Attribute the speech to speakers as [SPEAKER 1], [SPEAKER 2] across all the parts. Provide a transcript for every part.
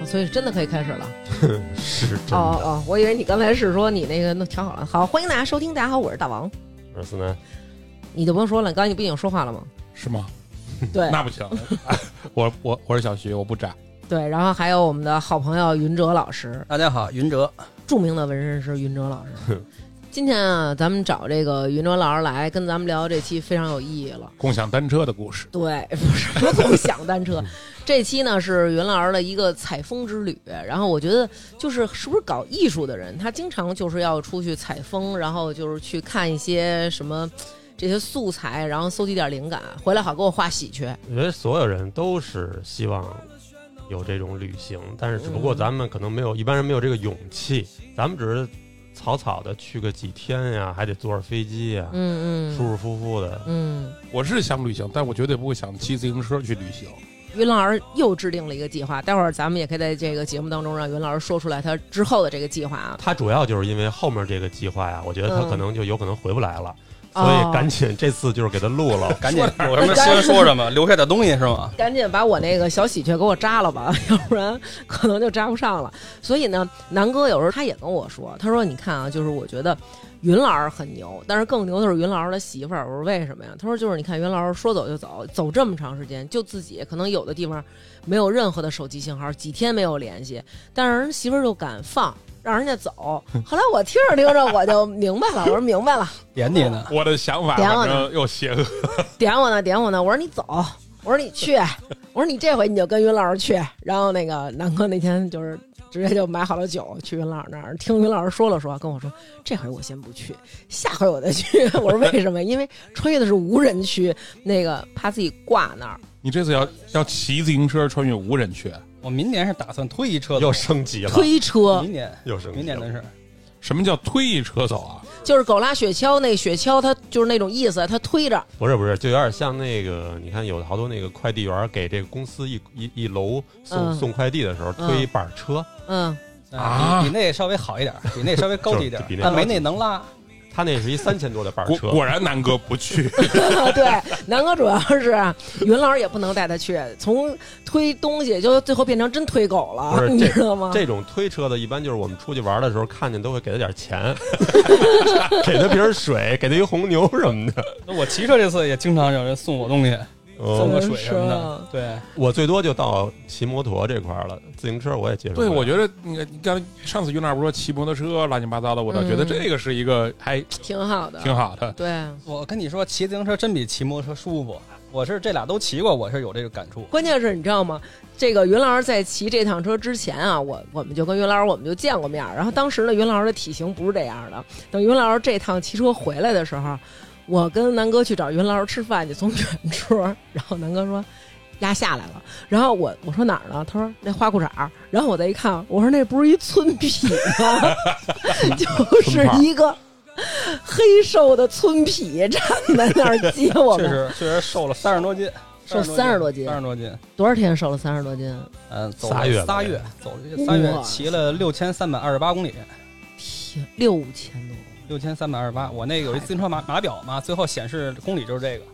[SPEAKER 1] 啊所以真的可以开始了。
[SPEAKER 2] 是真
[SPEAKER 1] 哦哦
[SPEAKER 2] 的。
[SPEAKER 1] 哦，我以为你刚才是说你那个弄调好了。好，欢迎大家收听，大家好，我是大王。
[SPEAKER 2] 二思南，
[SPEAKER 1] 你就不用说了，刚才你不已经说话 了吗？
[SPEAKER 3] 是吗？
[SPEAKER 1] 对
[SPEAKER 3] 那不 行，我我我是小徐，我不渣。
[SPEAKER 1] 对，然后还有我们的好朋友云哲老师，
[SPEAKER 4] 大家好，云哲，
[SPEAKER 1] 著名的纹身师云哲老 师。今天啊，咱们找这个云哲老师来跟咱们聊这期非常有意义了。
[SPEAKER 3] 共享单车的故事，
[SPEAKER 1] 对，不是共享单 车。这期呢是云老师的一个采风之旅，然后我觉得就是是不是搞艺术的人，他经常就是要出去采风，然后就是去看一些什么这些素材，然后搜集点灵感，回来好给我画喜鹊。
[SPEAKER 2] 我觉得所有人都是希望有这种旅行，但是只不过
[SPEAKER 1] 嗯
[SPEAKER 2] 咱们可能没有一般人没有这个勇气，咱们只是草草的去个几天呀，还得坐着飞机呀，
[SPEAKER 1] 嗯
[SPEAKER 2] 舒
[SPEAKER 1] 嗯
[SPEAKER 2] 舒服服的。
[SPEAKER 1] 嗯，
[SPEAKER 3] 我是想旅行，但我绝对不会想骑自行车去旅行。
[SPEAKER 1] 云老师又制定了一个计划，待会儿咱们也可以在这个节目当中让云老师说出来他之后的这个计划啊。
[SPEAKER 2] 他主要就是因为后面这个计划呀，我觉得他
[SPEAKER 1] 嗯
[SPEAKER 2] 可能就有可能回不来了，
[SPEAKER 1] 哦
[SPEAKER 2] 所以赶紧这次就是给他录了。
[SPEAKER 4] 赶紧有什么先说什么，留下点东西是吗？
[SPEAKER 1] 赶紧把我那个小喜鹊给我扎了吧， 要不然可能就扎不上了。所以呢，南哥有时候他也跟我说，他说：“你看啊，就是我觉得云老师很牛，但是更牛的是云老师的媳妇儿。”我说：“为什么呀？”他说：“就是你看云老师说走就走，走这么长时间，就自己可能有的地方没有任何的手机信号，几天没有联系，但是人媳妇儿就敢放。”让人家走，后来我听着听着我就明白了，我说明白了，
[SPEAKER 4] 点你呢？
[SPEAKER 3] 我的想法
[SPEAKER 1] 点我
[SPEAKER 3] 反
[SPEAKER 1] 呢
[SPEAKER 3] 正又邪恶，
[SPEAKER 1] 点我呢，点我呢。我说你走，我说你去，我说你这回你就跟云老师去。然后那个南哥那天就是直接就买好了酒去云老师那儿，听云老师说了说，跟我说这回我先不去，下回我再去。 我说为什么？因为穿越的是无人区，那个怕自己挂那儿。
[SPEAKER 3] 你这次要要骑自行车穿越无人区，
[SPEAKER 4] 我明年是打算推一车
[SPEAKER 2] 又
[SPEAKER 4] 走，
[SPEAKER 2] 升级了，
[SPEAKER 1] 推车
[SPEAKER 2] 嗯
[SPEAKER 4] 明年
[SPEAKER 2] 又升级了。
[SPEAKER 4] 明年的事儿。
[SPEAKER 3] 什么叫推一车走啊？
[SPEAKER 1] 就是狗拉雪橇，那雪橇它就是那种意思，它推着。
[SPEAKER 2] 不是不是，就有点像那个，你看有好多那个快递员儿给这个公司一一一楼送、
[SPEAKER 1] 嗯
[SPEAKER 2] 送快递的时候
[SPEAKER 1] 嗯
[SPEAKER 2] 推一板车，
[SPEAKER 1] 嗯，
[SPEAKER 3] 啊
[SPEAKER 4] 比比那稍微好一 点，比那稍微高级一
[SPEAKER 2] 就
[SPEAKER 4] 点
[SPEAKER 2] 是比，那
[SPEAKER 4] 但没
[SPEAKER 2] 高级
[SPEAKER 4] 那能拉。
[SPEAKER 2] 他那是一三千多的板
[SPEAKER 3] 果
[SPEAKER 2] 车，
[SPEAKER 3] 果然南哥不去，
[SPEAKER 1] 对，南哥主要是云老师也不能带他去，从推东西就最后变成真推狗
[SPEAKER 2] 不
[SPEAKER 1] 了，
[SPEAKER 2] 是
[SPEAKER 1] 你
[SPEAKER 2] 这
[SPEAKER 1] 知道吗？
[SPEAKER 2] 这种推车的，一般就是我们出去玩的时候看见都会给他点钱， 给他瓶水，给他一红牛什么的。
[SPEAKER 4] 我骑车这次也经常有人送我东西，送
[SPEAKER 2] 嗯，
[SPEAKER 4] 个水什么的
[SPEAKER 1] 嗯。
[SPEAKER 4] 对，
[SPEAKER 2] 我最多就到骑摩托这块儿了，自行车我也接受不
[SPEAKER 3] 对
[SPEAKER 2] 了。
[SPEAKER 3] 我觉得你你刚才上次于老师说骑摩托车乱七八糟的，我倒
[SPEAKER 1] 嗯
[SPEAKER 3] 觉得这个是一
[SPEAKER 4] 嗯
[SPEAKER 3] 个还
[SPEAKER 1] 挺好的，
[SPEAKER 3] 挺好的。
[SPEAKER 1] 对，
[SPEAKER 4] 我跟你说，骑自行车真比骑摩托车舒服。我是这俩都骑过，我是有这个感触。
[SPEAKER 1] 关键是你知道吗？这个云老师在骑这趟车之前啊，我我们就跟云老师我们就见过面儿。然后当时呢，云老师的体型不是这样的。等云老师这趟骑车回来的时候，我跟南哥去找云老师吃饭去，从远处，然后南哥说。压下来了，然后我我说哪儿呢？他说那花裤衩儿然后我再一看，我说那不是一村痞吗？就是一个黑瘦的村痞站在那儿接我
[SPEAKER 4] 确
[SPEAKER 1] 们，
[SPEAKER 4] 实，确实瘦了三十多斤，
[SPEAKER 1] 瘦三十多斤
[SPEAKER 4] 三，十多斤。
[SPEAKER 1] 多少天瘦了三十多斤？
[SPEAKER 4] 嗯，走
[SPEAKER 2] 仨
[SPEAKER 4] 了
[SPEAKER 2] 月吧
[SPEAKER 4] 仨月，走了仨
[SPEAKER 1] 哇
[SPEAKER 4] 月，骑了六千三百二十八公里。
[SPEAKER 1] 天，六千多公
[SPEAKER 4] 六千三百二十八，我那个有一自行车码码表嘛，最后显示公里就是这个，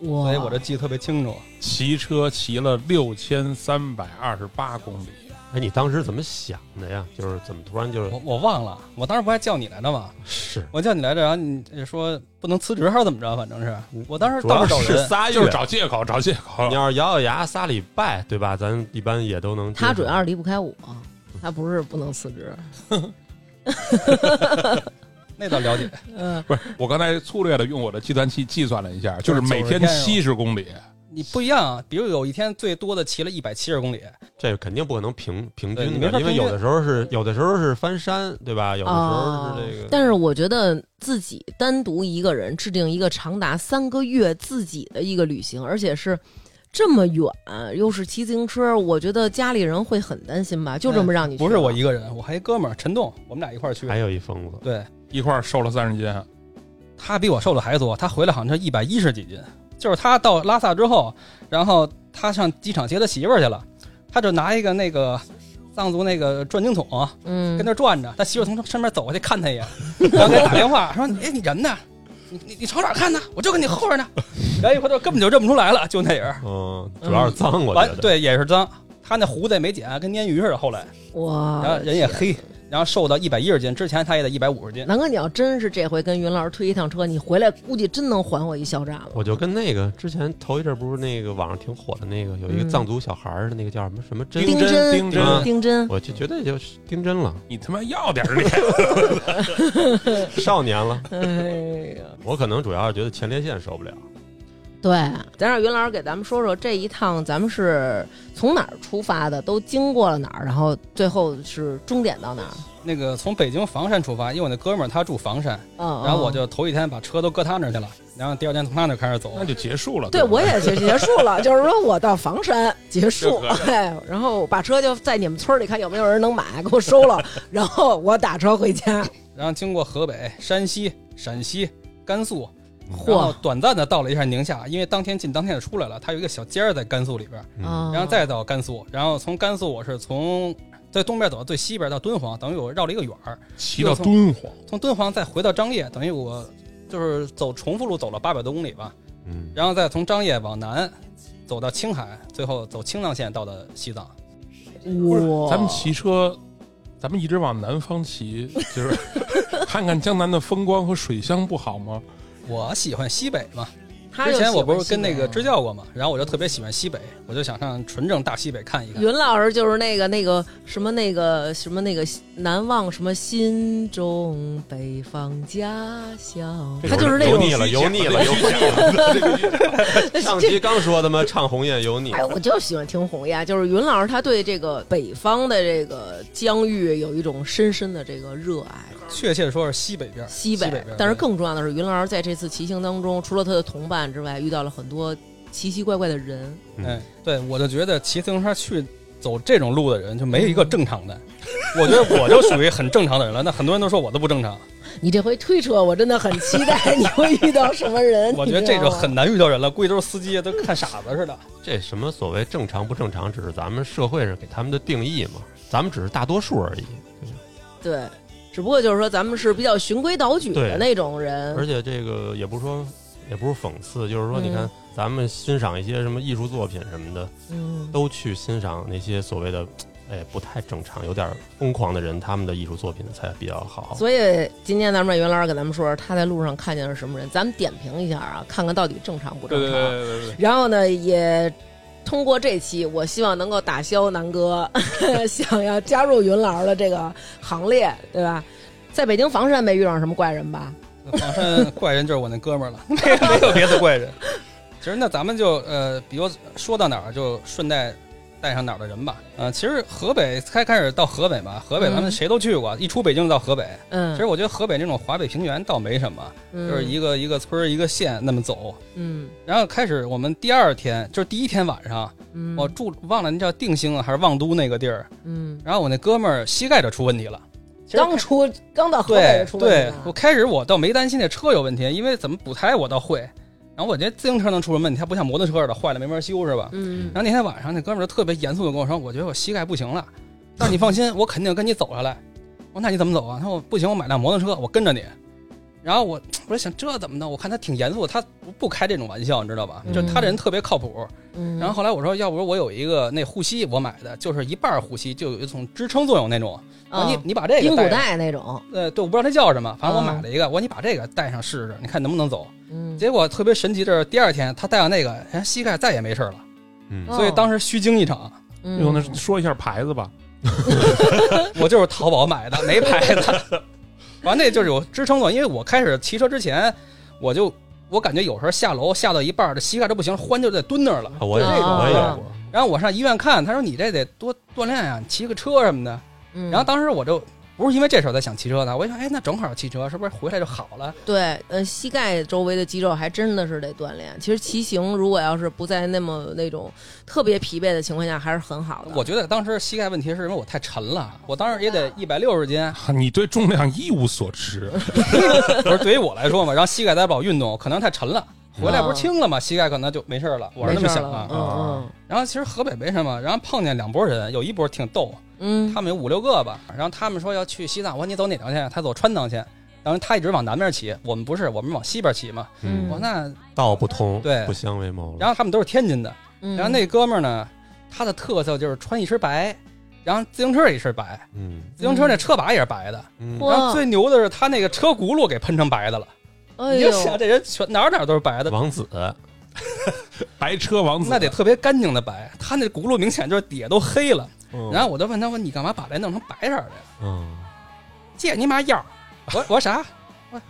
[SPEAKER 1] 里，哇！
[SPEAKER 4] 所以我这记得特别清楚。
[SPEAKER 3] 骑车骑了六千三百二十八公里，
[SPEAKER 2] 哎，你当时怎么想的呀？就是怎么突然就是
[SPEAKER 4] 我我忘了，我当时不还叫你来着吗？
[SPEAKER 2] 哦是
[SPEAKER 4] 我叫你来着，然后你说不能辞职还是怎么着？反正是我当时
[SPEAKER 2] 嗯主
[SPEAKER 4] 到
[SPEAKER 2] 要
[SPEAKER 4] 处找
[SPEAKER 2] 是
[SPEAKER 4] 人，
[SPEAKER 2] 仨
[SPEAKER 3] 就是
[SPEAKER 2] 月。
[SPEAKER 3] 找借口，找借口
[SPEAKER 2] 你。要是咬咬牙仨礼拜，对吧？咱一般也都能接受。
[SPEAKER 1] 他主要是离不开我，
[SPEAKER 4] 嗯
[SPEAKER 1] 他不是不能辞职。
[SPEAKER 4] 那倒了解。
[SPEAKER 1] 嗯，
[SPEAKER 3] 不是，我刚才粗略的用我的计算器计算了一下，就是每天
[SPEAKER 4] 90天是吧
[SPEAKER 3] 七十公里。
[SPEAKER 4] 你不一样，比如有一天最多的骑了一百七十公里，
[SPEAKER 2] 这肯定不可能平平
[SPEAKER 4] 对
[SPEAKER 2] 均
[SPEAKER 4] 你
[SPEAKER 2] 的
[SPEAKER 4] 没，法
[SPEAKER 2] 因为
[SPEAKER 4] 平均
[SPEAKER 2] 有的时候是有的时候是翻山，对吧？有的时候是这个。
[SPEAKER 1] 哦但是我觉得自己单独一个人制定一个长达三个月自己的一个旅行，而且是这么远，又是骑自行车，我觉得家里人会很担心吧？就这么
[SPEAKER 2] 啊
[SPEAKER 1] 让你去、
[SPEAKER 4] 哎不是我一，个人，我还一哥们儿陈栋，我们俩一块儿去。
[SPEAKER 2] 还有一疯子，
[SPEAKER 4] 对
[SPEAKER 3] 一块儿瘦了三十斤，啊
[SPEAKER 4] 他比我瘦的还多，他回来好像就一百一十几斤。就是他到拉萨之后，然后他上机场接他媳妇儿去了，他就拿一个那个藏族那个转经筒、
[SPEAKER 1] 嗯，
[SPEAKER 4] 跟那儿转着，他媳妇儿从身边走过去看他一眼，然后给他打电话说：“哎，你人呢？你你你朝哪儿看呢？我就跟你 后边呢。”然后一回头根本就认不出来了，就那人儿，
[SPEAKER 2] 嗯，主要是脏，我觉
[SPEAKER 4] 完
[SPEAKER 2] 得。
[SPEAKER 4] 对也是脏。他那胡子也没剪，跟鲶鱼似的。后来，
[SPEAKER 2] 啊
[SPEAKER 1] 哇，
[SPEAKER 4] 然后人也黑，然后瘦到一百一十斤，之前他也得一百五十斤。
[SPEAKER 1] 南哥，你要真是这回跟云老师推一趟车，你回来估计真能还我一肖战了。
[SPEAKER 2] 我就跟那个之前头一阵不是那个网上挺火的那个有一个
[SPEAKER 1] 嗯
[SPEAKER 2] 藏族小孩儿的那个叫什么什么真，
[SPEAKER 1] 丁
[SPEAKER 3] 真
[SPEAKER 1] 真，
[SPEAKER 3] 丁真
[SPEAKER 1] 嗯丁真，
[SPEAKER 2] 啊我就觉得就是丁真 了，
[SPEAKER 3] 你他妈要点脸！
[SPEAKER 2] 少年了。
[SPEAKER 1] 哎呀，
[SPEAKER 2] 我可能主要是觉得前列腺受不了。
[SPEAKER 1] 对，咱让云老师给咱们说说这一趟咱们是从哪儿出发的，都经过了哪儿，然后最后是终点到哪儿？
[SPEAKER 4] 那个从北京房山出发，因为我那哥们儿他住房山，
[SPEAKER 1] 嗯，
[SPEAKER 4] 然后我
[SPEAKER 2] 哦
[SPEAKER 1] 嗯。
[SPEAKER 4] 就头一天把车都搁他那儿去了，然后第二天从他那儿开始走。
[SPEAKER 3] 那就结束了。
[SPEAKER 1] 对，
[SPEAKER 3] 吧
[SPEAKER 1] 我也就结束了，就是说我到房山结束
[SPEAKER 3] 就可，
[SPEAKER 1] 哎，然后我把车就在你们村儿里看有没有人能买，给我收 了，然后我打车回家。
[SPEAKER 4] 然后经过河北、山西、陕西、甘肃，然后
[SPEAKER 1] 嚯，
[SPEAKER 4] 短暂的到了一下宁夏，因为当天进当天就出来了，它有一个小尖儿在甘肃里边，
[SPEAKER 1] 哦
[SPEAKER 2] 嗯，
[SPEAKER 4] 然后再到甘肃，然后从甘肃我是从在东边走到最西边到敦煌，等于我绕了一个远儿，
[SPEAKER 3] 骑到敦煌，
[SPEAKER 4] 从敦煌再回到张掖，等于我就是走重复路走了八百多公里吧，
[SPEAKER 2] 嗯，
[SPEAKER 4] 然后再从张掖往南走到青海，最后走青藏线到的西藏。
[SPEAKER 3] 不是
[SPEAKER 1] 哇，
[SPEAKER 3] 咱们骑车，咱们一直往南方骑，就是 看看江南的风光和水乡，不好吗？
[SPEAKER 4] 我喜欢西北嘛，
[SPEAKER 1] 他
[SPEAKER 4] 之
[SPEAKER 1] 就
[SPEAKER 4] 前
[SPEAKER 1] 喜
[SPEAKER 4] 我不
[SPEAKER 1] 欢
[SPEAKER 4] 是
[SPEAKER 1] 西
[SPEAKER 4] 跟那
[SPEAKER 1] 北
[SPEAKER 4] 个支教过嘛，然后我就特别喜欢西北，我就想上纯正大西北看一看。
[SPEAKER 1] 云老师就是那个那个什么那个什么那个难忘什么心中北方家乡，
[SPEAKER 2] 这
[SPEAKER 1] 他就是那
[SPEAKER 2] 油
[SPEAKER 1] 种
[SPEAKER 2] 腻啊了，油腻了，油腻 了。上期刚说他妈唱鸿雁油腻，
[SPEAKER 1] 哎，我就喜欢听红呀，就是云老师他对这个北方的这个疆域有一种深深的这个热爱。
[SPEAKER 4] 确切地说是西北边儿，
[SPEAKER 1] 西北，
[SPEAKER 4] 北边儿。
[SPEAKER 1] 但是
[SPEAKER 4] 对
[SPEAKER 1] 更重要的是，云老师在这次骑行当中，除了他的同伴之外，遇到了很多奇奇怪怪的人。
[SPEAKER 4] 哎，对我就觉得骑自行车去走这种路的人就没有一个
[SPEAKER 1] 嗯
[SPEAKER 4] 正常的。我觉得我就属于很正常的人了。那很多人都说我都不正常，
[SPEAKER 1] 你这回推车，我真的很期待你会遇到什么人。
[SPEAKER 4] 我觉得
[SPEAKER 1] 你知
[SPEAKER 4] 这
[SPEAKER 1] 道
[SPEAKER 4] 就
[SPEAKER 1] 吗
[SPEAKER 4] 很难遇到人了，估计都是司机都看傻子似的。
[SPEAKER 2] 这什么所谓正常不正常，只是咱们社会上给他们的定义嘛，咱们只是大多数而已。
[SPEAKER 1] 对，只不过就是说咱们是比较循规蹈矩的
[SPEAKER 2] 对
[SPEAKER 1] 那种人，
[SPEAKER 2] 而且这个也不是说，也不是讽刺，就是说，你看
[SPEAKER 1] 嗯
[SPEAKER 2] 咱们欣赏一些什么艺术作品什么的，
[SPEAKER 1] 嗯，
[SPEAKER 2] 都去欣赏那些所谓的，哎，不太正常、有点疯狂的人，他们的艺术作品才比较好。
[SPEAKER 1] 所以今天咱们让袁老师给咱们说说他在路上看见了什么人，咱们点评一下啊，看看到底正常不正常。
[SPEAKER 3] 对对，
[SPEAKER 1] 然后呢，也通过这期，我希望能够打消南哥 想要加入云老师的这个行列，对吧？在北京房山没遇上什么怪人吧？
[SPEAKER 4] 网上怪人就是我那哥们儿了，没 没有别的怪人。其实那咱们就呃，比如说到哪儿就顺带带上哪儿的人吧。呃，其实河北开开始到河北嘛，河北咱们
[SPEAKER 1] 嗯
[SPEAKER 4] 谁都去过，一出北京就到河北。
[SPEAKER 1] 嗯，
[SPEAKER 4] 其实我觉得河北这种华北平原倒没什么，就是一个一个村儿一个县那么走，
[SPEAKER 1] 嗯
[SPEAKER 4] 然后开始我们第二天，就是第一天晚上，
[SPEAKER 1] 嗯，
[SPEAKER 4] 我住忘了那叫定兴啊还是望都那个地儿，
[SPEAKER 1] 嗯，
[SPEAKER 4] 然后我那哥们儿膝盖就出问题了。其实
[SPEAKER 1] 刚出刚到河北
[SPEAKER 4] 对
[SPEAKER 1] 就出
[SPEAKER 4] 对
[SPEAKER 1] 问题，
[SPEAKER 4] 我
[SPEAKER 1] 了，
[SPEAKER 4] 开始我倒没担心这车有问题，因为怎么补胎我倒会。然后我这自行车能出什么问题？它不像摩托车似的坏了没法修是吧？
[SPEAKER 1] 嗯
[SPEAKER 4] 然后那天晚上那哥们儿就特别严肃的跟我说：“我觉得我膝盖不行了，但是你放心，我肯定跟你走下来。”我说：“那你怎么走啊？”他说：“不行，我买辆摩托车，我跟着你。”然后我我就想这怎么弄？我看他挺严肃，他不不开这种玩笑，你知道吧？
[SPEAKER 1] 嗯
[SPEAKER 4] 就他这人特别靠谱。
[SPEAKER 1] 嗯，
[SPEAKER 4] 然后后来我说，要不我有一个那护膝，我买的就是一半儿护膝，就有一种支撑作用那种。我说
[SPEAKER 1] 啊
[SPEAKER 4] 你你把这
[SPEAKER 1] 髌骨
[SPEAKER 4] 哦个带上，
[SPEAKER 1] 带那种，
[SPEAKER 4] 呃，对，我不知道它叫什么，反正我
[SPEAKER 1] 啊
[SPEAKER 4] 买了一个。我说你把这个带上试试，你看能不能走？
[SPEAKER 1] 嗯，
[SPEAKER 4] 结果特别神奇的是，第二天他戴上那个，人膝盖再也没事儿了。
[SPEAKER 2] 嗯，
[SPEAKER 1] 哦
[SPEAKER 4] 所以当时虚惊一场，
[SPEAKER 1] 嗯
[SPEAKER 3] 用那说一下牌子吧。
[SPEAKER 4] 我就是淘宝买的，没牌子。完，那就是有支撑作用，因为我开始骑车之前，我就我感觉有时候下楼下到一半儿，这膝盖都不行，欢就得蹲那儿了。
[SPEAKER 2] 啊我也
[SPEAKER 1] 对
[SPEAKER 2] 我也
[SPEAKER 1] 啊
[SPEAKER 2] 有过，
[SPEAKER 4] 然后我上医院看，他说你这得多锻炼呀、你骑个车什么的。
[SPEAKER 1] 嗯
[SPEAKER 4] 然后当时我就不是因为这事儿才想骑车的，我一想，哎，那正好骑车，是不是回来就好了？
[SPEAKER 1] 对，呃，膝盖周围的肌肉还真的是得锻炼。其实骑行如果要是不在那么那种特别疲惫的情况下，还是很好的。
[SPEAKER 4] 我觉得当时膝盖问题是因为我太沉了，我当时也得一百六十斤，
[SPEAKER 3] 你对重量一无所知，
[SPEAKER 4] 不是对于我来说嘛，然后膝盖再不好运动，可能太沉了，回来不是轻了嘛，膝盖可能就啊没事儿了，我是那么想啊
[SPEAKER 1] 的。
[SPEAKER 4] 的。
[SPEAKER 1] 嗯
[SPEAKER 4] 然后其实河北没什么，然后碰见两拨人，有一波挺逗，
[SPEAKER 1] 嗯嗯，
[SPEAKER 4] 他们有五六个吧，然后他们说要去西藏，我说你走哪条线？他走川藏线。当时他一直往南边骑，我们不是，我们往西边骑嘛。
[SPEAKER 1] 嗯
[SPEAKER 4] 我说那，
[SPEAKER 2] 道不同，
[SPEAKER 4] 对
[SPEAKER 2] 不相为谋了。
[SPEAKER 4] 然后他们都是天津的，
[SPEAKER 1] 嗯
[SPEAKER 4] 然后那哥们儿呢，它的特色就是穿一身白，然后自行车也是白，
[SPEAKER 2] 嗯
[SPEAKER 4] 自行车那车把也是白的，
[SPEAKER 2] 嗯
[SPEAKER 1] 嚯
[SPEAKER 4] 然后最牛的是它那个车轱辘给喷成白的了。
[SPEAKER 1] 哎
[SPEAKER 4] 你
[SPEAKER 1] 呦
[SPEAKER 4] 就，想这人全哪儿哪儿都是白的，
[SPEAKER 2] 王子，
[SPEAKER 4] 嗯
[SPEAKER 3] 白车王
[SPEAKER 1] 嗯
[SPEAKER 3] 子，
[SPEAKER 4] 那得特别干净的白，他那轱辘明显就是底下都黑了。
[SPEAKER 3] 嗯
[SPEAKER 4] 然后我就问他，我说你干嘛把这弄成白色儿的呀？
[SPEAKER 2] 嗯，
[SPEAKER 4] 戒你妈药！我我啥？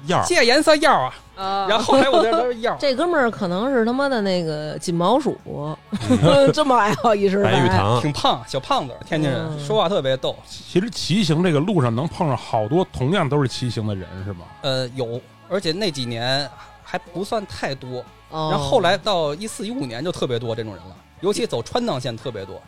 [SPEAKER 2] 燕儿，
[SPEAKER 4] 戒颜色药啊！
[SPEAKER 1] 啊
[SPEAKER 4] 然后后来我在这都是药
[SPEAKER 1] 。这哥们儿可能是他妈的那个锦毛鼠，
[SPEAKER 4] 嗯
[SPEAKER 1] 这么爱好一身
[SPEAKER 2] 白 玉堂，
[SPEAKER 4] 挺胖，小胖子，天津人，
[SPEAKER 1] 嗯
[SPEAKER 4] 说话特别逗。
[SPEAKER 3] 其实骑行这个路上能碰上好多同样都是骑行的人，是吗？
[SPEAKER 4] 呃，有，而且那几年还不算太多，
[SPEAKER 1] 哦
[SPEAKER 4] 然后后来到一四一五年就特别多这种人了，尤其走川藏线特别多。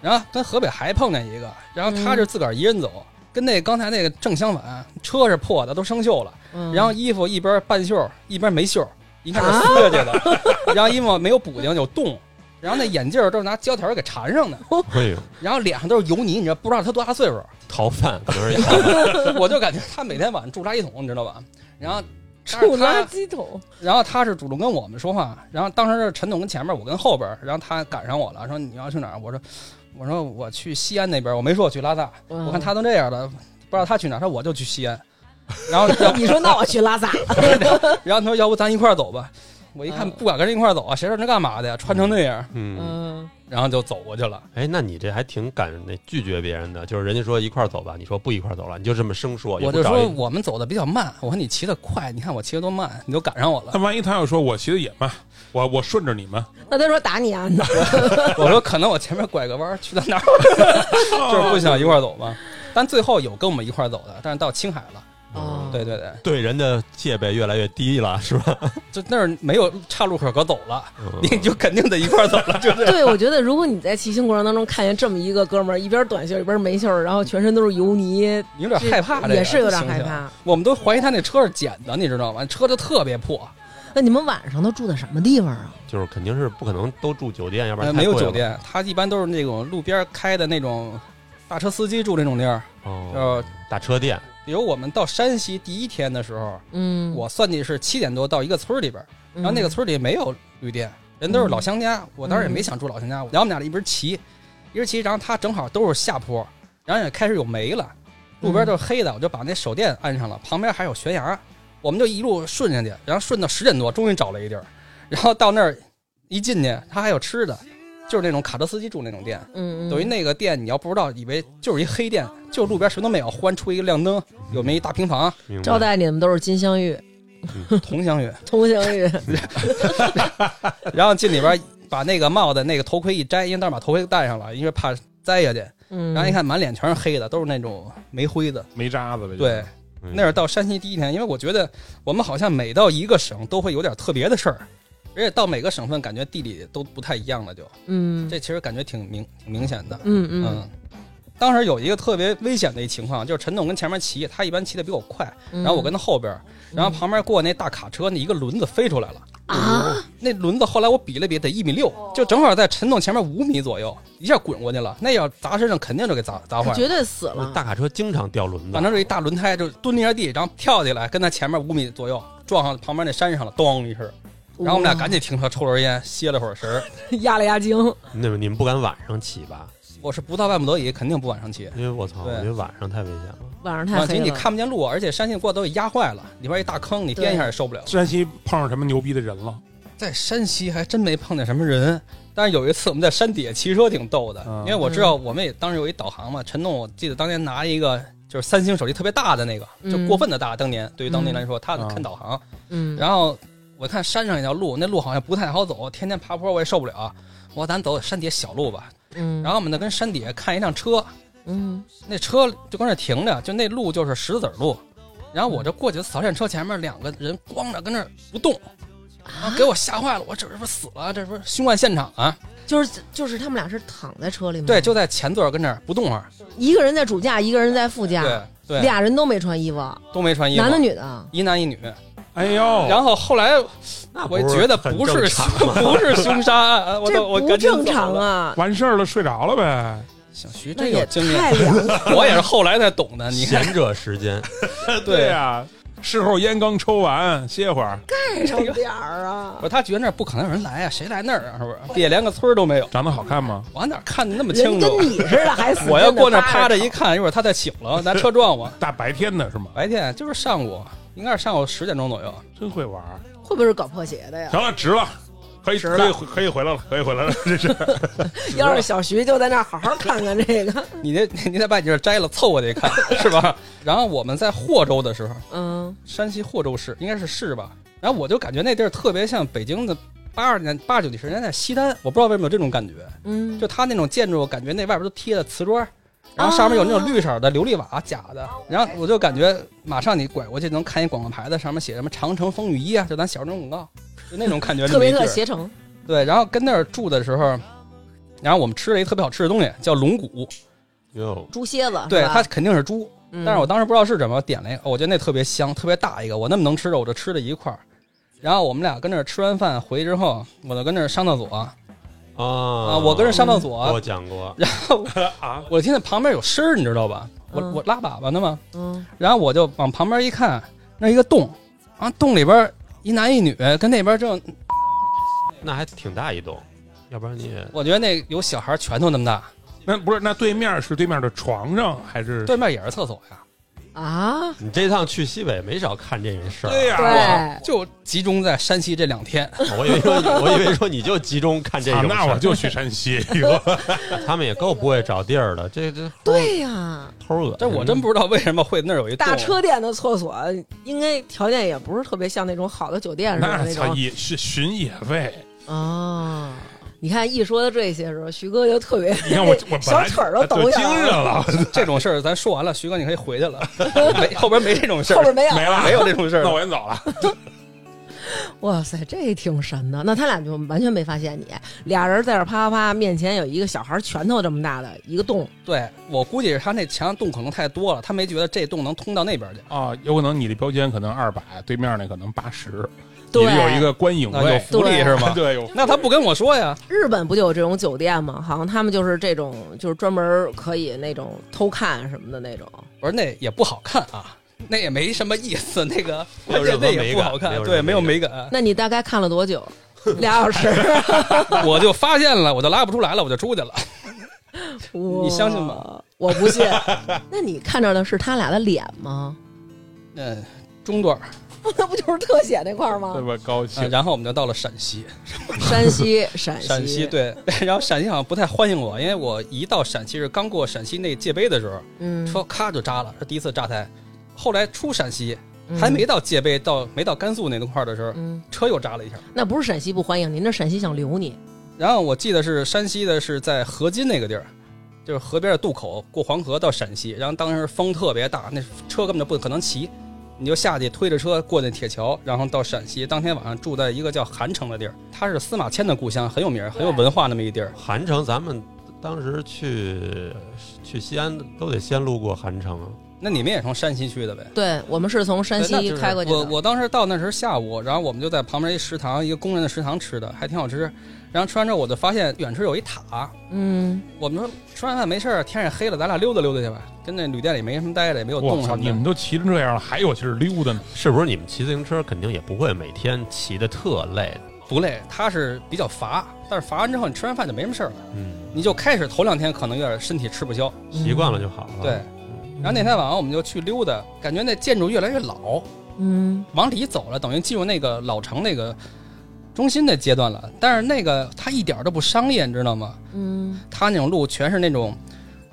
[SPEAKER 4] 然后跟河北还碰见一个，然后
[SPEAKER 1] 嗯
[SPEAKER 4] 他是自个儿一人走，跟那刚才那个正相反，车是破的，都生锈了，
[SPEAKER 1] 嗯啊
[SPEAKER 4] 然后衣服一边半袖儿一边没袖儿，一看是撕下去的， 然后衣服没有补丁有洞，然后那眼镜儿都是拿胶条儿给缠上的，
[SPEAKER 2] 哎呦，
[SPEAKER 4] 然后脸上都是油泥，你知道不知道他多大岁数？
[SPEAKER 2] 逃犯可 能是也
[SPEAKER 4] 我就感觉他每天晚上住垃圾桶，你知道吧？然后但是
[SPEAKER 1] 住
[SPEAKER 4] 他
[SPEAKER 1] 垃圾桶，
[SPEAKER 4] 然后他是主动跟我们说话，然后当时是陈总跟前面，我跟后边儿，然后他赶上我了，说你要去哪儿？我说我说我去西安那边儿，我没说我去拉萨，
[SPEAKER 1] 嗯
[SPEAKER 4] 我看他都这样了，不知道他去哪儿，他说我就去西安，然后 然后
[SPEAKER 1] 嗯你说那我去拉萨，
[SPEAKER 4] 然后他说要不咱一块儿走吧，我一看
[SPEAKER 1] 嗯
[SPEAKER 4] 不敢跟人一块儿走啊，谁知道那干嘛的呀，穿成那样，
[SPEAKER 2] 嗯。
[SPEAKER 1] 嗯，
[SPEAKER 4] 然后就走过去了。
[SPEAKER 2] 哎，那你这还挺敢那拒绝别人的，就是人家说一块儿走吧，你说不一块儿走了，你就这么生说，也
[SPEAKER 4] 我
[SPEAKER 2] 不
[SPEAKER 4] 就
[SPEAKER 2] 找
[SPEAKER 4] 说
[SPEAKER 2] 一
[SPEAKER 4] 我们走的比较慢，我说你骑得快，你看我骑得多慢，你都赶上我了
[SPEAKER 3] 那。万一他要说我骑的也慢，我我顺着你们，
[SPEAKER 1] 那他说打你啊，那
[SPEAKER 4] 我说可能我前面拐个弯儿去到哪儿， 就是不想一块儿走嘛。但最后有跟我们一块儿走的，但是到青海了。
[SPEAKER 1] 哦
[SPEAKER 4] 对对对，
[SPEAKER 2] 对人的戒备越来越低了，是吧？
[SPEAKER 4] 就那儿没有岔路口可走了，
[SPEAKER 2] 嗯
[SPEAKER 4] 你就肯定得一块儿走了， 就是。
[SPEAKER 1] 对，我觉得如果你在骑行过程当中看见这么一个哥们儿，一边短袖一边没袖儿，然后全身都是油泥，
[SPEAKER 4] 有点害怕这个
[SPEAKER 1] 也是有点
[SPEAKER 4] 形
[SPEAKER 1] 害
[SPEAKER 4] 象
[SPEAKER 1] 怕。
[SPEAKER 4] 我们都怀疑他那车是捡的，你知道吗？车就特别破，
[SPEAKER 1] 那你们晚上都住在什么地方啊？
[SPEAKER 2] 就是肯定是不可能都住酒店，要不
[SPEAKER 4] 呃，
[SPEAKER 2] 然
[SPEAKER 4] 没
[SPEAKER 2] 太
[SPEAKER 4] 有
[SPEAKER 2] 贵
[SPEAKER 4] 酒
[SPEAKER 2] 了。
[SPEAKER 4] 店，他一般都是那种路边开的那种大车司机住那种地儿。
[SPEAKER 2] 哦，
[SPEAKER 4] 呃，
[SPEAKER 2] 打车店，
[SPEAKER 4] 比如我们到山西第一天的时候，
[SPEAKER 1] 嗯，
[SPEAKER 4] 我算计是七点多到一个村儿里边儿，
[SPEAKER 1] 嗯，嗯
[SPEAKER 4] 然后那个村儿里没有旅店，人都是老乡家。我当时也没想住老乡家，然后我们俩一边骑，一边骑，然后他正好都是下坡，然后也开始有煤了，路边都是黑的，我就把那手电安上了，旁边还有悬崖，我们就一路顺下去，然后顺到十点多，终于找了一地儿，然后到那儿一进去，他还有吃的，就是那种卡车司机住那种店。
[SPEAKER 1] 嗯，嗯，
[SPEAKER 4] 等于那个店，你要不知道，以为就是一黑店，就路边什么都没有，忽然出一个亮灯，有没一大平房，
[SPEAKER 2] 明白
[SPEAKER 1] 招待你们都是金镶玉、
[SPEAKER 4] 佟湘玉，
[SPEAKER 1] 通香玉，
[SPEAKER 4] 然后进里边把那个帽子、那个头盔一摘，因为当时把头盔戴上了，因为怕栽下去。
[SPEAKER 1] 嗯，
[SPEAKER 4] 然后一看满脸全是黑的，都是那种煤灰的。
[SPEAKER 3] 没渣子呗。就是
[SPEAKER 4] 对，，
[SPEAKER 2] 嗯
[SPEAKER 4] 那是到山西第一天，因为我觉得我们好像每到一个省都会有点特别的事儿，而且到每个省份感觉地理都不太一样了就，
[SPEAKER 1] 嗯，
[SPEAKER 4] 这其实感觉挺明挺明显的。
[SPEAKER 1] 嗯嗯
[SPEAKER 4] 嗯，当时有一个特别危险的一情况，就是陈总跟前面骑，他一般骑的比我快，
[SPEAKER 1] 嗯，
[SPEAKER 4] 然后我跟他后边，然后旁边过那大卡车，那一个轮子飞出来了。
[SPEAKER 1] 啊，
[SPEAKER 4] 那轮子后来我比了比，得一米六，就正好在陈总前面五米左右，一下滚过去了。那要砸身上，肯定就给砸砸坏了。
[SPEAKER 1] 绝对死了，
[SPEAKER 2] 大卡车经常掉轮子
[SPEAKER 4] 反，正是一大轮胎，就蹲了一下地，然后跳起来，跟他前面五米左右撞上旁边那山上了，咚一声。然后我们俩赶紧停车抽根烟，歇了会儿神儿。
[SPEAKER 1] 紧 压了压惊，
[SPEAKER 2] 那么你们不敢晚上骑吧？
[SPEAKER 4] 我是不到万不得已，肯定不往上骑。
[SPEAKER 2] 因为我操，
[SPEAKER 4] 对
[SPEAKER 2] 我觉得晚上太危险了。
[SPEAKER 1] 晚上
[SPEAKER 4] 往
[SPEAKER 1] 太
[SPEAKER 4] 上骑
[SPEAKER 1] 黑
[SPEAKER 4] 你
[SPEAKER 1] 了，
[SPEAKER 4] 看不见路，而且山信过都给压坏了，里边一大坑，你颠一下也受不了。
[SPEAKER 3] 山西碰上什么牛逼的人了？
[SPEAKER 4] 在山西还真没碰见什么人，但是有一次我们在山底下骑车挺逗的，
[SPEAKER 3] 嗯
[SPEAKER 4] 因为我知道我们也当时有一导航嘛，陈栋我记得当年拿一个就是三星手机特别大的那个，
[SPEAKER 1] 嗯
[SPEAKER 4] 就过分的大，当年对于当年来说，他
[SPEAKER 3] 嗯
[SPEAKER 4] 看导航，
[SPEAKER 1] 嗯，
[SPEAKER 4] 然后我看山上一条路，那路好像不太好走，天天爬坡我也受不了，我说咱走山底下小路吧，
[SPEAKER 1] 嗯，
[SPEAKER 4] 然后我们就跟山底下看一辆车，
[SPEAKER 1] 嗯
[SPEAKER 4] 那车就跟那停着，就那路就是石子儿路，然后我这过去扫线车前面两个人光着跟那儿不动，然后给我吓坏了，我这是不是死了？这不是凶案现场啊？
[SPEAKER 1] 就是就是他们俩是躺在车里吗？
[SPEAKER 4] 对，就在前座跟那儿不动会儿，
[SPEAKER 1] 一个人在主驾，一个人在副驾，
[SPEAKER 4] 对对，
[SPEAKER 1] 俩人都没穿衣服，
[SPEAKER 4] 都没穿衣服，
[SPEAKER 1] 男的啊女的，
[SPEAKER 4] 一男一女。
[SPEAKER 3] 哎呦，
[SPEAKER 4] 然后后来
[SPEAKER 2] 那
[SPEAKER 4] 我觉得哦不是凶 不是凶杀 案，我
[SPEAKER 1] 这
[SPEAKER 4] 都我
[SPEAKER 1] 不
[SPEAKER 4] 赶紧走
[SPEAKER 1] 正常
[SPEAKER 4] 了。
[SPEAKER 1] 啊！
[SPEAKER 3] 完事儿了，睡着了呗。
[SPEAKER 4] 小徐
[SPEAKER 1] 那
[SPEAKER 4] 真有
[SPEAKER 1] 也
[SPEAKER 4] 经验，
[SPEAKER 1] 太凉了，
[SPEAKER 4] 我也是后来才懂的。你看，
[SPEAKER 2] 贤者时间，
[SPEAKER 4] 对
[SPEAKER 3] 呀，事后烟刚抽完，歇会儿。
[SPEAKER 4] 哎
[SPEAKER 1] 带上点儿啊
[SPEAKER 4] 我！说他觉得那儿不可能有人来啊，谁来那儿啊？是不是？也连个村儿都没有，
[SPEAKER 3] 长得好看吗？
[SPEAKER 4] 我哪看的那么
[SPEAKER 1] 人
[SPEAKER 4] 清
[SPEAKER 1] 跟
[SPEAKER 4] 楚？啊
[SPEAKER 1] 你似的，还死
[SPEAKER 4] 我要
[SPEAKER 1] 真的
[SPEAKER 4] 过那儿
[SPEAKER 1] 趴
[SPEAKER 4] 趴着
[SPEAKER 1] 瞅
[SPEAKER 4] 一看，一会儿他再醒了，拿车撞我。
[SPEAKER 3] 大白天的是吗？
[SPEAKER 4] 白天就是上午，应该是上午十点钟左右。
[SPEAKER 1] 嗯
[SPEAKER 3] 真会玩儿。
[SPEAKER 1] 会不会是搞破鞋的呀？
[SPEAKER 3] 行了，值了，可以
[SPEAKER 1] 值
[SPEAKER 3] 可以
[SPEAKER 1] 了
[SPEAKER 3] 回可以回来了，可以回来了， 这是。
[SPEAKER 1] 要是小徐就在那儿好好看看这 个，
[SPEAKER 4] 你那你得把你这摘了凑过去看，是吧？然后我们在霍州的时候，
[SPEAKER 1] 嗯，
[SPEAKER 4] 山西霍州市应该是市吧，然后我就感觉那地儿特别像北京的八二年八九十年代西单，我不知道为什么有这种感觉，
[SPEAKER 1] 嗯，
[SPEAKER 4] 就它那种建筑，感觉那外边都贴的瓷砖。然后上面有那
[SPEAKER 1] 哦
[SPEAKER 4] 种绿色的琉璃瓦，假的。然后我就感觉马上你拐过去能看一广告牌子，上面写什么“长城风雨衣”啊，就咱小时候那种广告，就那种感觉。
[SPEAKER 1] 特别
[SPEAKER 4] 这
[SPEAKER 1] 特
[SPEAKER 4] 么一地儿
[SPEAKER 1] 携程，
[SPEAKER 4] 对，然后跟那儿住的时候，然后我们吃了一特别好吃的东西，叫龙骨。
[SPEAKER 2] 哟，
[SPEAKER 1] 猪蝎子，啊
[SPEAKER 4] 对，
[SPEAKER 1] 是吧
[SPEAKER 4] 它，肯定是猪，
[SPEAKER 1] 嗯
[SPEAKER 4] 但是我当时不知道是什么，点了一个，我觉得那特别香，特别大一个，我那么能吃的，我就吃了一块儿。然后我们俩跟那儿吃完饭回去之后，我就跟那儿上厕所啊，
[SPEAKER 2] 啊
[SPEAKER 4] 我跟那儿上厕
[SPEAKER 2] 我啊
[SPEAKER 4] 所，
[SPEAKER 2] 讲过，
[SPEAKER 4] 我听见旁边有声儿，你知道吧？我
[SPEAKER 1] 嗯
[SPEAKER 4] 我拉粑粑呢嘛，
[SPEAKER 1] 嗯，
[SPEAKER 4] 然后我就往旁边一看，那一个洞，啊，洞里边一男一女跟那边正，
[SPEAKER 2] 那还挺大一栋，要不然你也
[SPEAKER 4] 我觉得那有小孩拳头那么大，
[SPEAKER 3] 那不是那对面是对面的床上还是？
[SPEAKER 4] 对面也是厕所呀，
[SPEAKER 1] 啊，
[SPEAKER 2] 你这趟去西北没少看这个事儿。啊
[SPEAKER 3] 对呀、
[SPEAKER 1] 对，
[SPEAKER 4] 就集中在山西这 两天。
[SPEAKER 2] 我以为说，我以为说你就集中看这
[SPEAKER 3] 啊
[SPEAKER 2] 种，事
[SPEAKER 3] 那我
[SPEAKER 2] 儿，
[SPEAKER 3] 就去 山西。以后
[SPEAKER 2] 他们也够不会找地儿的，这这
[SPEAKER 1] 对呀，
[SPEAKER 4] 哦
[SPEAKER 2] 齁恶心。
[SPEAKER 4] 这我真不知道为什么会那儿有一洞
[SPEAKER 1] 大车店的厕所应该条件也不是特别像那种好的酒店似的
[SPEAKER 3] 那
[SPEAKER 1] 那
[SPEAKER 3] 操
[SPEAKER 1] 种
[SPEAKER 3] 也是巡野味。
[SPEAKER 1] 啊。你看一说到这些时候，徐哥就特别，
[SPEAKER 3] 你看我我本
[SPEAKER 1] 小
[SPEAKER 3] 来
[SPEAKER 1] 腿儿都抖
[SPEAKER 3] 就
[SPEAKER 1] 起
[SPEAKER 3] 精
[SPEAKER 1] 来
[SPEAKER 3] 神
[SPEAKER 1] 了，
[SPEAKER 3] 了，
[SPEAKER 4] 这种事儿咱说完了，徐哥你可以回 去了，没后边没这种事
[SPEAKER 1] 后
[SPEAKER 4] 儿
[SPEAKER 1] 边， 没有
[SPEAKER 3] 没了
[SPEAKER 4] 没有这种事
[SPEAKER 3] 那
[SPEAKER 4] 儿。
[SPEAKER 3] 我先走了。
[SPEAKER 1] 哇塞，这挺神的。那他俩就完全没发现你，俩人在这儿啪啪啪，面前有一个小孩拳头这么大的一个洞，
[SPEAKER 4] 对我估计是他那墙上洞可能太多了，他没觉得这洞能通到那边去。
[SPEAKER 3] 啊，有可能你的标间可能二百，对面那可能八十，
[SPEAKER 1] 对
[SPEAKER 3] 你有一个观影
[SPEAKER 4] 那有
[SPEAKER 3] 位，
[SPEAKER 4] 福利是吗？
[SPEAKER 3] 对，有
[SPEAKER 4] 那他不跟我说呀？
[SPEAKER 1] 日本不就有这种酒店吗？好像他们就是这种，就是专门可以那种偷看什么的 那种。
[SPEAKER 4] 我说那也不好看啊，那也没什么意思，那个
[SPEAKER 2] 没有任
[SPEAKER 4] 关键
[SPEAKER 2] 何
[SPEAKER 4] 那
[SPEAKER 2] 美
[SPEAKER 4] 也不
[SPEAKER 2] 感
[SPEAKER 4] 好
[SPEAKER 2] 没
[SPEAKER 4] 看，
[SPEAKER 2] 有任
[SPEAKER 4] 对，
[SPEAKER 2] 何
[SPEAKER 4] 没有
[SPEAKER 2] 美
[SPEAKER 4] 美感。
[SPEAKER 1] 那你大概看了多 久？俩小时，
[SPEAKER 4] 我就发现了，我就拉不出来了，我就出去了。
[SPEAKER 1] 你
[SPEAKER 4] 相信吗？
[SPEAKER 1] 我不信。那你看着的是他俩的脸吗？
[SPEAKER 4] 嗯，中段儿，
[SPEAKER 1] 那不就是特写那块儿
[SPEAKER 3] 对
[SPEAKER 1] 吗？
[SPEAKER 3] 吧？高
[SPEAKER 4] 嗯
[SPEAKER 3] 兴。
[SPEAKER 4] 然后我们就到了陕西，
[SPEAKER 1] 山西，陕西，
[SPEAKER 4] 陕西， 对， 然后陕西好像不太欢迎我，因为我一到陕西是刚过陕西那界碑的时候，
[SPEAKER 1] 嗯，
[SPEAKER 4] 车咔就扎了，是第一次炸胎。后来出陕西，
[SPEAKER 1] 嗯
[SPEAKER 4] 还没，到界碑，到没到甘肃那块儿的时候，
[SPEAKER 1] 嗯，
[SPEAKER 4] 车又扎了一下。
[SPEAKER 1] 那不是陕西不欢迎您，那陕西想留你。
[SPEAKER 4] 然后我记得是山西的，是在河津那个地儿，就是河边的渡口，过黄河到陕西。然后当时风特别大，那车根本就不可能骑，你就下去推着车过那铁桥，然后到陕西。当天晚上住在一个叫韩城的地儿，它是司马迁的故乡，很有名儿，很有文化那么一地儿。
[SPEAKER 2] 韩城，咱们当时去去西安都得先路过韩城啊。
[SPEAKER 4] 那你们也从山西去的呗？
[SPEAKER 1] 对我们是从山
[SPEAKER 4] 对那
[SPEAKER 1] 西
[SPEAKER 4] 就是
[SPEAKER 1] 开过去的。
[SPEAKER 4] 我我当时到那时候下午，然后我们就在旁边一食堂，一个工人的食堂吃的，还挺好吃。然后吃完之后，我就发现远处有一塔。
[SPEAKER 1] 嗯，
[SPEAKER 4] 我们说吃完饭没事儿，天也黑了，咱俩溜达溜达去吧。跟那旅店里没什么待着，也没有
[SPEAKER 3] 我
[SPEAKER 4] 动
[SPEAKER 3] 操！
[SPEAKER 4] 什么
[SPEAKER 3] 你
[SPEAKER 4] 的
[SPEAKER 3] 们。都骑成这样了，还有劲儿溜达呢？
[SPEAKER 2] 是不是你们骑自行车肯定也不会每天骑的特累？
[SPEAKER 4] 不累，它是比较乏，但是乏完之后你吃完饭就没什么事儿了，
[SPEAKER 2] 嗯，
[SPEAKER 4] 你就开始头两天可能有点身体吃不消，
[SPEAKER 3] 啊
[SPEAKER 2] 习惯了就好了。
[SPEAKER 4] 对。然后那天晚上我们就去溜达，感觉那建筑越来越老，
[SPEAKER 1] 嗯，
[SPEAKER 4] 往里走了，等于进入那个老城那个中心的阶段了。但是那个它一点儿都不商业，你知道吗？
[SPEAKER 1] 嗯
[SPEAKER 4] 它那种路全是那种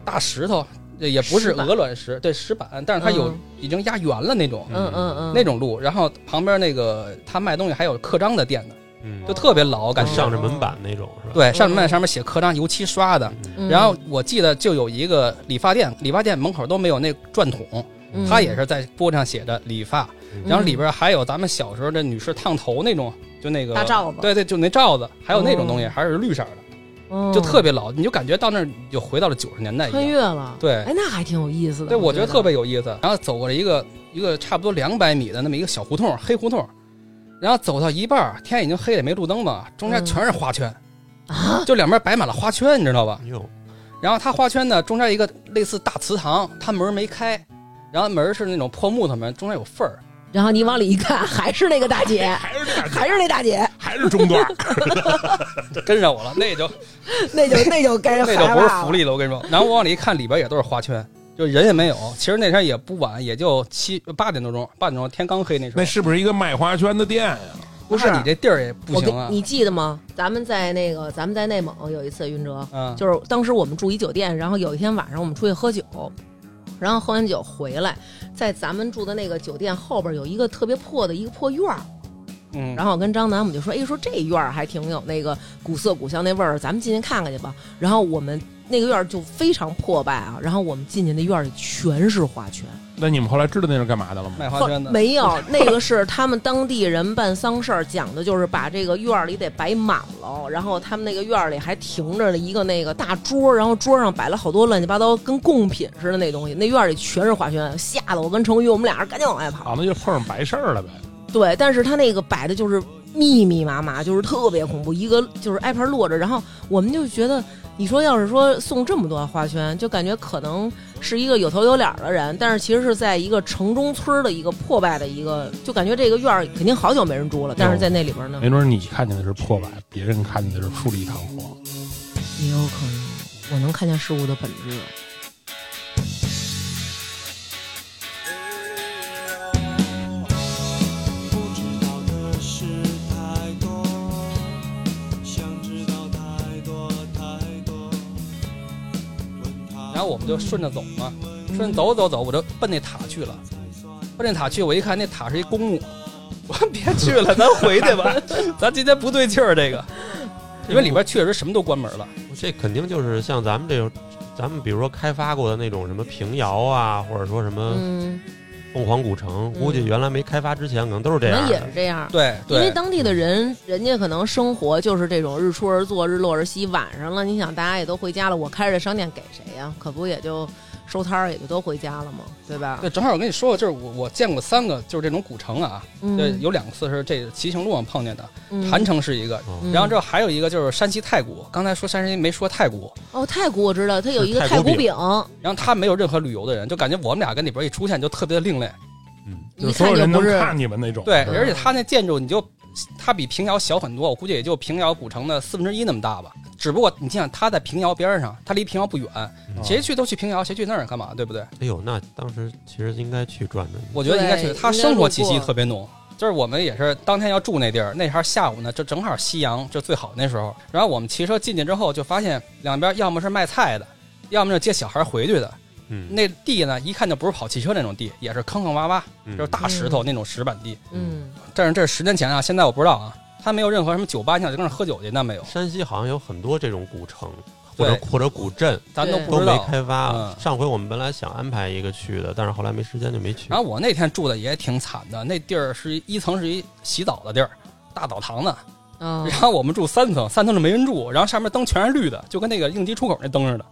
[SPEAKER 4] 大石头，也不是
[SPEAKER 1] 石板
[SPEAKER 4] 鹅卵石，对石板，但是它有
[SPEAKER 1] 嗯
[SPEAKER 4] 已经压圆了那种。
[SPEAKER 1] 嗯嗯嗯嗯，
[SPEAKER 4] 那种路，然后旁边那个他卖东西还有刻章的店呢，
[SPEAKER 2] 嗯，
[SPEAKER 4] 就特别老，感觉
[SPEAKER 2] 上着门板那种是吧？
[SPEAKER 4] 对上面卖上面写刻章，油漆刷的。
[SPEAKER 2] 嗯，
[SPEAKER 1] 嗯，
[SPEAKER 4] 然后我记得就有一个理发店，理发店门口都没有那转筒，
[SPEAKER 1] 嗯
[SPEAKER 4] 它也是在玻璃上写着理发，
[SPEAKER 2] 嗯
[SPEAKER 4] 然后里边还有咱们小时候的女士烫头那种，就那个
[SPEAKER 1] 大罩子
[SPEAKER 4] 对对，就那罩子，还有那种东西
[SPEAKER 1] 哦
[SPEAKER 4] 还是绿色的，
[SPEAKER 1] 嗯
[SPEAKER 4] 就特别老，你就感觉到那儿你就回到了九十年代一
[SPEAKER 1] 穿
[SPEAKER 4] 样。
[SPEAKER 1] 越了。
[SPEAKER 4] 对
[SPEAKER 1] 哎，那还挺有意思的。
[SPEAKER 4] 对，我
[SPEAKER 1] 觉
[SPEAKER 4] 觉得特别有意思。然后走过了一个一个差不多两百米的那么一个小胡同，黑胡同。然后走到一半儿，天已经黑了，也没路灯嘛，中间
[SPEAKER 1] 嗯
[SPEAKER 4] 全是花圈，
[SPEAKER 1] 啊，
[SPEAKER 4] 就两边摆满了花圈，你知道吧？
[SPEAKER 2] 哟，
[SPEAKER 4] 然后它花圈呢，中间一个类似大祠堂，它门儿没开，然后门儿是那种破木头门，中间有缝儿，
[SPEAKER 1] 然后你往里一看，还是那个大 姐，
[SPEAKER 3] 还是大
[SPEAKER 1] 还是那大姐，
[SPEAKER 3] 还是中段，
[SPEAKER 4] 跟 上我了，那也就
[SPEAKER 1] 那 就那就该
[SPEAKER 4] 那
[SPEAKER 1] 怀
[SPEAKER 4] 就不是
[SPEAKER 1] 了
[SPEAKER 4] 福利了，我跟你说。然后我往里一看，里边也都是花圈，就人也没有。其实那天也不晚，也就七八点多钟，八点钟天刚黑那时候
[SPEAKER 3] 那。是不是一个卖花圈的店呀？
[SPEAKER 1] 不是啊
[SPEAKER 4] 那你这地儿也不
[SPEAKER 1] 我
[SPEAKER 4] 行
[SPEAKER 1] 跟
[SPEAKER 4] 啊。
[SPEAKER 1] 你记得吗？咱们在那个咱们在内蒙有一次，云哲，
[SPEAKER 4] 嗯，
[SPEAKER 1] 就是当时我们住一酒店，然后有一天晚上我们出去喝酒，然后喝完酒回来，在咱们住的那个酒店后边有一个特别破的一个破院儿，
[SPEAKER 4] 嗯，
[SPEAKER 1] 然后我跟张楠我们就说，哎，说这院儿还挺有那个古色古香那味儿，咱们进去看看去吧。然后我们那个院儿就非常破败啊，然后我们进去那院儿里全是花圈，
[SPEAKER 3] 那你们后来知道那是干嘛的了吗？
[SPEAKER 4] 卖花圈的，
[SPEAKER 1] 没有，那个是他们当地人办丧事儿讲的，就是把这个院儿里得摆满了，然后他们那个院儿里还停着一个那个大桌，然后桌上摆了好多乱七八糟跟贡品似的那东西，那院儿里全是花圈，吓得我跟程宇我们俩人赶紧往外跑。
[SPEAKER 3] 啊，那就碰上白事儿了呗。
[SPEAKER 1] 对，但是他那个摆的就是密密麻麻，就是特别恐怖，一个就是挨盘摞着，然后我们就觉得。你说要是说送这么多花圈，就感觉可能是一个有头有脸儿的人，但是其实是在一个城中村儿的一个破败的一个，就感觉这个院儿肯定好久没人住了，但是在那里边呢，
[SPEAKER 3] 没准你看见的是破败，别人看见的是富丽堂皇。
[SPEAKER 1] 也有可能我能看见事物的本质。
[SPEAKER 5] 不知道的事太多，想知道太多太多。问他
[SPEAKER 4] 然后我们就顺着走嘛，顺着走走走，我就奔那塔去了。奔那塔去，我一看那塔是一公墓， 我说别去了，咱回 去吧，咱今天不对劲儿这个，因为里边确实什么都关门了。
[SPEAKER 2] 这肯定就是像咱们这种，咱们比如说开发过的那种什么平遥啊，或者说什么
[SPEAKER 1] 嗯，
[SPEAKER 2] 凤凰古城，估计
[SPEAKER 1] 嗯
[SPEAKER 2] 原来没开发之前可能都是这
[SPEAKER 1] 可
[SPEAKER 2] 样
[SPEAKER 1] 能也
[SPEAKER 2] 的
[SPEAKER 1] 是。这样。
[SPEAKER 4] 对
[SPEAKER 1] 因为
[SPEAKER 4] 对，
[SPEAKER 1] 当地的人，人家可能生活就是这种日出而作，日落而息。晚上了，你想大家也都回家了，我开着这商店给谁呀、可不也就收摊儿，也就都回家了嘛，对吧？
[SPEAKER 4] 对，正好我跟你说过，就是我我见过三个，就是这种古城啊，对，
[SPEAKER 1] 嗯，
[SPEAKER 4] 有两次是这骑行路上碰见的，
[SPEAKER 1] 嗯
[SPEAKER 4] 韩城是一个，
[SPEAKER 2] 哦
[SPEAKER 1] 嗯
[SPEAKER 4] 然后这还有一个就是山西太谷，刚才说山西没说太谷，
[SPEAKER 1] 哦，太谷我知道，它有一个
[SPEAKER 2] 是
[SPEAKER 1] 太
[SPEAKER 2] 太
[SPEAKER 1] 谷
[SPEAKER 2] 谷
[SPEAKER 1] 饼，
[SPEAKER 4] 然后他没有任何旅游的人，就感觉我们俩跟里边一出现就特别的另类，
[SPEAKER 2] 嗯，
[SPEAKER 3] 就
[SPEAKER 1] 一
[SPEAKER 3] 所
[SPEAKER 1] 看
[SPEAKER 3] 有
[SPEAKER 1] 就
[SPEAKER 3] 人能
[SPEAKER 1] 不是。
[SPEAKER 3] 看你们那种。
[SPEAKER 4] 对，
[SPEAKER 2] 是
[SPEAKER 4] 而且它那建筑你就它比平遥小很多，我估计也就平遥古城的四分之一那么大吧。只不过你想，它在平遥边上，它离平遥不远，
[SPEAKER 2] 嗯
[SPEAKER 4] 谁去都去平遥，谁去那儿干嘛？对不对？
[SPEAKER 2] 哎呦，那当时其实应该去转转。
[SPEAKER 4] 我觉得应该去。
[SPEAKER 1] 对
[SPEAKER 4] 它生活气
[SPEAKER 1] 应该路
[SPEAKER 4] 息
[SPEAKER 1] 过
[SPEAKER 4] 特别浓，就是我们也是当天要住那地儿，那天下午呢，就正好夕阳就最好那时候。然后我们骑车进去之后，就发现两边要么是卖菜的，要么是接小孩回去的。
[SPEAKER 2] 嗯，
[SPEAKER 4] 那地呢，一看就不是跑汽车那种地，也是坑坑洼洼，
[SPEAKER 2] 嗯
[SPEAKER 4] 就是大石头那种石板地。
[SPEAKER 1] 嗯，
[SPEAKER 4] 但是这是十年前啊，现在我不知道啊。他没有任何什么酒吧，你想去跟那儿喝酒去，那没有，
[SPEAKER 2] 山西好像有很多这种古城或者
[SPEAKER 4] 对
[SPEAKER 2] 或者古镇
[SPEAKER 4] 咱都
[SPEAKER 1] 对
[SPEAKER 4] 不
[SPEAKER 2] 都
[SPEAKER 4] 知
[SPEAKER 2] 没
[SPEAKER 4] 道。
[SPEAKER 2] 开发。
[SPEAKER 4] 嗯
[SPEAKER 2] 上回我们本来想安排一个去的，但是后来没时间就没去
[SPEAKER 4] 然。后我那天住的也挺惨的，那地儿是一层是一洗澡的地儿，大澡堂子。
[SPEAKER 1] 啊
[SPEAKER 4] 然，后我们住三层，三层是没人住，然后上面灯全是绿的，就跟那个应急出口那灯似的。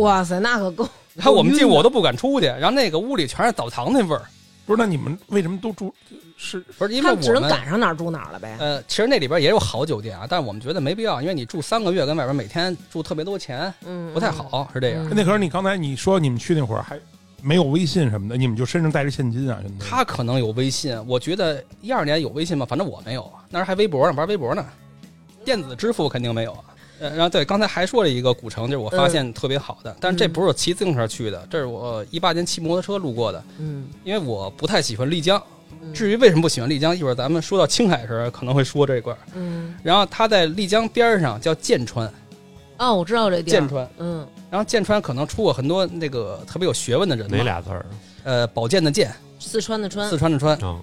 [SPEAKER 1] 哇塞，那可够。
[SPEAKER 4] 然后我们进
[SPEAKER 1] 晕的
[SPEAKER 4] 我都不敢出去，然后那个屋里全是澡堂那味儿，
[SPEAKER 3] 不是，那你们为什么都住？是
[SPEAKER 4] 不是因为
[SPEAKER 1] 他
[SPEAKER 4] 我
[SPEAKER 1] 们只能
[SPEAKER 4] 们
[SPEAKER 1] 赶上哪儿住哪儿了呗。
[SPEAKER 4] 呃，其实那里边也有好酒店啊，但是我们觉得没必要，因为你住三个月跟外边每天住特别多钱
[SPEAKER 1] 嗯，
[SPEAKER 4] 不太。好，是这样。
[SPEAKER 1] 嗯
[SPEAKER 3] 那可是你刚才你说你们去那会儿还没有微信什么的，你们就身上带着现金啊？真的
[SPEAKER 4] 他可能有微信，我觉得一二年有微信吗？反正我没有，啊那时候还微博呢，玩微博呢，电子支付肯定没有啊。呃，然后对，刚才还说了一个古城，就是我发现特别好的，但是这不是我骑自行车去的，这是我一八年骑摩托车路过的，
[SPEAKER 1] 嗯，
[SPEAKER 4] 因为我不太喜欢丽江。
[SPEAKER 1] 嗯
[SPEAKER 4] 至于为什么不喜欢丽江，一会儿咱们说到青海时可能会说这一块儿。
[SPEAKER 1] 嗯，
[SPEAKER 4] 然后它在丽江边上叫剑川，
[SPEAKER 1] 哦，我知道这地
[SPEAKER 4] 剑
[SPEAKER 1] 儿。
[SPEAKER 4] 川，
[SPEAKER 1] 嗯，
[SPEAKER 4] 然后剑川可能出过很多那个特别有学问的人嘛，
[SPEAKER 2] 哪俩字儿？
[SPEAKER 4] 呃，宝剑的剑，
[SPEAKER 1] 四川的川
[SPEAKER 4] 四。川的川，
[SPEAKER 2] 嗯，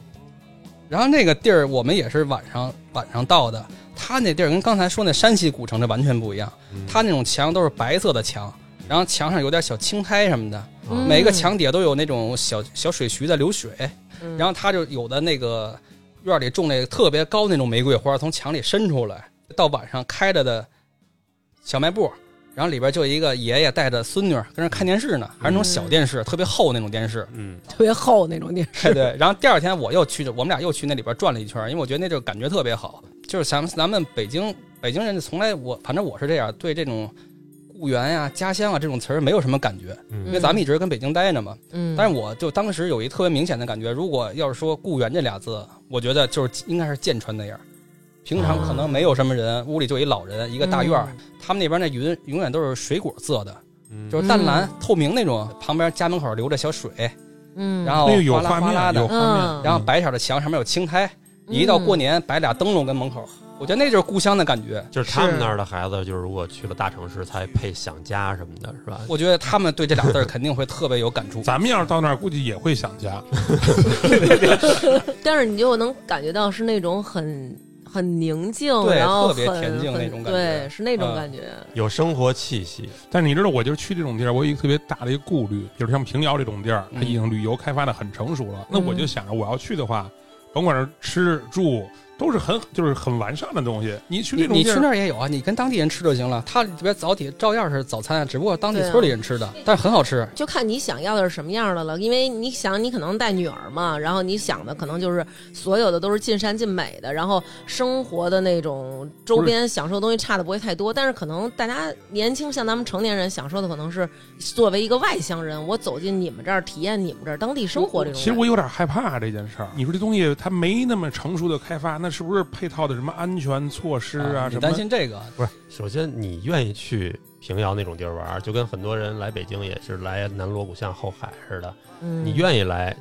[SPEAKER 4] 然后那个地儿我们也是晚上晚上到的，他那地儿跟刚才说那山西古城这完全不一样，
[SPEAKER 2] 嗯
[SPEAKER 4] 他那种墙都是白色的墙，然后墙上有点小青苔什么的，
[SPEAKER 1] 嗯
[SPEAKER 4] 每个墙底下都有那种小小水渠在流水，
[SPEAKER 1] 嗯
[SPEAKER 4] 然后他就有的那个院里种那个特别高那种玫瑰花，从墙里伸出来，到晚上开着的小卖部。然后里边就一个爷爷带着孙女儿跟那看电视呢，还是那种小电视，特别厚那种电视。
[SPEAKER 2] 嗯，
[SPEAKER 1] 特别厚那种地儿。
[SPEAKER 4] 对哎对，然后第二天我又去，我们俩又去那里边转了一圈，因为我觉得那地儿感觉特别好。就是咱们咱们北京北京人就从来我反正我是这样，对这种故园呀、家乡啊这种词儿没有什么感觉，
[SPEAKER 2] 嗯
[SPEAKER 4] 因为咱们一直跟北京待着嘛。
[SPEAKER 1] 嗯，
[SPEAKER 4] 但是我就当时有一特别明显的感觉，如果要是说故园这俩字，我觉得就是应该是剑川那样。平常可能没有什么人，屋里就一老人，一个大院儿。
[SPEAKER 1] 嗯
[SPEAKER 4] 他们那边那云永远都是水果色的，
[SPEAKER 2] 嗯
[SPEAKER 4] 就是淡蓝、透明那种，旁边家门口流着小水，
[SPEAKER 1] 嗯，
[SPEAKER 4] 然后
[SPEAKER 3] 那个有
[SPEAKER 4] 哦哗
[SPEAKER 3] 画
[SPEAKER 4] 啦哗啦
[SPEAKER 3] 面，有
[SPEAKER 4] 的，
[SPEAKER 3] 画面，
[SPEAKER 1] 嗯
[SPEAKER 4] 然后白色的墙上面有青苔。你一到过年，摆俩灯笼跟门口，我觉得那就是故乡的感觉。
[SPEAKER 2] 就是他们那儿的孩子，就是如果去了大城市才配想家什么的，是吧？
[SPEAKER 4] 我觉得他们对这俩字儿肯定会特别有感触。
[SPEAKER 3] 咱们要是到那儿，估计也会想家。
[SPEAKER 1] 嗯，但是你就能感觉到是那种很很宁静，
[SPEAKER 4] 对
[SPEAKER 1] 然后
[SPEAKER 4] 特别
[SPEAKER 1] 很
[SPEAKER 4] 恬静
[SPEAKER 1] 很
[SPEAKER 4] 那种感觉
[SPEAKER 1] 对，是那种
[SPEAKER 4] 嗯
[SPEAKER 1] 感觉。
[SPEAKER 2] 有生活气息，
[SPEAKER 3] 但是你知道，我就是去这种地儿，我有一个特别大的一个顾虑，比如像平遥这种地儿，它
[SPEAKER 4] 嗯
[SPEAKER 3] 已经旅游开发的很成熟了。那我
[SPEAKER 1] 嗯
[SPEAKER 3] 就想着，我要去的话，甭管是吃住，都是很就是很完善的东西。你去
[SPEAKER 4] 你
[SPEAKER 3] 这种
[SPEAKER 4] 你
[SPEAKER 3] 地
[SPEAKER 4] 去
[SPEAKER 3] 儿，
[SPEAKER 4] 那儿也有啊，你跟当地人吃就行了。他里边早点照样是早餐，啊只不过当地
[SPEAKER 1] 啊
[SPEAKER 4] 村里人吃的，但是很好吃。
[SPEAKER 1] 就看你想要的是什么样的了，因为你想，你可能带女儿嘛，然后你想的可能就是所有的都是尽善尽美的，然后生活的那种周边享受的东西差的不会太多，但是可能大家年轻像咱们成年人享受的可能是作为一个外乡人，我走进你们这儿体验你们这儿当地生活这种感觉。
[SPEAKER 3] 其实我有点害怕啊这件事儿。你说这东西它没那么成熟的开发，那是不是配套的什么安全措施啊？
[SPEAKER 4] 你
[SPEAKER 3] 什
[SPEAKER 4] 担
[SPEAKER 3] 么？
[SPEAKER 4] 心这个？
[SPEAKER 2] 首先，你愿意去平遥那种地儿玩儿，就跟很多人来北京也是来南锣鼓巷后海似的。
[SPEAKER 1] 嗯
[SPEAKER 2] 你愿意来，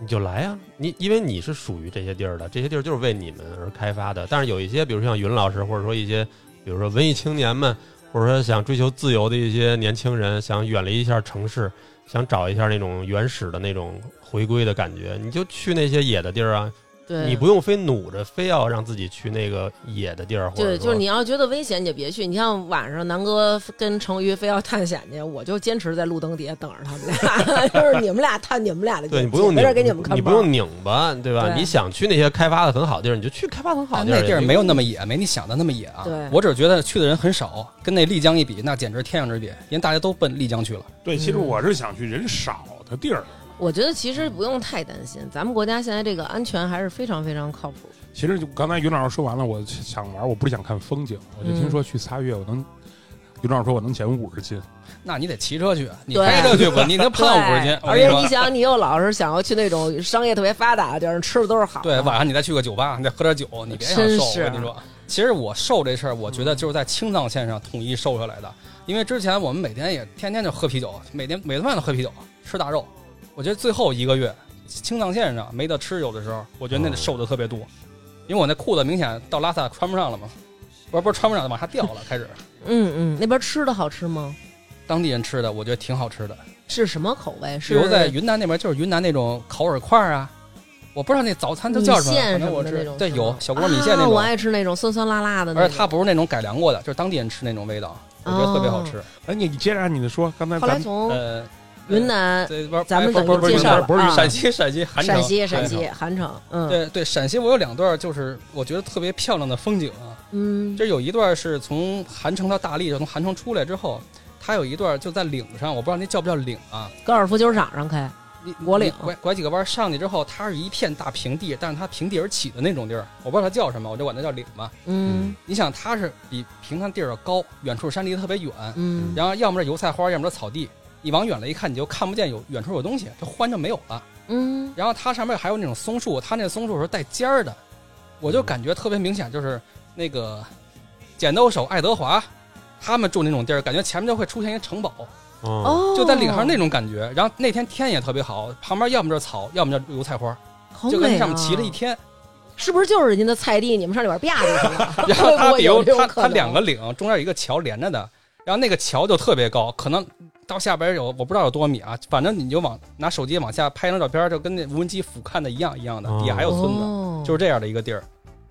[SPEAKER 2] 你就来呀、你因为你是属于这些地儿的，这些地儿就是为你们而开发的。但是有一些，比如像云老师，或者说一些，比如说文艺青年们，或者说想追求自由的一些年轻人，想远离一下城市，想找一下那种原始的那种回归的感觉，你就去那些野的地儿啊。
[SPEAKER 1] 对
[SPEAKER 2] 你不用非努着，非要让自己去那个野的地儿，或者
[SPEAKER 1] 对，
[SPEAKER 2] 说
[SPEAKER 1] 就是你要觉得危险你就别去。你像晚上南哥跟成瑜非要探险去，我就坚持在路灯底下等着他们俩， 就是你们俩探你们俩的去，
[SPEAKER 2] 对你不用
[SPEAKER 1] 没
[SPEAKER 2] 拧
[SPEAKER 1] 人给你们看
[SPEAKER 2] 你不
[SPEAKER 1] 包
[SPEAKER 2] 用拧巴，对吧？
[SPEAKER 1] 对
[SPEAKER 2] 你想去那些开发的很好地儿，你就去开发得很好
[SPEAKER 4] 但
[SPEAKER 2] 地儿。
[SPEAKER 4] 啊那地儿没有那么野，没你想的那么野啊
[SPEAKER 1] 对。
[SPEAKER 4] 我只是觉得去的人很少，跟那丽江一比，那简直天壤之别，因为大家都奔丽江去了。
[SPEAKER 3] 对，其实
[SPEAKER 4] 嗯
[SPEAKER 3] 我是想去人少的地儿。
[SPEAKER 1] 我觉得其实不用太担心，咱们国家现在这个安全还是非常非常靠谱。
[SPEAKER 3] 其实就刚才于老师说完了，我想玩，我不是想看风景，我就
[SPEAKER 1] 嗯
[SPEAKER 3] 听说去仨月我能。于老师说我能减五十斤，
[SPEAKER 4] 那你得骑车去，啊你
[SPEAKER 1] 对
[SPEAKER 4] 开车去吧，你能胖五十斤。我
[SPEAKER 1] 而
[SPEAKER 4] 跟
[SPEAKER 1] 且
[SPEAKER 4] 说啊
[SPEAKER 1] 你想，你又老是想要去那种商业特别发达的地儿，吃的都是好的。
[SPEAKER 4] 对，晚上你再去个酒吧，你再喝点酒，你别想
[SPEAKER 1] 真
[SPEAKER 4] 瘦。
[SPEAKER 1] 是啊嗯
[SPEAKER 4] 我跟你说，其实我瘦这事儿，我觉得就是在青藏线上统一瘦下来的。因为之前我们每天也天天就喝啤酒，每天每顿饭都喝啤酒，吃大肉。我觉得最后一个月青藏线上没得吃，有的时候我觉得那得瘦的特别多，因为我那裤子明显到拉萨穿不上了嘛，不是不是穿不上，往下掉了。开始
[SPEAKER 1] 嗯嗯，那边吃的好吃吗？
[SPEAKER 4] 当地人吃的，我觉得挺好吃的。
[SPEAKER 1] 是什么口味？是
[SPEAKER 4] 留在云南那边就是云南那种烤饵块儿啊，我不知道那早餐都叫什
[SPEAKER 1] 米
[SPEAKER 4] 么，
[SPEAKER 1] 线
[SPEAKER 4] 反
[SPEAKER 1] 什
[SPEAKER 4] 正
[SPEAKER 1] 么
[SPEAKER 4] 我
[SPEAKER 1] 的
[SPEAKER 4] 知
[SPEAKER 1] 那种
[SPEAKER 4] 对
[SPEAKER 1] 是
[SPEAKER 4] 有
[SPEAKER 1] 吗
[SPEAKER 4] 小锅米线那
[SPEAKER 1] 啊
[SPEAKER 4] 种。
[SPEAKER 1] 我爱吃那种酸酸辣辣的那种。
[SPEAKER 4] 而且它不是那种改良过的，就是当地人吃那种味道，我觉得特别好吃。
[SPEAKER 3] 哎，你你接着按你的说，刚才
[SPEAKER 1] 后
[SPEAKER 3] 咱
[SPEAKER 1] 来
[SPEAKER 3] 们
[SPEAKER 1] 从
[SPEAKER 4] 呃，
[SPEAKER 1] 哦云南、
[SPEAKER 4] 这边
[SPEAKER 1] 咱们
[SPEAKER 4] 哎不
[SPEAKER 1] 等
[SPEAKER 4] 是
[SPEAKER 1] 于介
[SPEAKER 4] 不是不是
[SPEAKER 1] 绍了
[SPEAKER 4] 不是
[SPEAKER 1] 啊
[SPEAKER 4] 陕西陕西韩城
[SPEAKER 1] 陕西、
[SPEAKER 4] 对
[SPEAKER 1] 陕西、韩城，嗯
[SPEAKER 4] 对对陕西，我有两段就是我觉得特别漂亮的风景啊，
[SPEAKER 1] 嗯
[SPEAKER 4] 这有一段是从韩城到大荔，就从韩城出来之后，它有一段就在岭上，我不知道那叫不叫岭啊，
[SPEAKER 1] 高尔夫球场上开，
[SPEAKER 4] 你
[SPEAKER 1] 国岭
[SPEAKER 4] 你拐拐几个弯上去之后，它是一片大平地，但是它平地而起的那种地儿，我不知道它叫什么，我就管它叫岭吧。
[SPEAKER 1] 嗯
[SPEAKER 4] 你想，它是比平常地儿要高，远处山离得特别远，
[SPEAKER 1] 嗯
[SPEAKER 4] 然后要么是油菜花，要么是草地。你往远了一看，你就看不见有远处有东西，这忽然就没有了。
[SPEAKER 1] 嗯，
[SPEAKER 4] 然后它上面还有那种松树，它那松树是带尖儿的，我就感觉特别明显，就是那个剪刀手爱德华他们住那种地儿，感觉前面就会出现一个城堡，
[SPEAKER 1] 哦，
[SPEAKER 2] 哦，
[SPEAKER 4] 就在岭上那种感觉。然后那天天也特别好，旁边要么就是草，要么就是油菜花，
[SPEAKER 1] 好
[SPEAKER 4] 就跟
[SPEAKER 1] 美
[SPEAKER 4] 上
[SPEAKER 1] 啊
[SPEAKER 4] 面骑了一天。
[SPEAKER 1] 是不是就是人家的菜地？你们上里边吧唧去 了？
[SPEAKER 4] 然后它
[SPEAKER 1] 我
[SPEAKER 4] 比
[SPEAKER 1] 有
[SPEAKER 4] 如
[SPEAKER 1] 这种
[SPEAKER 4] 它
[SPEAKER 1] 可
[SPEAKER 4] 它
[SPEAKER 1] 能
[SPEAKER 4] 两个岭中间有一个桥连着的，然后那个桥就特别高，可能到下边有我不知道有多少米啊，反正你就往拿手机往下拍张照片，就跟那无人机俯瞰的一样一样的，
[SPEAKER 2] 哦
[SPEAKER 4] 底下还有村子，
[SPEAKER 1] 哦
[SPEAKER 4] 就是这样的一个地儿。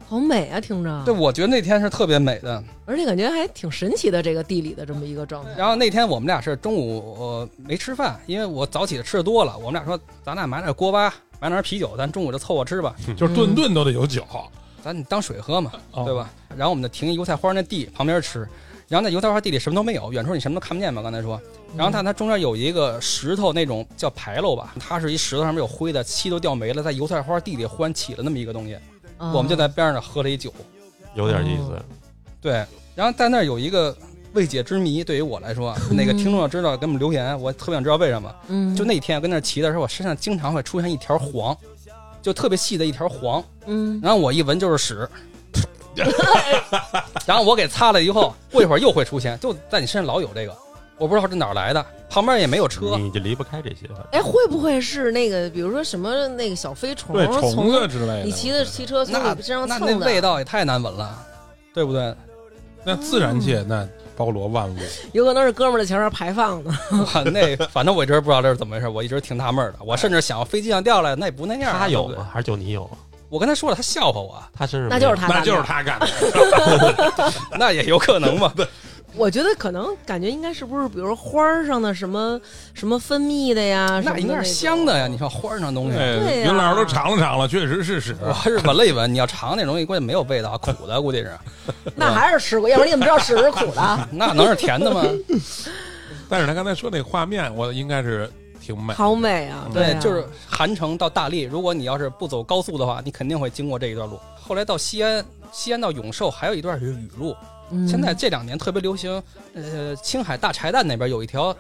[SPEAKER 1] 好美啊，听着。
[SPEAKER 4] 对，我觉得那天是特别美的。
[SPEAKER 1] 而且感觉还挺神奇的，这个地理的这么一个状态。
[SPEAKER 4] 然后那天我们俩是中午呃没吃饭，因为我早起吃的多了，我们俩说咱俩买点锅巴，买点啤酒，咱中午就凑合吃吧，
[SPEAKER 1] 嗯
[SPEAKER 3] 就是顿顿都得有酒，啊
[SPEAKER 4] 咱当水喝嘛。
[SPEAKER 3] 哦
[SPEAKER 4] 对？吧？然后我们就停油菜花那地旁边吃，然后那油菜花地里什么都没有，远处你什么都看不见嘛，刚才说。
[SPEAKER 1] 嗯
[SPEAKER 4] 然后它它中间有一个石头那种叫牌楼吧，它是一石头上面有灰的，漆都掉没了，在油菜花地里忽然起了那么一个东西，
[SPEAKER 1] 啊
[SPEAKER 4] 我们就在边上喝了一酒，
[SPEAKER 2] 有点意思。
[SPEAKER 4] 对。然后在那儿有一个未解之谜，对于我来说，哪个听众要知道，给我们留言，我特别想知道为什么。
[SPEAKER 1] 嗯，
[SPEAKER 4] 就那天我跟那儿骑的时候，我身上经常会出现一条黄，就特别细的一条黄，
[SPEAKER 1] 嗯，
[SPEAKER 4] 然后我一闻就是屎， 然后我给擦了以后，过一会儿又会出现，就在你身上老有这个，我不知道这哪儿来的，旁边也没有车，
[SPEAKER 2] 你就离不开这些。
[SPEAKER 1] 哎，会不会是那个，比如说什么那个小飞哦虫
[SPEAKER 3] 对虫
[SPEAKER 1] 从
[SPEAKER 3] 子之类的。
[SPEAKER 1] 你骑的
[SPEAKER 3] 我觉得
[SPEAKER 1] 汽车从
[SPEAKER 4] 那
[SPEAKER 1] 你身上
[SPEAKER 4] 那
[SPEAKER 1] 蹭
[SPEAKER 4] 那
[SPEAKER 1] 的
[SPEAKER 4] 味道也太难闻了，对不对？
[SPEAKER 3] 那自然界
[SPEAKER 1] 嗯
[SPEAKER 3] 那包罗万物，
[SPEAKER 1] 有可能是哥们儿的前面排放的。
[SPEAKER 4] 我 那反正我一直不知道这是怎么回事，我一直挺纳闷儿的。我甚至想飞机上掉下来，那也不那样啊。
[SPEAKER 2] 他有
[SPEAKER 4] 对不对
[SPEAKER 2] 吗？还是就你有？
[SPEAKER 4] 我跟他说了，他笑话我，
[SPEAKER 2] 他身上
[SPEAKER 1] 那就是
[SPEAKER 2] 没 有
[SPEAKER 1] 他
[SPEAKER 3] 那
[SPEAKER 1] 干的
[SPEAKER 3] 就是他 干的。
[SPEAKER 4] 那也有可能吧？
[SPEAKER 1] 我觉得可能感觉应该是不是，比如花儿上的什么什么分泌的呀，什么
[SPEAKER 4] 那
[SPEAKER 1] 的
[SPEAKER 4] 应该是
[SPEAKER 1] 种
[SPEAKER 4] 香的呀，你像花儿上东西。
[SPEAKER 2] 哎
[SPEAKER 1] 对
[SPEAKER 3] 对，
[SPEAKER 1] 呀
[SPEAKER 3] 哎云老师都尝了尝了，确 实是屎。
[SPEAKER 4] 我还是闻了一闻，你要尝那东西，估计没有味道，苦的估计是，
[SPEAKER 1] 那还是吃过，要不然你怎么知道屎是苦 的？
[SPEAKER 4] 那能是 甜的吗？
[SPEAKER 3] 但是他刚才说那画面，我应该是挺美。
[SPEAKER 1] 好美啊！
[SPEAKER 4] 对，
[SPEAKER 1] 啊
[SPEAKER 4] 就是韩城到大荔，如果你要是不走高速的话，你肯定会经过这一段路。后来到西安，西安到永寿还有一段是雨路。
[SPEAKER 1] 嗯
[SPEAKER 4] 现在这两年特别流行，呃，青海大柴旦那边有一条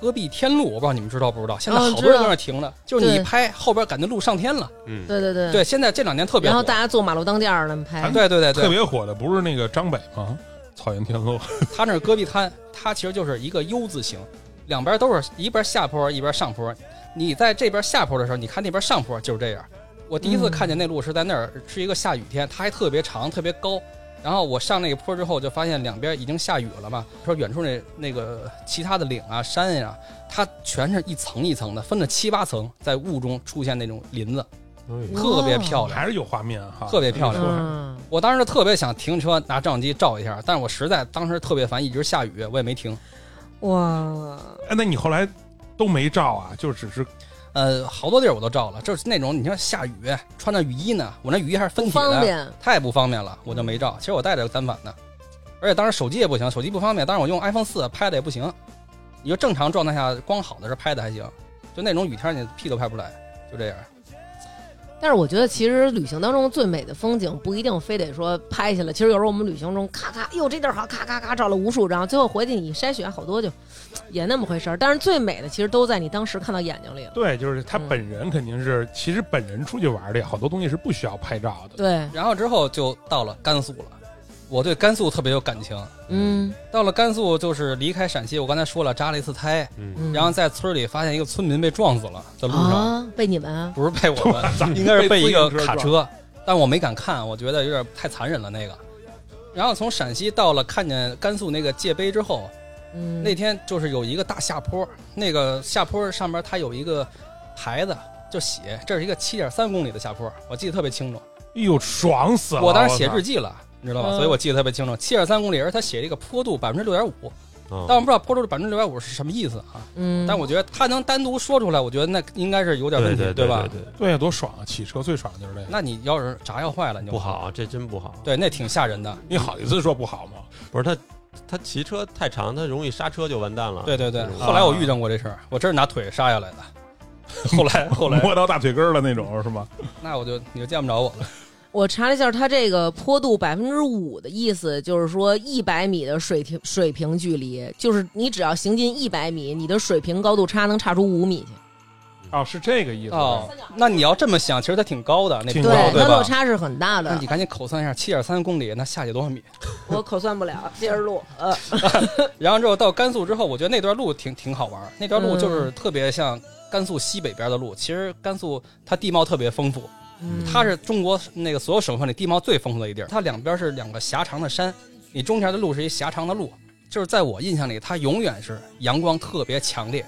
[SPEAKER 4] 戈壁天路，我不知道你们知道不知道？现在
[SPEAKER 1] 哦
[SPEAKER 4] 好多
[SPEAKER 1] 知
[SPEAKER 4] 人
[SPEAKER 1] 道
[SPEAKER 4] 在那儿停了，就是你一
[SPEAKER 1] 对
[SPEAKER 4] 拍后边感觉路上天了。
[SPEAKER 2] 嗯，
[SPEAKER 1] 对对对
[SPEAKER 4] 对，现在这两年特别
[SPEAKER 1] 然后
[SPEAKER 4] 火。
[SPEAKER 1] 大家坐马路当间儿那么拍
[SPEAKER 3] 咱，
[SPEAKER 4] 对对对
[SPEAKER 3] 特
[SPEAKER 4] 对，
[SPEAKER 3] 别火的不是那个张北吗？草原天路，
[SPEAKER 4] 它那是戈壁滩，它其实就是一个 U 字形，两边都是一边下坡一边上坡。你在这边下坡的时候，你看那边上坡就是这样。我第一次
[SPEAKER 1] 嗯
[SPEAKER 4] 看见那路是在那儿，是一个下雨天，它还特别长，特别高。然后我上那个坡之后，就发现两边已经下雨了嘛。说远处那那个其他的岭啊、山呀、它全是一层一层的，分了七八层，在雾中出现那种林子，
[SPEAKER 1] 哎哇
[SPEAKER 4] 特别漂亮。
[SPEAKER 3] 还是有画面哈，
[SPEAKER 4] 特别漂亮
[SPEAKER 1] 嗯，
[SPEAKER 4] 我当时特别想停车拿照相机照一下，但是我实在当时特别烦，一直下雨，我也没停。
[SPEAKER 1] 哇，
[SPEAKER 3] 哎，那你后来都没照啊？就只是
[SPEAKER 4] 呃，好多地儿我都照了，就是那种你像下雨穿着雨衣呢，我那雨衣还是分
[SPEAKER 1] 不
[SPEAKER 4] 体
[SPEAKER 1] 方
[SPEAKER 4] 的，
[SPEAKER 1] 便，
[SPEAKER 4] 太不方便了，我就没照。其实我带着单反的，而且当时手机也不行，手机不方便，当时我用 iPhone 四拍的也不行。你就正常状态下光好的时候拍的还行，就那种雨天你屁都拍不出来，就这样。
[SPEAKER 1] 但是我觉得，其实旅行当中最美的风景不一定非得说拍下来。其实有时候我们旅行中，咔咔，哟这地儿好，咔咔咔照了无数张，最后回去你筛选好多就也那么回事儿。但是最美的其实都在你当时看到眼睛里了。
[SPEAKER 3] 对，就是他
[SPEAKER 1] 嗯
[SPEAKER 3] 本人肯定是，其实本人出去玩的，好多东西是不需要拍照的。
[SPEAKER 1] 对，
[SPEAKER 4] 然后之后就到了甘肃了，我对甘肃特别有感情。
[SPEAKER 1] 嗯，
[SPEAKER 4] 到了甘肃就是离开陕西，我刚才说了扎了一次胎，
[SPEAKER 2] 嗯，
[SPEAKER 4] 然后在村里发现一个村民被撞死了，在路上。
[SPEAKER 1] 啊，被你们啊
[SPEAKER 4] 不是被我 们，应该是被一个卡车，但我没敢看，我觉得有点太残忍了那个。然后从陕西到了，看见甘肃那个界碑之后，
[SPEAKER 1] 嗯，
[SPEAKER 4] 那天就是有一个大下坡，那个下坡上面它有一个牌子，就写这是一个七点三公里的下坡，我记得特别清楚。
[SPEAKER 3] 哎呦，爽死了！
[SPEAKER 4] 我当时写
[SPEAKER 3] 操
[SPEAKER 4] 日记了，你知道吧？
[SPEAKER 1] 嗯
[SPEAKER 4] 所以我记得特别清楚，七点三公里，而它写了一个坡度百分之六点五，但我
[SPEAKER 2] 嗯
[SPEAKER 4] 不知道坡度百分之六点五是什么意思啊。
[SPEAKER 1] 嗯，
[SPEAKER 4] 但我觉得他能单独说出来，我觉得那应该是有点问
[SPEAKER 2] 对
[SPEAKER 4] 题，
[SPEAKER 2] 对对
[SPEAKER 4] 吧？
[SPEAKER 2] 对，
[SPEAKER 3] 对呀，多爽啊！骑车最爽的就是这个。
[SPEAKER 4] 那你要是炸药坏了，你就
[SPEAKER 2] 不好，啊这真不好。
[SPEAKER 4] 对，那挺吓人的。
[SPEAKER 3] 你好意思说不好吗？
[SPEAKER 2] 不是他，他骑车太长，他容易刹车就完蛋了。嗯
[SPEAKER 4] 对对对
[SPEAKER 2] 这，种
[SPEAKER 4] 后来我
[SPEAKER 3] 啊
[SPEAKER 4] 遇见过这事儿，我真是拿腿杀下来的。后来后来，
[SPEAKER 3] 摸到大腿根儿了那种是吗？
[SPEAKER 4] 那我就你就见不着我了。
[SPEAKER 1] 我查了一下，它这个坡度百分之五的意思就是说一百米的水平水平距离，就是你只要行进一百米，你的水平高度差能差出五米去。
[SPEAKER 3] 哦，是这个意思。
[SPEAKER 4] 哦，那你要这么想，其实它挺高的，那
[SPEAKER 3] 挺
[SPEAKER 4] 坡
[SPEAKER 3] 高
[SPEAKER 4] 对
[SPEAKER 1] 它落
[SPEAKER 4] 吧？
[SPEAKER 1] 差是很大
[SPEAKER 4] 那
[SPEAKER 1] 的
[SPEAKER 4] 你。赶紧口算一下，七点三公里，那下去多少米？
[SPEAKER 1] 我口算不了，接着录。呃，
[SPEAKER 4] 然后之后到甘肃之后，我觉得那段路挺挺好玩儿。那段路就是特别像甘肃西北边的路。其实甘肃它地貌特别丰富，
[SPEAKER 1] 嗯
[SPEAKER 4] 它是中国那个所有省份里地貌最丰富的一地儿。它两边是两个狭长的山，你中间的路是一狭长的路。就是在我印象里，它永远是阳光特别强烈，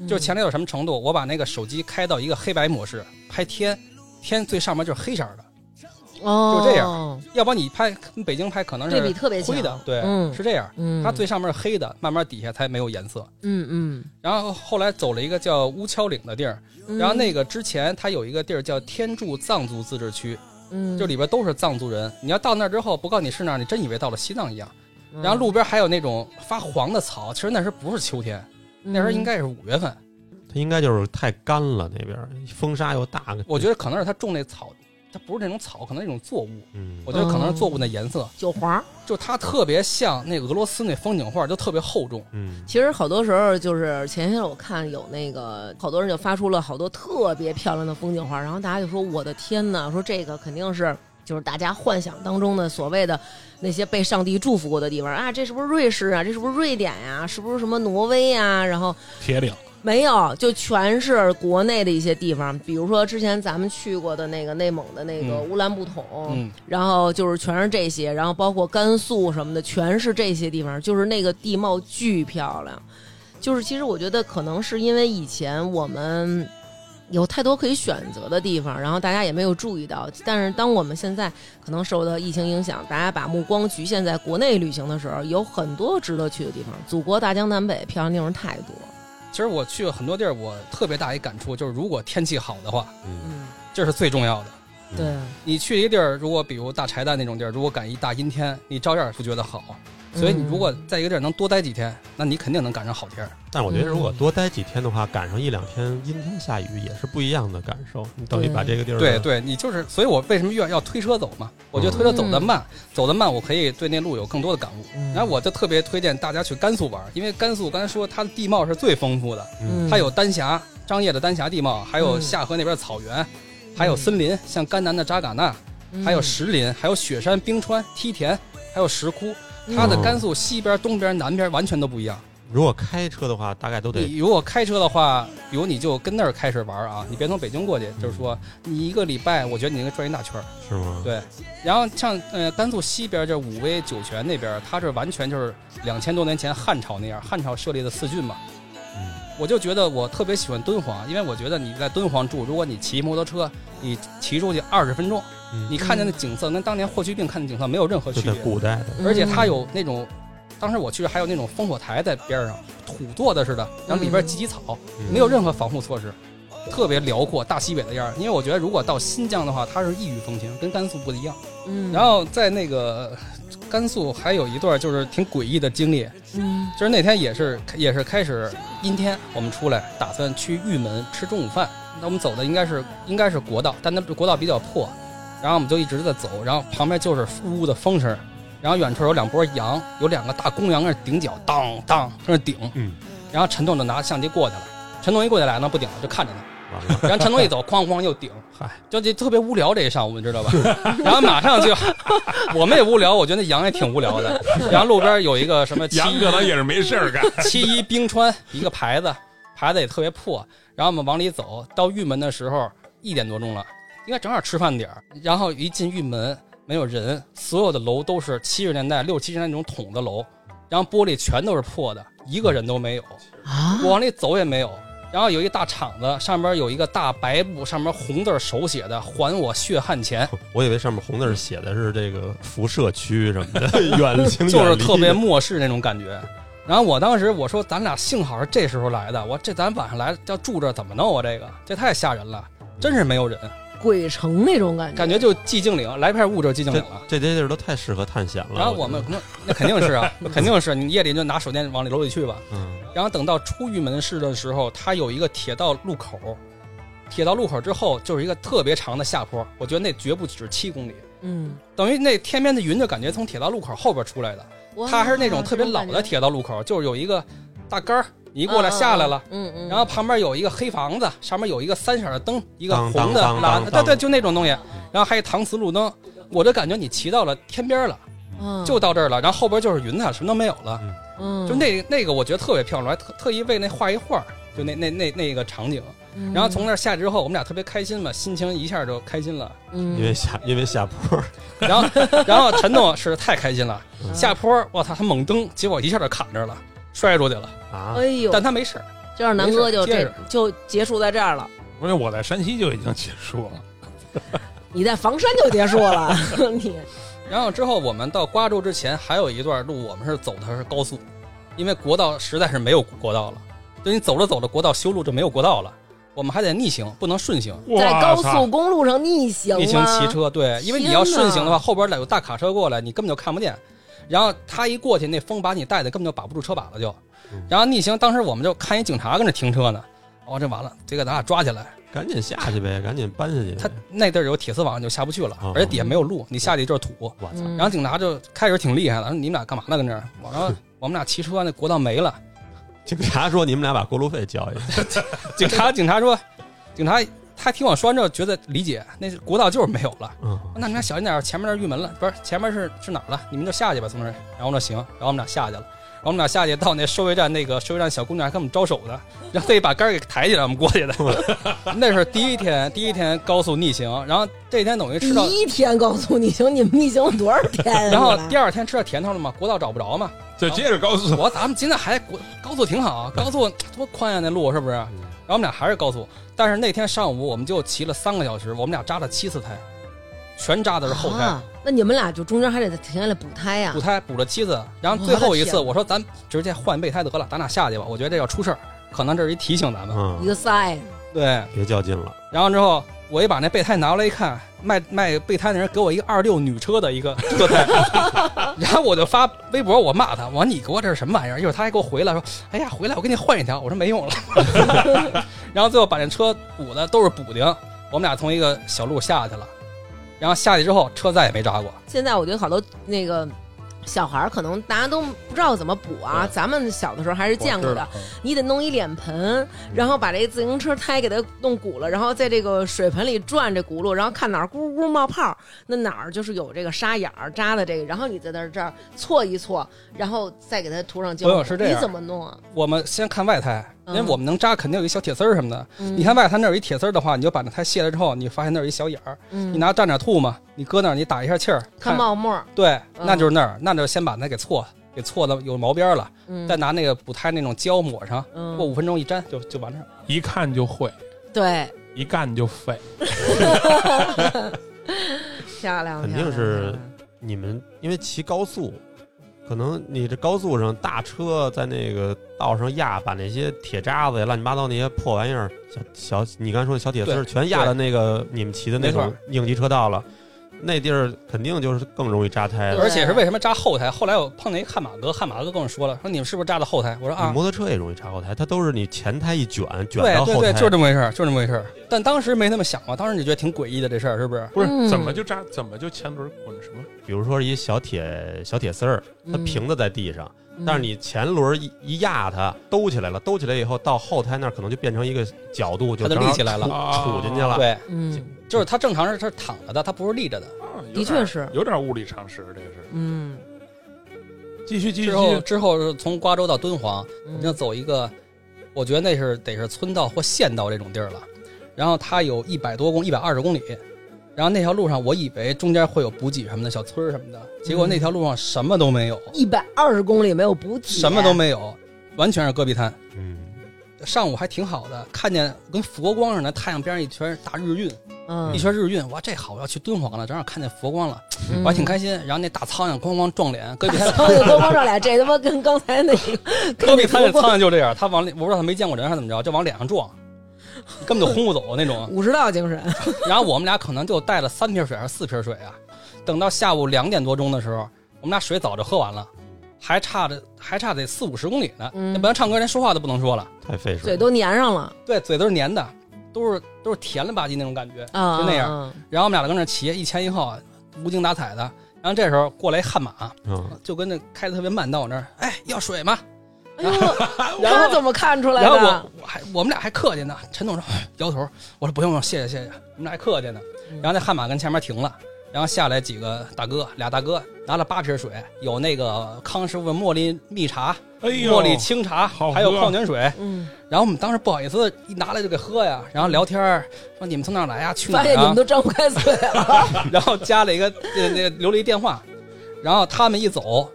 [SPEAKER 1] 嗯
[SPEAKER 4] 就是强烈到什么程度？我把那个手机开到一个黑白模式拍天，天最上面就是黑色儿的，
[SPEAKER 1] 哦，
[SPEAKER 4] 就这样，要不然你拍跟北京拍可能
[SPEAKER 1] 对比
[SPEAKER 4] 是
[SPEAKER 1] 特别强
[SPEAKER 4] 灰的，对，
[SPEAKER 1] 嗯
[SPEAKER 4] 是这样。
[SPEAKER 1] 嗯，
[SPEAKER 4] 它最上面是黑的，慢慢底下才没有颜色。
[SPEAKER 1] 嗯嗯
[SPEAKER 4] 然后后来走了一个叫乌樵岭的地儿，
[SPEAKER 1] 嗯，
[SPEAKER 4] 然后那个之前它有一个地儿叫天柱藏族自治区，
[SPEAKER 1] 嗯
[SPEAKER 4] 就里边都是藏族人。你要到那儿之后，不告诉你是那儿，你真以为到了西藏一样。
[SPEAKER 1] 嗯
[SPEAKER 4] 然后路边还有那种发黄的草，其实那时候不是秋天，那时
[SPEAKER 1] 嗯
[SPEAKER 4] 候应该是五月份。
[SPEAKER 2] 他应该就是太干了那边，风沙又大。
[SPEAKER 4] 我觉得可能是他种那草它不是那种草，可能是一种作物，
[SPEAKER 2] 嗯
[SPEAKER 4] 我觉得可能是作物的颜色，
[SPEAKER 1] 韭黄。
[SPEAKER 4] 就它特别像那俄罗斯那风景画，就特别厚重。
[SPEAKER 2] 嗯，
[SPEAKER 1] 其实好多时候就是前些天我看有那个好多人就发出了好多特别漂亮的风景画，然后大家就说我的天呐，说这个肯定是就是大家幻想当中的所谓的那些被上帝祝福过的地方啊，这是不是瑞士啊？这是不是瑞典呀、是不是什么挪威呀、然后
[SPEAKER 3] 铁岭，
[SPEAKER 1] 没有，就全是国内的一些地方，比如说之前咱们去过的那个内蒙的那个
[SPEAKER 4] 嗯
[SPEAKER 1] 乌兰布统，
[SPEAKER 4] 嗯，
[SPEAKER 1] 然后就是全是这些，然后包括甘肃什么的，全是这些地方，就是那个地貌巨漂亮。就是其实我觉得可能是因为以前我们有太多可以选择的地方，然后大家也没有注意到。但是当我们现在可能受到疫情影响，大家把目光局限在国内旅行的时候，有很多值得去的地方。祖国大江南北，漂亮地方太多。
[SPEAKER 4] 其实我去了很多地儿，我特别大一感触就是，如果天气好的话，
[SPEAKER 2] 嗯
[SPEAKER 1] 嗯，
[SPEAKER 4] 这是最重要的。
[SPEAKER 1] 对啊，
[SPEAKER 4] 你去一个地儿，如果比如大柴旦那种地儿，如果赶一大阴天，你照样不觉得好。
[SPEAKER 1] 嗯
[SPEAKER 4] 所以你如果在一个地儿能多待几天，那你肯定能赶上好天儿。
[SPEAKER 2] 但是我觉得如
[SPEAKER 4] 嗯
[SPEAKER 2] 果多待几天的话，赶上一两天阴天下雨也是不一样的感受。你等于把这个地儿
[SPEAKER 4] 对对，你就是，所以我为什么越要推车走嘛？我觉得推车走得慢，走得慢，我可以对那路有更多的感悟。然后我就特别推荐大家去甘肃玩，因为甘肃刚才说它的地貌是最丰富的，
[SPEAKER 2] 嗯
[SPEAKER 4] 它有丹霞、张掖的丹霞地貌，还有
[SPEAKER 1] 嗯
[SPEAKER 4] 夏河那边的草原，还有森林，像甘南的扎尕那，
[SPEAKER 2] 嗯
[SPEAKER 4] 还有石林，还有雪山、冰川、梯田，还有石窟。它的
[SPEAKER 2] 嗯
[SPEAKER 4] 甘肃西边、东边、南边完全都不一样。
[SPEAKER 2] 如果开车的话，大概都得
[SPEAKER 4] 你如果开车的话，比如你就跟那儿开始玩啊，你别从北京过去。就是说，你一个礼拜，我觉得你应该转一大圈儿。
[SPEAKER 2] 是吗？
[SPEAKER 4] 对，然后像呃甘肃西边这武威、酒泉那边，它是完全就是两千多年前汉朝那样，汉朝设立的四郡嘛。
[SPEAKER 2] 嗯，
[SPEAKER 4] 我就觉得我特别喜欢敦煌，因为我觉得你在敦煌住，如果你骑摩托车，你骑出去二十分钟，
[SPEAKER 2] 嗯
[SPEAKER 4] 你看见的景色跟当年霍去病看的景色没有任何
[SPEAKER 2] 就
[SPEAKER 4] 区
[SPEAKER 2] 在
[SPEAKER 4] 别。
[SPEAKER 2] 古代的，
[SPEAKER 4] 而且它有那种，当时我去还有那种烽火台在边上，土做的似的，然后里边
[SPEAKER 1] 嗯
[SPEAKER 4] 几几草，
[SPEAKER 2] 嗯
[SPEAKER 4] 没有任何防护措施，特别辽阔，大西北的样儿。因为我觉得如果到新疆的话，它是异域风情，跟甘肃不一样。
[SPEAKER 1] 嗯，
[SPEAKER 4] 然后在那个甘肃还有一段就是挺诡异的经历，
[SPEAKER 1] 嗯
[SPEAKER 4] 就是那天也是也是开始阴天，我们出来打算去玉门吃中午饭。那我们走的应该是应该是国道，但那国道比较破，然后我们就一直在走，然后旁边就是呜呜的风声，然后远处有两波羊，有两个大公羊在那顶脚，当当在那顶，
[SPEAKER 2] 嗯，
[SPEAKER 4] 然后陈栋就拿相机过去了，陈栋一过去来呢不顶了，就看着呢。
[SPEAKER 2] 完了，
[SPEAKER 4] 然后陈东一走，哐哐又顶，
[SPEAKER 2] 嗨，
[SPEAKER 4] 就这特别无聊这一上午，你知道吧？然后马上就， 我们也无聊，我觉得那羊也挺无聊的。然后路边有一个什么七
[SPEAKER 3] 杨可能也是没事儿干。
[SPEAKER 4] 七一冰川一个牌子，牌子也特别破。然后我们往里走，到玉门的时候一点多钟了，应该正好吃饭点儿。然后一进玉门，没有人，所有的楼都是七十年代、六七十年代那种筒子楼，然后玻璃全都是破的，一个人都没有。
[SPEAKER 1] 啊
[SPEAKER 4] 我往里走也没有。然后有一大厂子，上边有一个大白布，上面红字儿手写的“还我血汗钱
[SPEAKER 2] 我以为上面红字儿写的是这个辐射区什么的， 远”，请
[SPEAKER 4] 就
[SPEAKER 2] 远
[SPEAKER 4] 是
[SPEAKER 2] 离
[SPEAKER 4] 特别末世那种感觉。然后我当时我说，咱俩幸好是这时候来的，我这咱晚上来要住这儿怎么弄啊？这个这太吓人了，真是没有人，
[SPEAKER 2] 嗯
[SPEAKER 1] 鬼城那种感觉，
[SPEAKER 4] 感觉就寂静岭，来片雾就是寂静
[SPEAKER 2] 这
[SPEAKER 4] 岭了。
[SPEAKER 2] 这些地儿都太适合探险了。
[SPEAKER 4] 然后我
[SPEAKER 2] 觉得
[SPEAKER 4] 们那那肯定是啊，肯定是你夜里就拿手电往里楼里去吧。
[SPEAKER 2] 嗯
[SPEAKER 4] 然后等到出玉门市的时候，它有一个铁道路口，铁道路口之后就是一个特别长的下坡，我觉得那绝不止七公里，
[SPEAKER 1] 嗯，
[SPEAKER 4] 等于那天边的云就感觉从铁道路口后边出来的。
[SPEAKER 1] 哇
[SPEAKER 4] 它还是那种特别老的，铁道路口，就是有一个大杆儿，你一过来
[SPEAKER 1] 嗯
[SPEAKER 4] 下来了。，
[SPEAKER 1] 嗯嗯嗯，
[SPEAKER 4] 然后旁边有一个黑房子，上面有一个三色的灯，一个
[SPEAKER 2] 当
[SPEAKER 4] 红的、
[SPEAKER 2] 当当
[SPEAKER 4] 蓝的，对
[SPEAKER 2] 当
[SPEAKER 4] 对，就那种东西。
[SPEAKER 1] 嗯
[SPEAKER 4] 然后还有搪瓷路灯，我就感觉你骑到了天边了，
[SPEAKER 1] 嗯
[SPEAKER 4] 就到这儿了。然后后边就是云彩，什么都没有了。
[SPEAKER 1] 嗯，
[SPEAKER 4] 就那那个我觉得特别漂亮，我还特特意为那画一画儿，就那那那那个场景。
[SPEAKER 1] 嗯，
[SPEAKER 4] 然后从那儿下去之后，我们俩特别开心嘛，心情一下就开心了。
[SPEAKER 1] 嗯
[SPEAKER 2] 因为下因为下坡，
[SPEAKER 4] 然后 然后陈总是太开心了，
[SPEAKER 1] 嗯
[SPEAKER 4] 下坡我操他猛蹬，结果一下就卡那儿了，摔出去了，
[SPEAKER 2] 啊
[SPEAKER 1] 哎，呦，
[SPEAKER 4] 但他没事儿。
[SPEAKER 1] 这样南哥就
[SPEAKER 4] 没事
[SPEAKER 1] 这
[SPEAKER 4] 接着
[SPEAKER 1] 就结束在这儿了。
[SPEAKER 3] 不是我在山西就已经结束了，
[SPEAKER 1] 你在房山就结束了， 你
[SPEAKER 4] 然后之后我们到瓜州之前还有一段路，我们是走的是高速，因为国道实在是没有国道了，就你走着走着国道修路就没有国道了，我们还得逆行，不能顺行。
[SPEAKER 1] 在高
[SPEAKER 3] 哇
[SPEAKER 1] 速
[SPEAKER 3] 操
[SPEAKER 1] 公路上逆行
[SPEAKER 4] 逆行
[SPEAKER 1] 吗
[SPEAKER 4] 骑，车，对，因为你要顺行的话，后边来有大卡车过来，你根本就看不见。然后他一过去，那风把你带的根本就把不住车把了就
[SPEAKER 2] 嗯。
[SPEAKER 4] 然后逆行，当时我们就看一警察跟那停车呢，哦，这完了，得给咱俩抓起来。
[SPEAKER 2] 赶紧下去呗，赶紧搬下去呗。
[SPEAKER 4] 它那地儿有铁丝网，你就下不去了
[SPEAKER 2] 哦，
[SPEAKER 4] 而且底下没有路，你下去就是土。
[SPEAKER 2] 我操，
[SPEAKER 1] 嗯
[SPEAKER 4] 然后警察就开始挺厉害的，说你们俩干嘛呢？跟这儿，我说我们俩骑车，那国道没了。
[SPEAKER 2] 警察说你们俩把过路费交一下，
[SPEAKER 4] 警察，警察说，警察他听我说完之后觉得理解，那是国道就是没有了。
[SPEAKER 2] 嗯，
[SPEAKER 4] 哦那你们俩小心点儿，前面那儿玉门了，不是前面是是哪儿了？你们就下去吧，从这儿。然后我说行，然后我们俩下去了，然后我们俩下去到那收费站，那个收费站小姑娘还跟我们招手呢，然后特意把杆儿给抬起来，我们过去的。 那是第一天，第一天高速逆行，然后这一天等于吃到，
[SPEAKER 1] 第一天告诉你行，你们逆行了多少天啊？
[SPEAKER 4] 然后
[SPEAKER 1] 你们
[SPEAKER 4] 第二天吃到甜头了嘛，国道找不着嘛。
[SPEAKER 3] 就接着告诉
[SPEAKER 4] 我说咱们今天还国高速挺好啊，高速多宽呀、那路是不是？然后我们俩还是高速，但是那天上午我们就骑了三个小时，我们俩扎了七次胎，全扎的是后胎。
[SPEAKER 1] 啊那你们俩就中间还得停下来补胎啊呀
[SPEAKER 4] 补？胎补了七次，然后最后一次我说咱直接换备胎得了，咱俩下去吧，我觉得这要出事儿，可能这是一提醒咱们。
[SPEAKER 1] 一
[SPEAKER 2] 嗯，
[SPEAKER 1] 个塞，
[SPEAKER 4] 对，
[SPEAKER 2] 别较劲了，
[SPEAKER 4] 然后之后我一把那备胎拿过来一看，卖卖备胎的人给我一个二六女车的一个车胎， 然后我就发微博我骂他，我说你给我这是什么玩意儿？一会儿他还给我回来说，哎呀回来我给你换一条，我说没用了， 然后最后把这车补的都是补丁，我们俩从一个小路下去了，然后下去之后车再也没扎过，
[SPEAKER 1] 现在我觉得好多那个小孩儿可能大家都不知道怎么补啊，咱们小的时候还是见过
[SPEAKER 4] 嗯
[SPEAKER 1] 的。你得弄一脸盆，然后把这自行车胎给它弄鼓了，然后在这个水盆里转这轱辘，然后看哪儿咕咕冒泡儿，那哪儿就是有这个沙眼儿扎的这个，然后你在那儿这儿搓一搓，然后再给它涂上胶
[SPEAKER 4] 朋友
[SPEAKER 1] 布。
[SPEAKER 4] 是这样
[SPEAKER 1] 你怎么弄啊？
[SPEAKER 4] 我们先看外胎，因为
[SPEAKER 1] 嗯
[SPEAKER 4] 我们能扎，肯定有一小铁丝儿什么的。
[SPEAKER 1] 嗯
[SPEAKER 4] 你看，外胎那儿有一铁丝儿的话，你就把那胎卸了之后，你发现那儿有一小眼儿，
[SPEAKER 1] 嗯
[SPEAKER 4] 你拿蘸点吐嘛，你搁那儿，你打一下气儿，
[SPEAKER 1] 看冒沫儿，
[SPEAKER 4] 对，
[SPEAKER 1] 嗯
[SPEAKER 4] 那就是那儿，那就先把那给错，给错的有毛边儿了，
[SPEAKER 1] 嗯
[SPEAKER 4] 再拿那个补胎那种胶抹上，
[SPEAKER 1] 嗯
[SPEAKER 4] 过五分钟一粘就就完事儿。
[SPEAKER 3] 一看就会，
[SPEAKER 1] 对，
[SPEAKER 3] 一干就废。
[SPEAKER 1] 漂亮，
[SPEAKER 2] 肯
[SPEAKER 1] 漂亮
[SPEAKER 2] 定是
[SPEAKER 1] 漂亮
[SPEAKER 2] 你们因为骑高速，可能你这高速上大车在那个道上压，把那些铁渣子呀、乱七八糟那些破玩意儿、小小，你刚才说的小铁丝儿
[SPEAKER 4] 对
[SPEAKER 2] 全压到那个你们骑的那
[SPEAKER 4] 没
[SPEAKER 2] 种
[SPEAKER 4] 错
[SPEAKER 2] 应急车道了，那地儿肯定就是更容易扎胎
[SPEAKER 1] 对
[SPEAKER 2] 了。
[SPEAKER 4] 而且是为什么扎后胎？后来我碰见一悍马哥，悍马哥跟我说了，说你们是不是扎的后胎？我说
[SPEAKER 2] 你
[SPEAKER 4] 啊。
[SPEAKER 2] 摩托车也容易扎后胎，它都是你前胎一卷卷
[SPEAKER 4] 对
[SPEAKER 2] 到
[SPEAKER 4] 对
[SPEAKER 2] 后
[SPEAKER 4] 对，
[SPEAKER 2] 胎，
[SPEAKER 4] 就这么回事儿，就这么回事儿。但当时没那么想嘛，当时你觉得挺诡异的这事儿，是不是？
[SPEAKER 3] 不
[SPEAKER 1] 嗯
[SPEAKER 3] 是怎么就扎，怎么就前轮滚什么？
[SPEAKER 2] 比如说一小铁小铁丝儿，它
[SPEAKER 1] 嗯
[SPEAKER 2] 平的在地上，但是你前轮一一压它，兜起来了，兜起来以后到后胎那儿可能就变成一个角度，就
[SPEAKER 4] 它就
[SPEAKER 2] 正好
[SPEAKER 4] 立起来了啊
[SPEAKER 2] 杵杵进去了。
[SPEAKER 4] 对，
[SPEAKER 1] 嗯，
[SPEAKER 4] 就是它正常是它是躺着的，它不是立着的。
[SPEAKER 3] 啊有
[SPEAKER 1] 的
[SPEAKER 3] 点
[SPEAKER 1] 确是，
[SPEAKER 3] 有点物理常识，这个是。
[SPEAKER 1] 嗯，
[SPEAKER 3] 继续继续，
[SPEAKER 4] 之
[SPEAKER 3] 继
[SPEAKER 4] 后
[SPEAKER 3] 续
[SPEAKER 4] 之后是从瓜州到敦煌，
[SPEAKER 1] 嗯
[SPEAKER 4] 我们要走一个，我觉得那是得是村道或县道这种地儿了。然后它有一百多公一百二十公里，然后那条路上我以为中间会有补给什么的小村儿什么的，结果那条路上什么都没有，
[SPEAKER 1] 嗯一百二十公里没有补给，
[SPEAKER 4] 什么都没有，完全是戈壁滩。
[SPEAKER 2] 嗯，
[SPEAKER 4] 上午还挺好的，看见跟佛光似的，太阳边上一圈大日晕，
[SPEAKER 1] 嗯
[SPEAKER 4] 一，圈日晕，哇，这好，我要去敦煌了，正好看见佛光了，
[SPEAKER 1] 嗯
[SPEAKER 4] 我还挺开心。然后那大苍蝇咣咣撞脸，戈壁 滩
[SPEAKER 1] 苍蝇光光照俩，这他妈跟刚才那个
[SPEAKER 4] 戈壁滩
[SPEAKER 1] 跟那个
[SPEAKER 4] 的苍蝇就 这样，它往里我不知道它没见过人还是怎么着，就往脸上撞，根本就轰不走那种。
[SPEAKER 1] 武士道精神，
[SPEAKER 4] 然后我们俩可能就带了三瓶水还是四瓶水啊，等到下午两点多钟的时候，我们俩水早就喝完了，还差着还差得四五十公里呢。
[SPEAKER 1] 嗯
[SPEAKER 4] 那本来唱歌连说话都不能说了，
[SPEAKER 2] 太费事
[SPEAKER 1] 嘴
[SPEAKER 2] 儿。
[SPEAKER 1] 都粘上了
[SPEAKER 4] 对，嘴都是粘的，都是都是甜了吧唧那种感觉。
[SPEAKER 1] 啊，
[SPEAKER 4] 就那样
[SPEAKER 1] 啊，
[SPEAKER 4] 然后我们俩跟那骑，一前一后，无精打采的。然后这时候过来一悍马，
[SPEAKER 2] 嗯，
[SPEAKER 4] 就跟那开的特别慢到我那儿，哎，要水吗？
[SPEAKER 1] 哎呦，
[SPEAKER 4] 然后
[SPEAKER 1] 他怎么看出来
[SPEAKER 4] 然后
[SPEAKER 1] 的
[SPEAKER 4] 我？我还我们俩还客气呢，陈总说哎摇头，我说不用不用，谢谢谢谢，我们俩还客气呢。
[SPEAKER 1] 嗯
[SPEAKER 4] 然后那悍马跟前面停了，然后下来几个大哥，俩大哥拿了八瓶水，有那个康师傅的茉莉蜜茶、
[SPEAKER 3] 哎呦，
[SPEAKER 4] 茉莉清茶，
[SPEAKER 3] 好喝
[SPEAKER 4] 还有矿泉水。
[SPEAKER 1] 嗯，
[SPEAKER 4] 然后我们当时不好意思，一拿来就给喝呀，然后聊天儿说你们从哪儿来呀？去哪
[SPEAKER 1] 发
[SPEAKER 4] 儿
[SPEAKER 1] 现你
[SPEAKER 4] 啊
[SPEAKER 1] 们？都张不开嘴 了，
[SPEAKER 4] 然后加了一个那那留了一电话，然后他们一走，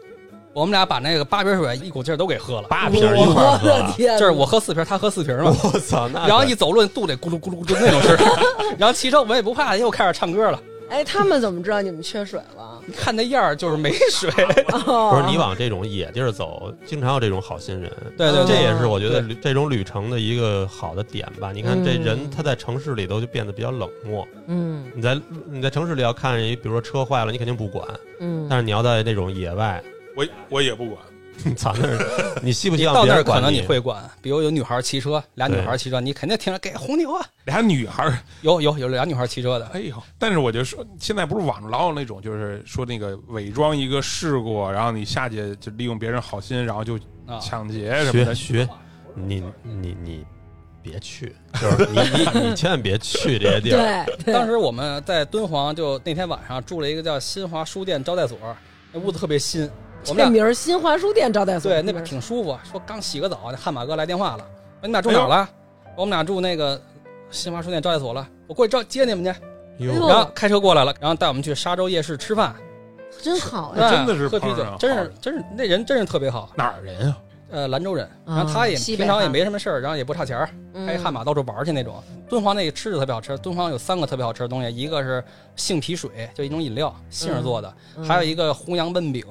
[SPEAKER 4] 我们俩把那个八瓶水一股气儿都给喝了。
[SPEAKER 2] 八瓶儿一块儿
[SPEAKER 1] 我
[SPEAKER 2] 喝
[SPEAKER 1] 的
[SPEAKER 2] 啊，
[SPEAKER 1] 天哪，
[SPEAKER 4] 就是我喝四瓶，他喝四瓶嘛。
[SPEAKER 2] 我操！那
[SPEAKER 4] 然后
[SPEAKER 2] 可
[SPEAKER 4] 一走路，肚子里咕噜咕噜咕噜那种声儿。然后骑车我也不怕，又开始唱歌了。
[SPEAKER 1] 哎，他们怎么知道你们缺水了？哦
[SPEAKER 4] 你看那样儿就是没水。
[SPEAKER 1] 不
[SPEAKER 2] 不
[SPEAKER 4] 啊
[SPEAKER 2] 是你往这种野地儿走，经常有这种好心人。
[SPEAKER 4] 对对
[SPEAKER 2] 这
[SPEAKER 4] 对，
[SPEAKER 2] 也是我觉得旅这种旅程的一个好的点吧。你看，这
[SPEAKER 1] 嗯
[SPEAKER 2] 人他在城市里头就变得比较冷漠。
[SPEAKER 1] 嗯
[SPEAKER 2] 你在你在城市里要看一，比如说车坏了，你肯定不管；
[SPEAKER 1] 嗯
[SPEAKER 2] 但是你要在这种野外，
[SPEAKER 3] 我我也不管，
[SPEAKER 2] 操，那是 你希不
[SPEAKER 4] 你
[SPEAKER 2] 希望
[SPEAKER 4] 到
[SPEAKER 2] 别
[SPEAKER 4] 那儿
[SPEAKER 2] 人
[SPEAKER 4] 可
[SPEAKER 2] 管
[SPEAKER 4] 能
[SPEAKER 2] 你
[SPEAKER 4] 你会管，比如有女孩骑车，俩女
[SPEAKER 2] 对
[SPEAKER 4] 孩骑车，你肯定听着给红牛啊，
[SPEAKER 3] 俩女孩儿，
[SPEAKER 4] 有有有俩女孩骑车的，
[SPEAKER 3] 哎呦！但是我就说，现在不是网上老有那种，就是说那个伪装一个事故，然后你下去就利用别人好心，然后就
[SPEAKER 4] 啊，
[SPEAKER 3] 抢劫什么
[SPEAKER 2] 学
[SPEAKER 3] 的。
[SPEAKER 2] 学，你你你别去，就是你你你千万别去这些地儿。
[SPEAKER 1] 对，对
[SPEAKER 4] 当时我们在敦煌，就那天晚上住了一个叫新华书店招待所，那屋子特别新，我
[SPEAKER 1] 这
[SPEAKER 4] 们俩
[SPEAKER 1] 名儿新华书店招待所，
[SPEAKER 4] 对
[SPEAKER 1] 这
[SPEAKER 4] 那
[SPEAKER 1] 名
[SPEAKER 4] 边
[SPEAKER 1] 儿
[SPEAKER 4] 挺舒服。啊说刚洗个澡，那悍马哥来电话了，说你们俩
[SPEAKER 1] 哎
[SPEAKER 4] 住哪儿了？我们俩住那个新华书店招待所了，我过去招接你们去。
[SPEAKER 1] 哎呦
[SPEAKER 4] 然后开车过来了，然后带我们去沙洲夜市吃饭，
[SPEAKER 1] 真好啊
[SPEAKER 3] 那
[SPEAKER 1] 呀，
[SPEAKER 4] 对
[SPEAKER 3] 真的是啊
[SPEAKER 4] 喝啤
[SPEAKER 3] 碰
[SPEAKER 4] 酒
[SPEAKER 3] 上，
[SPEAKER 4] 真
[SPEAKER 3] 好
[SPEAKER 4] 是真是那人真是特别好，
[SPEAKER 3] 哪儿人啊？
[SPEAKER 4] 呃，兰州人，
[SPEAKER 1] 啊
[SPEAKER 4] 然后他也
[SPEAKER 1] 西北嗯
[SPEAKER 4] 平常也
[SPEAKER 1] 汉
[SPEAKER 4] 没什么事儿，然后也不差钱儿，开悍
[SPEAKER 1] 马
[SPEAKER 4] 马到处玩儿去那种。敦煌那个吃的特别好吃，敦煌有三个特别好吃的东西，一个是杏皮水，就一种饮料，
[SPEAKER 1] 嗯
[SPEAKER 4] 杏儿做的，还有一个胡杨焖饼，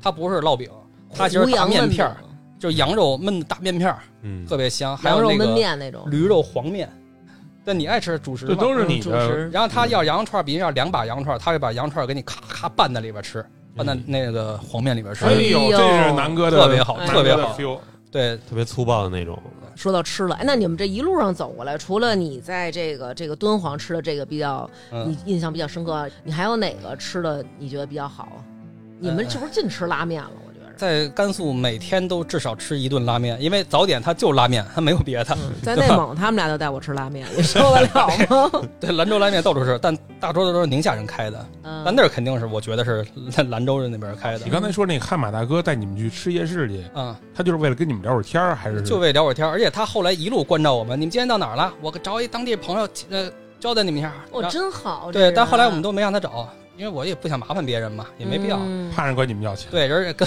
[SPEAKER 4] 它不是烙饼，它其实是大面片儿，，就是羊肉焖的大面片儿，
[SPEAKER 2] 嗯，
[SPEAKER 4] 特别香。还
[SPEAKER 1] 羊
[SPEAKER 4] 有
[SPEAKER 1] 肉
[SPEAKER 4] 那
[SPEAKER 1] 焖
[SPEAKER 4] 个
[SPEAKER 1] 面那种，
[SPEAKER 4] 驴肉黄面，但你爱吃主食
[SPEAKER 3] 这
[SPEAKER 4] 吗？
[SPEAKER 3] 都是你
[SPEAKER 1] 主
[SPEAKER 3] 的
[SPEAKER 1] 食
[SPEAKER 4] 然后他要羊肉串儿，比如要两把羊肉串儿，他会把羊肉串儿给你咔咔拌在里边吃，
[SPEAKER 1] 嗯
[SPEAKER 4] 拌在那个黄面里边吃
[SPEAKER 3] 哎，
[SPEAKER 1] 哎
[SPEAKER 3] 呦，
[SPEAKER 1] 呦
[SPEAKER 3] 这是南哥的
[SPEAKER 4] 特别好
[SPEAKER 3] 南
[SPEAKER 1] 特
[SPEAKER 3] 哥
[SPEAKER 4] 别
[SPEAKER 3] 的
[SPEAKER 4] 好
[SPEAKER 3] feel
[SPEAKER 4] 对，
[SPEAKER 2] 特别粗暴的那种。
[SPEAKER 1] 说到吃了，哎，那你们这一路上走过来，除了你在这个这个敦煌吃的这个比较
[SPEAKER 4] 嗯
[SPEAKER 1] 你。印象比较深刻，你还有哪个吃的你觉得比较好？你们这会儿尽吃拉面了，我觉得。
[SPEAKER 4] 在甘肃每天都至少吃一顿拉面，因为早点它就拉面，它没有别的。
[SPEAKER 1] 在内蒙，他们俩就带我吃拉面，你受得 了吗？
[SPEAKER 4] 对，兰州拉面到处吃，但大多数都是宁夏人开的，但
[SPEAKER 1] 嗯，
[SPEAKER 4] 那儿肯定是我觉得是兰兰州人那边开的
[SPEAKER 3] 你。刚才说那个悍马大哥带你们去吃夜市去，
[SPEAKER 4] 啊、
[SPEAKER 3] 他就是为了跟你们聊会儿天儿，还是
[SPEAKER 4] 就为聊会儿天儿，而且他后来一路关照我们，你们今天到哪儿了？我找一当地朋友，呃，招待你们一下。
[SPEAKER 1] 我
[SPEAKER 4] 然后
[SPEAKER 1] 真好。
[SPEAKER 4] 哦对，但后来我们
[SPEAKER 1] 都
[SPEAKER 4] 都没让他找，因为我也不想麻烦别人嘛，也没必要。
[SPEAKER 1] 嗯
[SPEAKER 3] 怕人管你们要钱？
[SPEAKER 4] 对，而且跟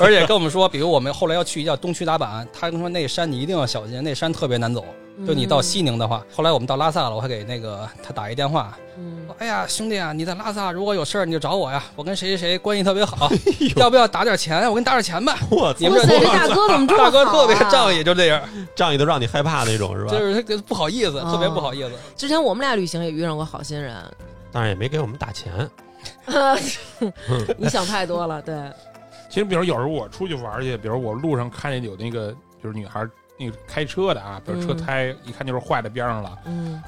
[SPEAKER 4] 而且跟我们说，比如我们后来要去叫东区打板，他跟我说那山你一定要小心，那山特别难走。
[SPEAKER 1] 嗯
[SPEAKER 4] 就你到，西宁的话，后来我们到拉萨了，我还给那个他打一电话，
[SPEAKER 1] 嗯
[SPEAKER 4] 说哎呀兄弟啊，你在拉萨如果有事儿你就找我呀，我跟谁谁谁关系特别好，要不要打点钱啊？我给你打点钱吧。
[SPEAKER 2] 我
[SPEAKER 1] 嗯
[SPEAKER 2] 操，
[SPEAKER 4] 你们
[SPEAKER 1] 哇塞，
[SPEAKER 4] 这
[SPEAKER 1] 这大哥
[SPEAKER 4] 多
[SPEAKER 1] 怎么这么
[SPEAKER 4] 大哥
[SPEAKER 1] 好啊
[SPEAKER 4] 特别仗义，就这样，
[SPEAKER 2] 仗义都让你害怕那种是吧？
[SPEAKER 4] 就是他不好意思，
[SPEAKER 1] 哦
[SPEAKER 4] 特别不好意思。
[SPEAKER 1] 之前我们俩旅行也遇上过好心人，
[SPEAKER 2] 当然也没给我们打钱，
[SPEAKER 1] 你想太多了。对，
[SPEAKER 3] 其实，比如有时候我出去玩儿去，比如我路上看见有那个就是女孩儿那个开车的啊，比如车
[SPEAKER 1] 嗯
[SPEAKER 3] 胎一看就是坏在边上了。
[SPEAKER 1] 嗯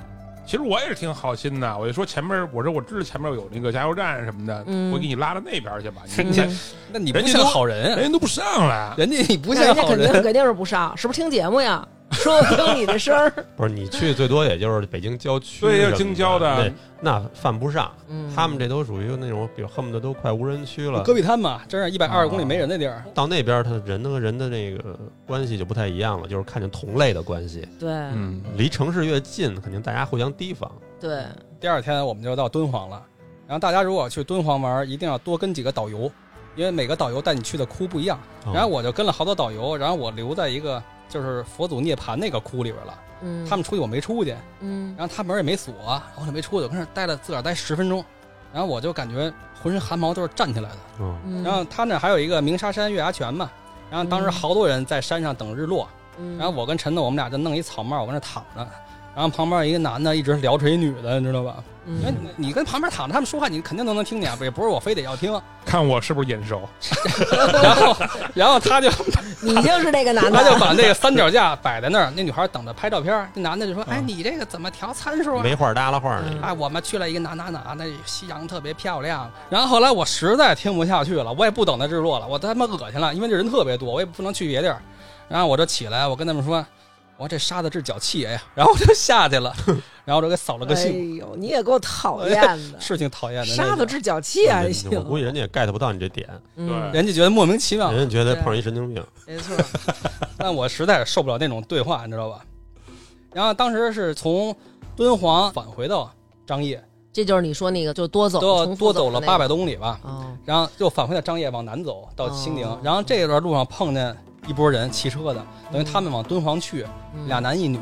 [SPEAKER 3] 其实我也是挺好心的，我就说前面，我说我知道前面有那个加油站什么的，
[SPEAKER 1] 嗯
[SPEAKER 3] 我给你拉到那边儿去吧。你
[SPEAKER 4] 人
[SPEAKER 3] 在
[SPEAKER 4] 家那你不
[SPEAKER 3] 人家
[SPEAKER 4] 像
[SPEAKER 3] 都
[SPEAKER 4] 好 人，
[SPEAKER 3] 人家都不上来，
[SPEAKER 4] 人家你不
[SPEAKER 1] 人
[SPEAKER 4] 像
[SPEAKER 1] 家
[SPEAKER 4] 好
[SPEAKER 1] 肯 定
[SPEAKER 4] 人。
[SPEAKER 1] 肯定是不上，是不是听节目呀？说我听你的声儿，
[SPEAKER 2] 不是你去最多也就是北京郊区什么
[SPEAKER 3] 对，
[SPEAKER 2] 的，
[SPEAKER 3] 要京郊的嗯
[SPEAKER 2] 对，，那犯不上。
[SPEAKER 1] 嗯
[SPEAKER 2] 他们这都属于那种，比如恨不得都快无人区了
[SPEAKER 4] 戈。壁滩嘛，真是一百二十公里没人的地儿。
[SPEAKER 2] 到那边，他人和人的那个关系就不太一样了，就是看见同类的关系。
[SPEAKER 1] 对
[SPEAKER 3] 嗯，
[SPEAKER 2] 离城市越近，肯定大家互相提防。
[SPEAKER 1] 对，
[SPEAKER 4] 第二天我们就到敦煌了。然后大家如果去敦煌玩，一定要多跟几个导游，因为每个导游带你去的窟不一样。
[SPEAKER 1] 哦
[SPEAKER 4] 然后我就跟了好多导游，然后我留在一个就是佛祖涅槃那个窟里边了。
[SPEAKER 1] 嗯，
[SPEAKER 4] 他们出去我没出去，
[SPEAKER 1] 嗯
[SPEAKER 4] 然后他门也没锁，我就没出去，我跟那儿待了自个儿待十分钟。然后我就感觉浑身汗毛都是站起来的。
[SPEAKER 2] 嗯，
[SPEAKER 1] 嗯，
[SPEAKER 4] 然后他那还有一个鸣沙山月牙泉嘛，然后当时好多人在山上等日落，
[SPEAKER 1] 嗯
[SPEAKER 4] 然后我跟陈子我们俩就弄一草帽，我跟那躺着，然后旁边一个男的一直聊着一女的，你知道吧？因为
[SPEAKER 1] 嗯
[SPEAKER 4] 你你跟旁边躺着他们说话，你肯定都能听见，啊也不是我非得要听。
[SPEAKER 3] 看我是不是眼熟？
[SPEAKER 4] 然后，然后他就
[SPEAKER 1] 你就是那个男
[SPEAKER 4] 他就
[SPEAKER 1] 的，
[SPEAKER 4] 把那个三脚架摆在那儿，那女孩等着拍照片儿，那男的就说：“哎，
[SPEAKER 3] 嗯
[SPEAKER 4] 你这个怎么调参数啊？”
[SPEAKER 2] 没话搭了话那
[SPEAKER 1] 嗯
[SPEAKER 2] 个。
[SPEAKER 4] 哎，我们去了一个哪哪哪，那夕阳特别漂亮。然后后来我实在听不下去了，我也不等那日落了，我他妈恶心了，因为这人特别多，我也不能去别地儿。然后我就起来，我跟他们说，我说这沙子治脚气哎呀，然后我就下去了，然后 我就给扫了个
[SPEAKER 1] 哎
[SPEAKER 4] 兴，
[SPEAKER 1] 呦，你也够讨厌的，
[SPEAKER 4] 是挺讨厌的。
[SPEAKER 1] 沙子，治脚气
[SPEAKER 4] 哎
[SPEAKER 1] 啊，
[SPEAKER 2] 人
[SPEAKER 1] 你
[SPEAKER 2] 家
[SPEAKER 1] 行，
[SPEAKER 2] 嗯我估计人家也 get 不到你这点，
[SPEAKER 1] 嗯，
[SPEAKER 4] 人家觉得莫名其妙，
[SPEAKER 2] 人家觉得碰上一神经病。
[SPEAKER 1] 没错，
[SPEAKER 4] 但我实在是受不了那种对话，你知道吧？然后当时是从敦煌返回到张掖，
[SPEAKER 1] 这就是你说那个，就多走
[SPEAKER 4] 都要
[SPEAKER 1] 重复
[SPEAKER 4] 多走
[SPEAKER 1] 的
[SPEAKER 4] 了
[SPEAKER 1] 那
[SPEAKER 4] 八
[SPEAKER 1] 个
[SPEAKER 4] 百多公里吧。
[SPEAKER 1] 哦，
[SPEAKER 4] 然后又返回到张掖往南走到西宁，
[SPEAKER 1] 哦
[SPEAKER 4] 然后这段路上碰见一波人骑车的，等于他们往敦煌去，
[SPEAKER 1] 嗯
[SPEAKER 4] 俩男一女。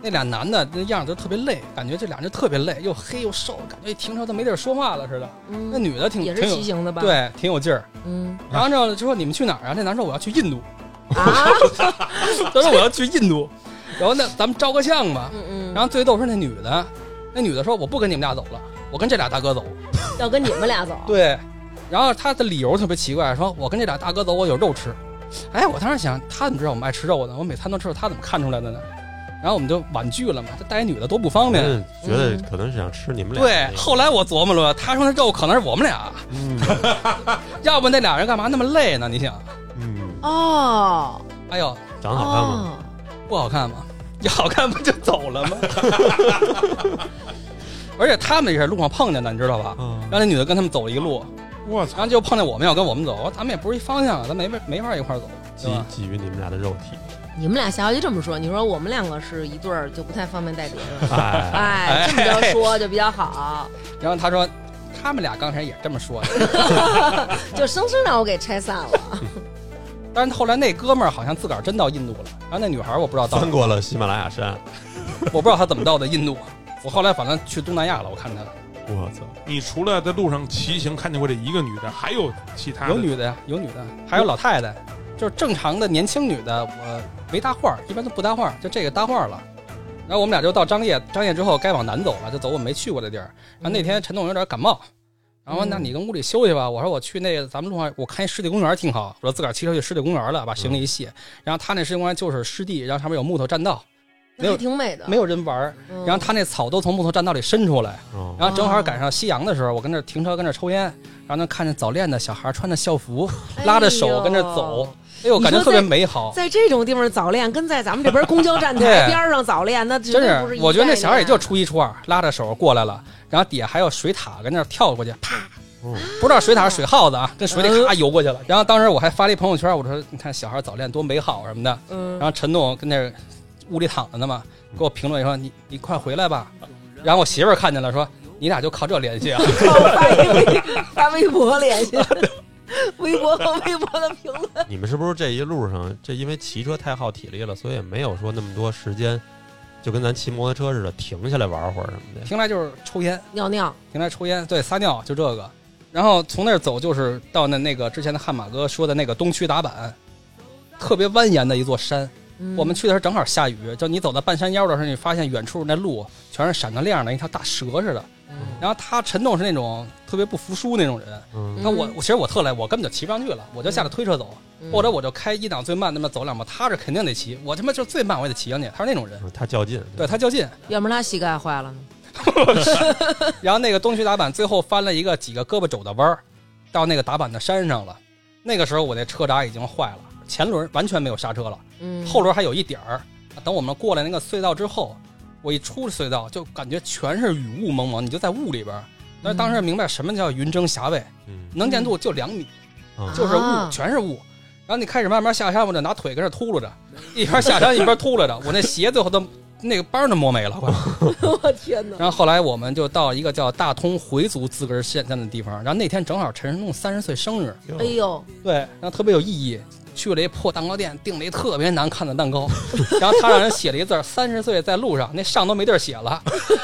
[SPEAKER 4] 那俩男的那样子都特别累，感觉这俩人就特别累，又黑又瘦，感觉一停车都没地儿说话了似的。
[SPEAKER 1] 嗯
[SPEAKER 4] 那女的挺
[SPEAKER 1] 也是
[SPEAKER 4] 挺
[SPEAKER 1] 骑
[SPEAKER 4] 有
[SPEAKER 1] 行的吧？，
[SPEAKER 4] 对，挺有劲儿。
[SPEAKER 1] 嗯
[SPEAKER 4] 然后呢就说你们去哪儿啊？那男说我要去印度，
[SPEAKER 1] 啊，
[SPEAKER 4] 他说我要去印度。然后那咱们照个相吧。
[SPEAKER 1] 嗯嗯，
[SPEAKER 4] 然后最逗是那女的，那女的说我不跟你们俩走了，我跟这俩大哥走。
[SPEAKER 1] 要跟你们俩走，
[SPEAKER 4] 对，然后他的理由特别奇怪，说我跟这俩大哥走，我有肉吃。哎，我当时想，他怎么知道我们爱吃肉呢？我每餐都吃肉，他怎么看出来的呢？然后我们就婉拒了嘛，这带一女的多不方便。啊
[SPEAKER 2] 嗯觉得可能是想吃你们俩
[SPEAKER 4] 对
[SPEAKER 2] 那，个。
[SPEAKER 4] 后来我琢磨了，他说那肉可能是我们俩，
[SPEAKER 2] 嗯
[SPEAKER 4] 要不那俩人干嘛那么累呢？你想，
[SPEAKER 2] 嗯，
[SPEAKER 1] 哦，
[SPEAKER 4] 哎呦，
[SPEAKER 2] 长得好看吗？
[SPEAKER 1] 哦，
[SPEAKER 4] 不好看吗？要好看不就走了吗？ 而且他们也是路上碰见的，你知道吧？
[SPEAKER 2] 嗯，
[SPEAKER 4] 让那女的跟他们走了一路，
[SPEAKER 3] 我操，
[SPEAKER 4] 然后就碰见我们要跟我们走，咱们也不是一方向，咱啊没法没法一块儿走，对
[SPEAKER 2] 觊
[SPEAKER 4] 吧？
[SPEAKER 2] 觊觎你们俩的肉体。
[SPEAKER 1] 你们俩下回就这么说，你说我们两个是一对儿，就不太方便带别 人。
[SPEAKER 2] 哎，
[SPEAKER 1] 哎，这么着说就比较好，
[SPEAKER 4] 然后他说，他们俩刚才也这么说的， 哎
[SPEAKER 1] 就生生让我给拆散了。
[SPEAKER 4] 但是后来那哥们儿好像自个儿真到印度了，然后那女孩儿我不知道到，
[SPEAKER 2] 翻过了喜马拉雅山，
[SPEAKER 4] 我不知道她怎么到的印度，我后来反正去东南亚了，我看她
[SPEAKER 2] 我操！
[SPEAKER 3] 你除了在路上骑行看见过这一个女的，还有其他的？
[SPEAKER 4] 有女 的呀，有女的，还有老太太，就是正常的年轻女的，我没搭话儿，一般都不搭话儿，就这个搭话儿了。然后我们俩就到张掖，张掖之后该往南走了，就走我没去过的地儿。然后那天陈总有点感冒，然后说
[SPEAKER 1] 嗯
[SPEAKER 4] 那你跟屋里休息吧。我说我去那个咱们路上，我看一湿地公园挺好，我说自个儿骑车去湿地公园了，把行李一卸。然后他那湿地公园就是湿地，然后上面有木头栈道，没有
[SPEAKER 1] 还挺美的，
[SPEAKER 4] 没有人玩儿，
[SPEAKER 1] 嗯
[SPEAKER 4] 然后他那草都从木头栈道里伸出来。
[SPEAKER 2] 哦
[SPEAKER 4] 然后正好赶上夕阳的时候，我跟那儿停车跟那儿抽烟，然后呢看见早恋的小孩穿着校服，拉着手跟着走。哎呦，
[SPEAKER 1] 你
[SPEAKER 4] 感觉
[SPEAKER 1] 说
[SPEAKER 4] 特别
[SPEAKER 1] 在
[SPEAKER 4] 美好。
[SPEAKER 1] 在这种地方早恋，跟在咱们这边公 交站台
[SPEAKER 4] 对
[SPEAKER 1] 边上早恋，那绝
[SPEAKER 4] 真
[SPEAKER 1] 对不
[SPEAKER 4] 是
[SPEAKER 1] 是，
[SPEAKER 4] 我觉得那小孩也就
[SPEAKER 1] 出
[SPEAKER 4] 初一初二，拉着手过来了，然后底下还有水獭跟那儿跳过去，啪，
[SPEAKER 2] 嗯
[SPEAKER 4] 不知道水獭是水耗子啊，跟水
[SPEAKER 1] 嗯
[SPEAKER 4] 里咔游过去了。然后当时我还发了一朋友圈，我说你看小孩早恋多美好什么的。
[SPEAKER 1] 嗯
[SPEAKER 4] 然，后陈总跟那儿屋里躺着呢嘛，给我评论说你你快回来吧。然后我媳妇儿看见了说你俩就靠这联系啊。
[SPEAKER 1] 发一微发微博联系，微博和微博的评 论，
[SPEAKER 2] 你们是不是这一路上，这因为骑车太耗体力了，所以也没有说那么多时间，就跟咱骑摩托车似的，停下来玩会儿什么的。
[SPEAKER 4] 听来就是抽烟，
[SPEAKER 1] 尿尿，
[SPEAKER 4] 停来抽烟，对，撒尿就这个。然后从那儿走就是到那那个之前的悍马哥说的那个东区打板，特别蜿蜒的一座山。
[SPEAKER 1] 嗯
[SPEAKER 4] 我们去的时候正好下雨，就你走到半山腰的时候，你发现远处那路全是闪着亮的，一条大蛇似的。
[SPEAKER 1] 嗯
[SPEAKER 4] 然后他陈总是那种特别不服输那种人，
[SPEAKER 2] 嗯
[SPEAKER 4] 你看我，我其实我特累，我根本就骑不上去了，我就下来推车走，
[SPEAKER 1] 嗯
[SPEAKER 4] 或者我就开一档最慢那么走两步，他是肯定得骑，我他妈就最慢我也得骑上去，他是那种人，
[SPEAKER 2] 他较劲，
[SPEAKER 4] 嗯对他较劲。
[SPEAKER 1] 要不然他膝盖坏了呢。
[SPEAKER 4] 然后那个东区打板最后翻了一个几个胳膊肘的弯儿，到那个打板的山上了。那个时候我那车闸已经坏了，前轮完全没有刹车了，
[SPEAKER 1] 嗯，
[SPEAKER 4] 后轮还有一点儿。等我们过了那个隧道之后，我一出隧道就感觉全是雨雾蒙蒙，你就在雾里边儿。但是当时明白什么叫云蒸霞蔚，
[SPEAKER 2] 嗯，
[SPEAKER 4] 能见度就两米，
[SPEAKER 2] 啊
[SPEAKER 4] 就是雾，
[SPEAKER 1] 啊
[SPEAKER 4] 全是雾。然后你开始慢慢下山，我就拿腿跟这秃噜着，一边下山一边秃噜着，我那鞋最后都那个帮儿都磨没了，快。
[SPEAKER 1] 我天哪！
[SPEAKER 4] 然后后来我们就到一个叫大通回族自个儿县的地方，然后那天正好陈世栋三十岁生日，
[SPEAKER 1] 哎呦，
[SPEAKER 4] 对，然后特别有意义，去了一破蛋糕店，订了一特别难看的蛋糕， 然后他让人写了一字儿“三十岁在路上”，那上都没地儿写了，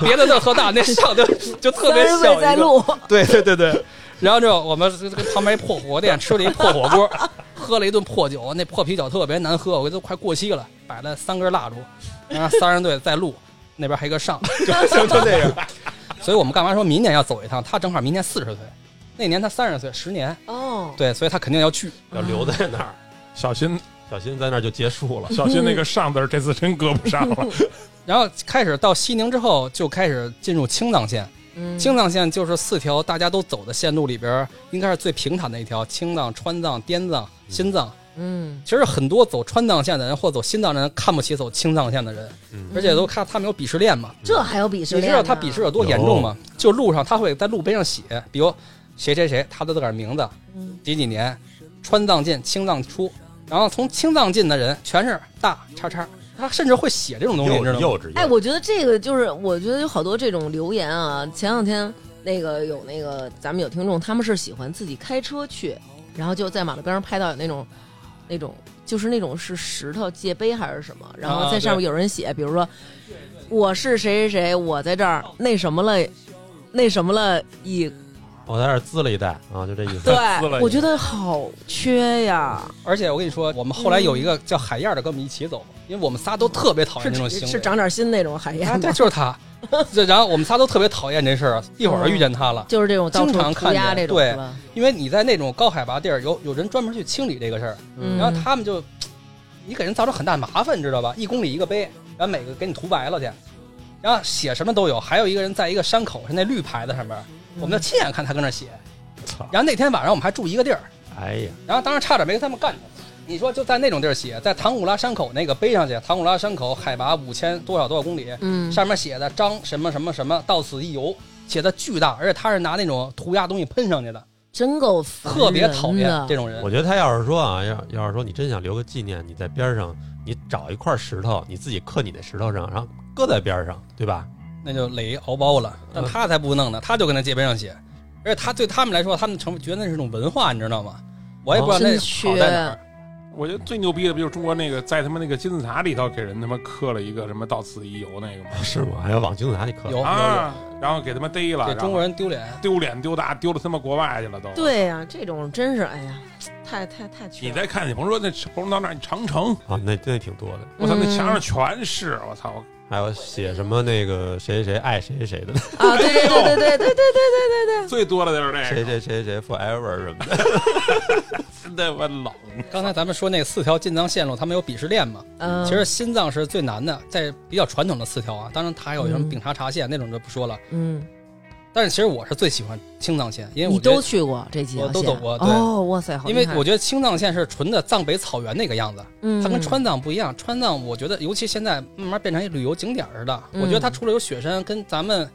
[SPEAKER 4] 别的字儿特大，那上就 就特别
[SPEAKER 1] 三十
[SPEAKER 4] 小
[SPEAKER 1] 岁
[SPEAKER 4] 一个
[SPEAKER 1] 在路，
[SPEAKER 4] 对对对对。然后就我们这个旁边一破火锅店吃了一破火锅， 喝了一顿破酒，那破啤酒特别难喝，我都快过期了，摆了三根蜡烛，然后三人队在录，那边还有一个上，就就就这样。所以我们干嘛说明年要走一趟？他正好明年四十岁，那年他三十岁，十年，
[SPEAKER 1] 哦，
[SPEAKER 4] 对，所以他肯定要去。
[SPEAKER 2] 要留在那儿，
[SPEAKER 3] 小心
[SPEAKER 2] 小心在那儿就结束了。
[SPEAKER 3] 小心那个上字儿，这次真搁不上
[SPEAKER 4] 嗯
[SPEAKER 3] 了。
[SPEAKER 4] 然后开始到西宁之后，就开始进入青藏线。
[SPEAKER 1] 嗯，
[SPEAKER 4] 青藏线就是四条大家都走的线路里边，应该是最平坦的一条。青藏、川藏、滇藏、新藏，
[SPEAKER 1] 嗯，
[SPEAKER 4] 其实很多走川藏线的人或走新藏的人看不起走青藏线的人，
[SPEAKER 2] 嗯
[SPEAKER 4] 而且都看他们有鄙视链嘛。
[SPEAKER 1] 这还有鄙视
[SPEAKER 4] 你知
[SPEAKER 1] 链啊
[SPEAKER 4] 道
[SPEAKER 1] 呢？
[SPEAKER 4] 他鄙视有多严重吗？就路上他会在路碑上写，比如谁谁谁，他的自个儿名字，
[SPEAKER 1] 嗯
[SPEAKER 4] 几几年，川藏进，青藏出，然后从青藏进的人全是大叉叉，他甚至会写这种东西，你
[SPEAKER 2] 幼
[SPEAKER 4] 知道吗？
[SPEAKER 2] 幼稚，
[SPEAKER 1] 哎，我觉得这个就是，我觉得有好多这种留言啊。前两天那个有那个咱们有听众，他们是喜欢自己开车去，然后就在马路边上拍到有那种那种就是那种是石头界碑还是什么，然后
[SPEAKER 4] 啊
[SPEAKER 1] 在上面有人写，比如说我是谁谁谁，我在这儿那什么了。那什么了，已
[SPEAKER 2] 哦我在那儿滋了一代啊，就这 意思。
[SPEAKER 1] 对
[SPEAKER 3] 撕了，
[SPEAKER 1] 我觉得好缺呀，
[SPEAKER 4] 而且我跟你说，我们后来有一个叫海燕的跟我们一起走，因为我们仨都特别讨厌
[SPEAKER 1] 是
[SPEAKER 4] 这种行为，
[SPEAKER 1] 是长点心那种海燕
[SPEAKER 4] 啊，
[SPEAKER 1] 吗
[SPEAKER 4] 对，？就是他。这然后我们仨都特别讨厌这事儿，啊一会儿就遇见他了，
[SPEAKER 1] 就是这种到处
[SPEAKER 4] 经常
[SPEAKER 1] 涂鸦
[SPEAKER 4] 看
[SPEAKER 1] 这
[SPEAKER 4] 见
[SPEAKER 1] 种
[SPEAKER 4] 对
[SPEAKER 1] 是吧？
[SPEAKER 4] 因为你在那种高海拔地儿，有有人专门去清理这个事儿，
[SPEAKER 1] 嗯
[SPEAKER 4] 然后他们就，你给人造成很大麻烦，你知道吧？一公里一个碑，然后每个给你涂白了去，然后写什么都有，还有一个人在一个山口是那绿牌子上面，我们就亲眼看他跟那儿写，
[SPEAKER 2] 操！
[SPEAKER 4] 然后那天晚上我们还住一个地儿，
[SPEAKER 2] 哎呀，
[SPEAKER 4] 然后当时差点没跟他们干起来。你说就在那种地儿写，在唐古拉山口那个碑上写，唐古拉山口海拔五千多少多少公里，
[SPEAKER 1] 嗯，
[SPEAKER 4] 上面写的张什么什么什么到此一游，写的巨大，而且他是拿那种涂鸦东西喷上去的，
[SPEAKER 1] 真够烦
[SPEAKER 4] 特别
[SPEAKER 1] 人啊
[SPEAKER 4] 讨厌
[SPEAKER 1] 的
[SPEAKER 4] 这种人
[SPEAKER 2] 我。觉得他要是说啊，要要是说你真想留个纪念，你在边上你找一块石头，你自己刻你那石头上，然后搁在边上，对吧？
[SPEAKER 4] 那就垒敖包了。但他才不弄呢，他就跟那界碑上写，而且他对他们来说，他们成觉得那是种文化，你知道吗？我也不知道那
[SPEAKER 1] 真缺
[SPEAKER 4] 好在哪儿。
[SPEAKER 3] 我觉得最牛逼的不就是中国那个在他妈那个金字塔里头给人他妈刻了一个什么“到此一游”那个吗？
[SPEAKER 2] 是吗？还要往金字塔里刻？
[SPEAKER 4] 有
[SPEAKER 3] 啊，然后给他们逮了，
[SPEAKER 4] 给
[SPEAKER 3] 然后
[SPEAKER 4] 中国人丢脸。
[SPEAKER 3] 丢脸丢大，丢到他妈国外去了都。，
[SPEAKER 1] 对呀、这种真是哎呀，太太太缺
[SPEAKER 3] 你
[SPEAKER 1] 了
[SPEAKER 3] 再看你甭说那红到那儿长城，
[SPEAKER 2] 啊，那那挺多的，
[SPEAKER 3] 我操，那
[SPEAKER 4] 嗯
[SPEAKER 3] 墙上全是，我操，
[SPEAKER 2] 还有写什么那个谁谁谁爱谁谁谁 的，
[SPEAKER 1] 啊！对对对对对对对
[SPEAKER 3] 最多的就是这
[SPEAKER 2] 谁
[SPEAKER 3] 个，
[SPEAKER 2] 谁谁谁 forever 什么的。
[SPEAKER 3] 真他妈冷。
[SPEAKER 4] 刚才咱们说那四条进藏线路，他们有鄙视链嘛？
[SPEAKER 1] 嗯，
[SPEAKER 4] 其实新藏是最难的，在比较传统的四条啊，当然它还有什么丙察察线那种就不说了。
[SPEAKER 1] 嗯，
[SPEAKER 4] 但是其实我是最喜欢青藏线，因为
[SPEAKER 1] 你
[SPEAKER 4] 我觉
[SPEAKER 1] 都
[SPEAKER 4] 得，
[SPEAKER 1] 去过这几条
[SPEAKER 4] 我都
[SPEAKER 1] 线
[SPEAKER 4] 走过对
[SPEAKER 1] 哦，哇塞，好
[SPEAKER 4] 因为
[SPEAKER 1] 厉害
[SPEAKER 4] 我觉得青藏线是纯的藏北草原那个样子，
[SPEAKER 1] 嗯
[SPEAKER 4] 它跟川藏不一样，川藏我觉得，尤其现在慢慢变成一旅游景点儿似的，
[SPEAKER 1] 嗯
[SPEAKER 4] 我觉得它除了有雪山，跟咱们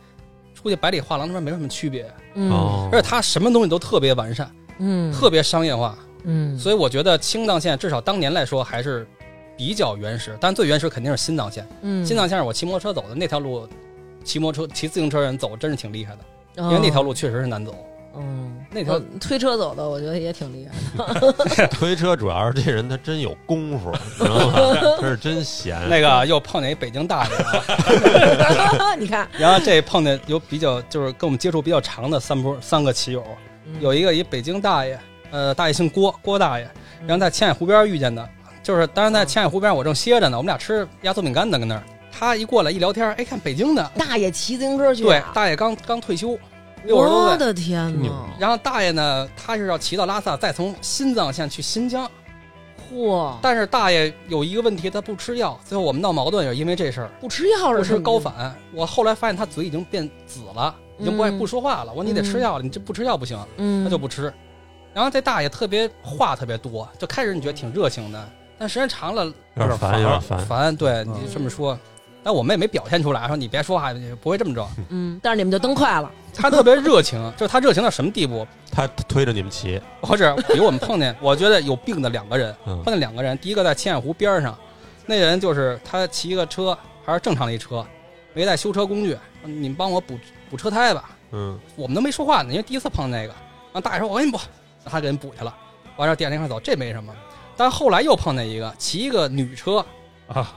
[SPEAKER 4] 出去百里画廊那边没什么区别，
[SPEAKER 2] 哦
[SPEAKER 1] 嗯
[SPEAKER 4] 而且它什么东西都特别完善，
[SPEAKER 1] 嗯
[SPEAKER 4] 特别商业化，
[SPEAKER 1] 嗯，
[SPEAKER 4] 所以我觉得青藏线至少当年来说还是比较原始，但最原始肯定是新藏线，
[SPEAKER 1] 以
[SPEAKER 4] 新藏线是我骑摩托车走的那条路，骑摩托车骑自行车人走真是挺厉害的，
[SPEAKER 1] 哦
[SPEAKER 4] 因为那条路确实是难走。
[SPEAKER 1] 嗯
[SPEAKER 4] 那条
[SPEAKER 1] 我推车走的，我觉得也挺厉害的。
[SPEAKER 2] 推车主要是这人他真有功夫，你知道 吗？他是真闲。
[SPEAKER 4] 那个又碰见一北京大爷 啊，
[SPEAKER 1] 你看，
[SPEAKER 4] 然后这碰见有比较就是跟我们接触比较长的三波三个骑友，
[SPEAKER 1] 嗯
[SPEAKER 4] 有一个一北京大爷，呃，大爷姓郭，郭大爷，然后在青海湖边遇见的，就是当时在青海湖边我正歇着呢，我们俩吃压缩饼干呢，跟那儿，他一过来一聊天，哎，看北京的，
[SPEAKER 1] 大爷骑自行车去
[SPEAKER 4] 对
[SPEAKER 1] 啊，，
[SPEAKER 4] 大爷刚刚退休，六十
[SPEAKER 1] 我
[SPEAKER 4] 多岁，
[SPEAKER 1] 的天
[SPEAKER 2] 挺牛
[SPEAKER 1] 呐，
[SPEAKER 4] 然后大爷呢，他是要骑到拉萨，再从新藏线去新疆，
[SPEAKER 1] 嚯，
[SPEAKER 4] 但是大爷有一个问题，他不吃药，最后我们闹矛盾也是因为这事儿。
[SPEAKER 1] 不吃药
[SPEAKER 4] 不
[SPEAKER 1] 了
[SPEAKER 4] 吃
[SPEAKER 1] 吗
[SPEAKER 4] 高，反，我后来发现他嘴已经变紫了，已经不爱
[SPEAKER 1] 嗯
[SPEAKER 4] 不说话了。我说你得吃药了，你这不吃药不行，
[SPEAKER 1] 嗯，
[SPEAKER 4] 他就不吃。然后这大爷特别话特别多，就开始你觉得挺热情的，但时间长了
[SPEAKER 2] 有点烦，有点烦。
[SPEAKER 4] 烦。对
[SPEAKER 1] 嗯
[SPEAKER 4] 你这么说，但我们也没表现出来，说你别说话，也不会这么着。
[SPEAKER 1] 嗯，但是你们就蹬快了，
[SPEAKER 4] 他特别热情， 就是他热情到什么地步？
[SPEAKER 2] 他推着你们骑，
[SPEAKER 4] 或者比如我们碰见，我觉得有病的两个人，
[SPEAKER 2] 嗯
[SPEAKER 4] 碰见两个人，第一个在青海湖边上，那人就是他骑一个车，还是正常的一车，没带修车工具，你们帮我补补车胎吧。
[SPEAKER 2] 嗯，
[SPEAKER 4] 我们都没说话呢，因为第一次碰那个。然后大爷说：“我给你补。”他给人补去了。完事儿，店那块走，这没什么。但后来又碰见一个骑一个女车
[SPEAKER 3] 啊，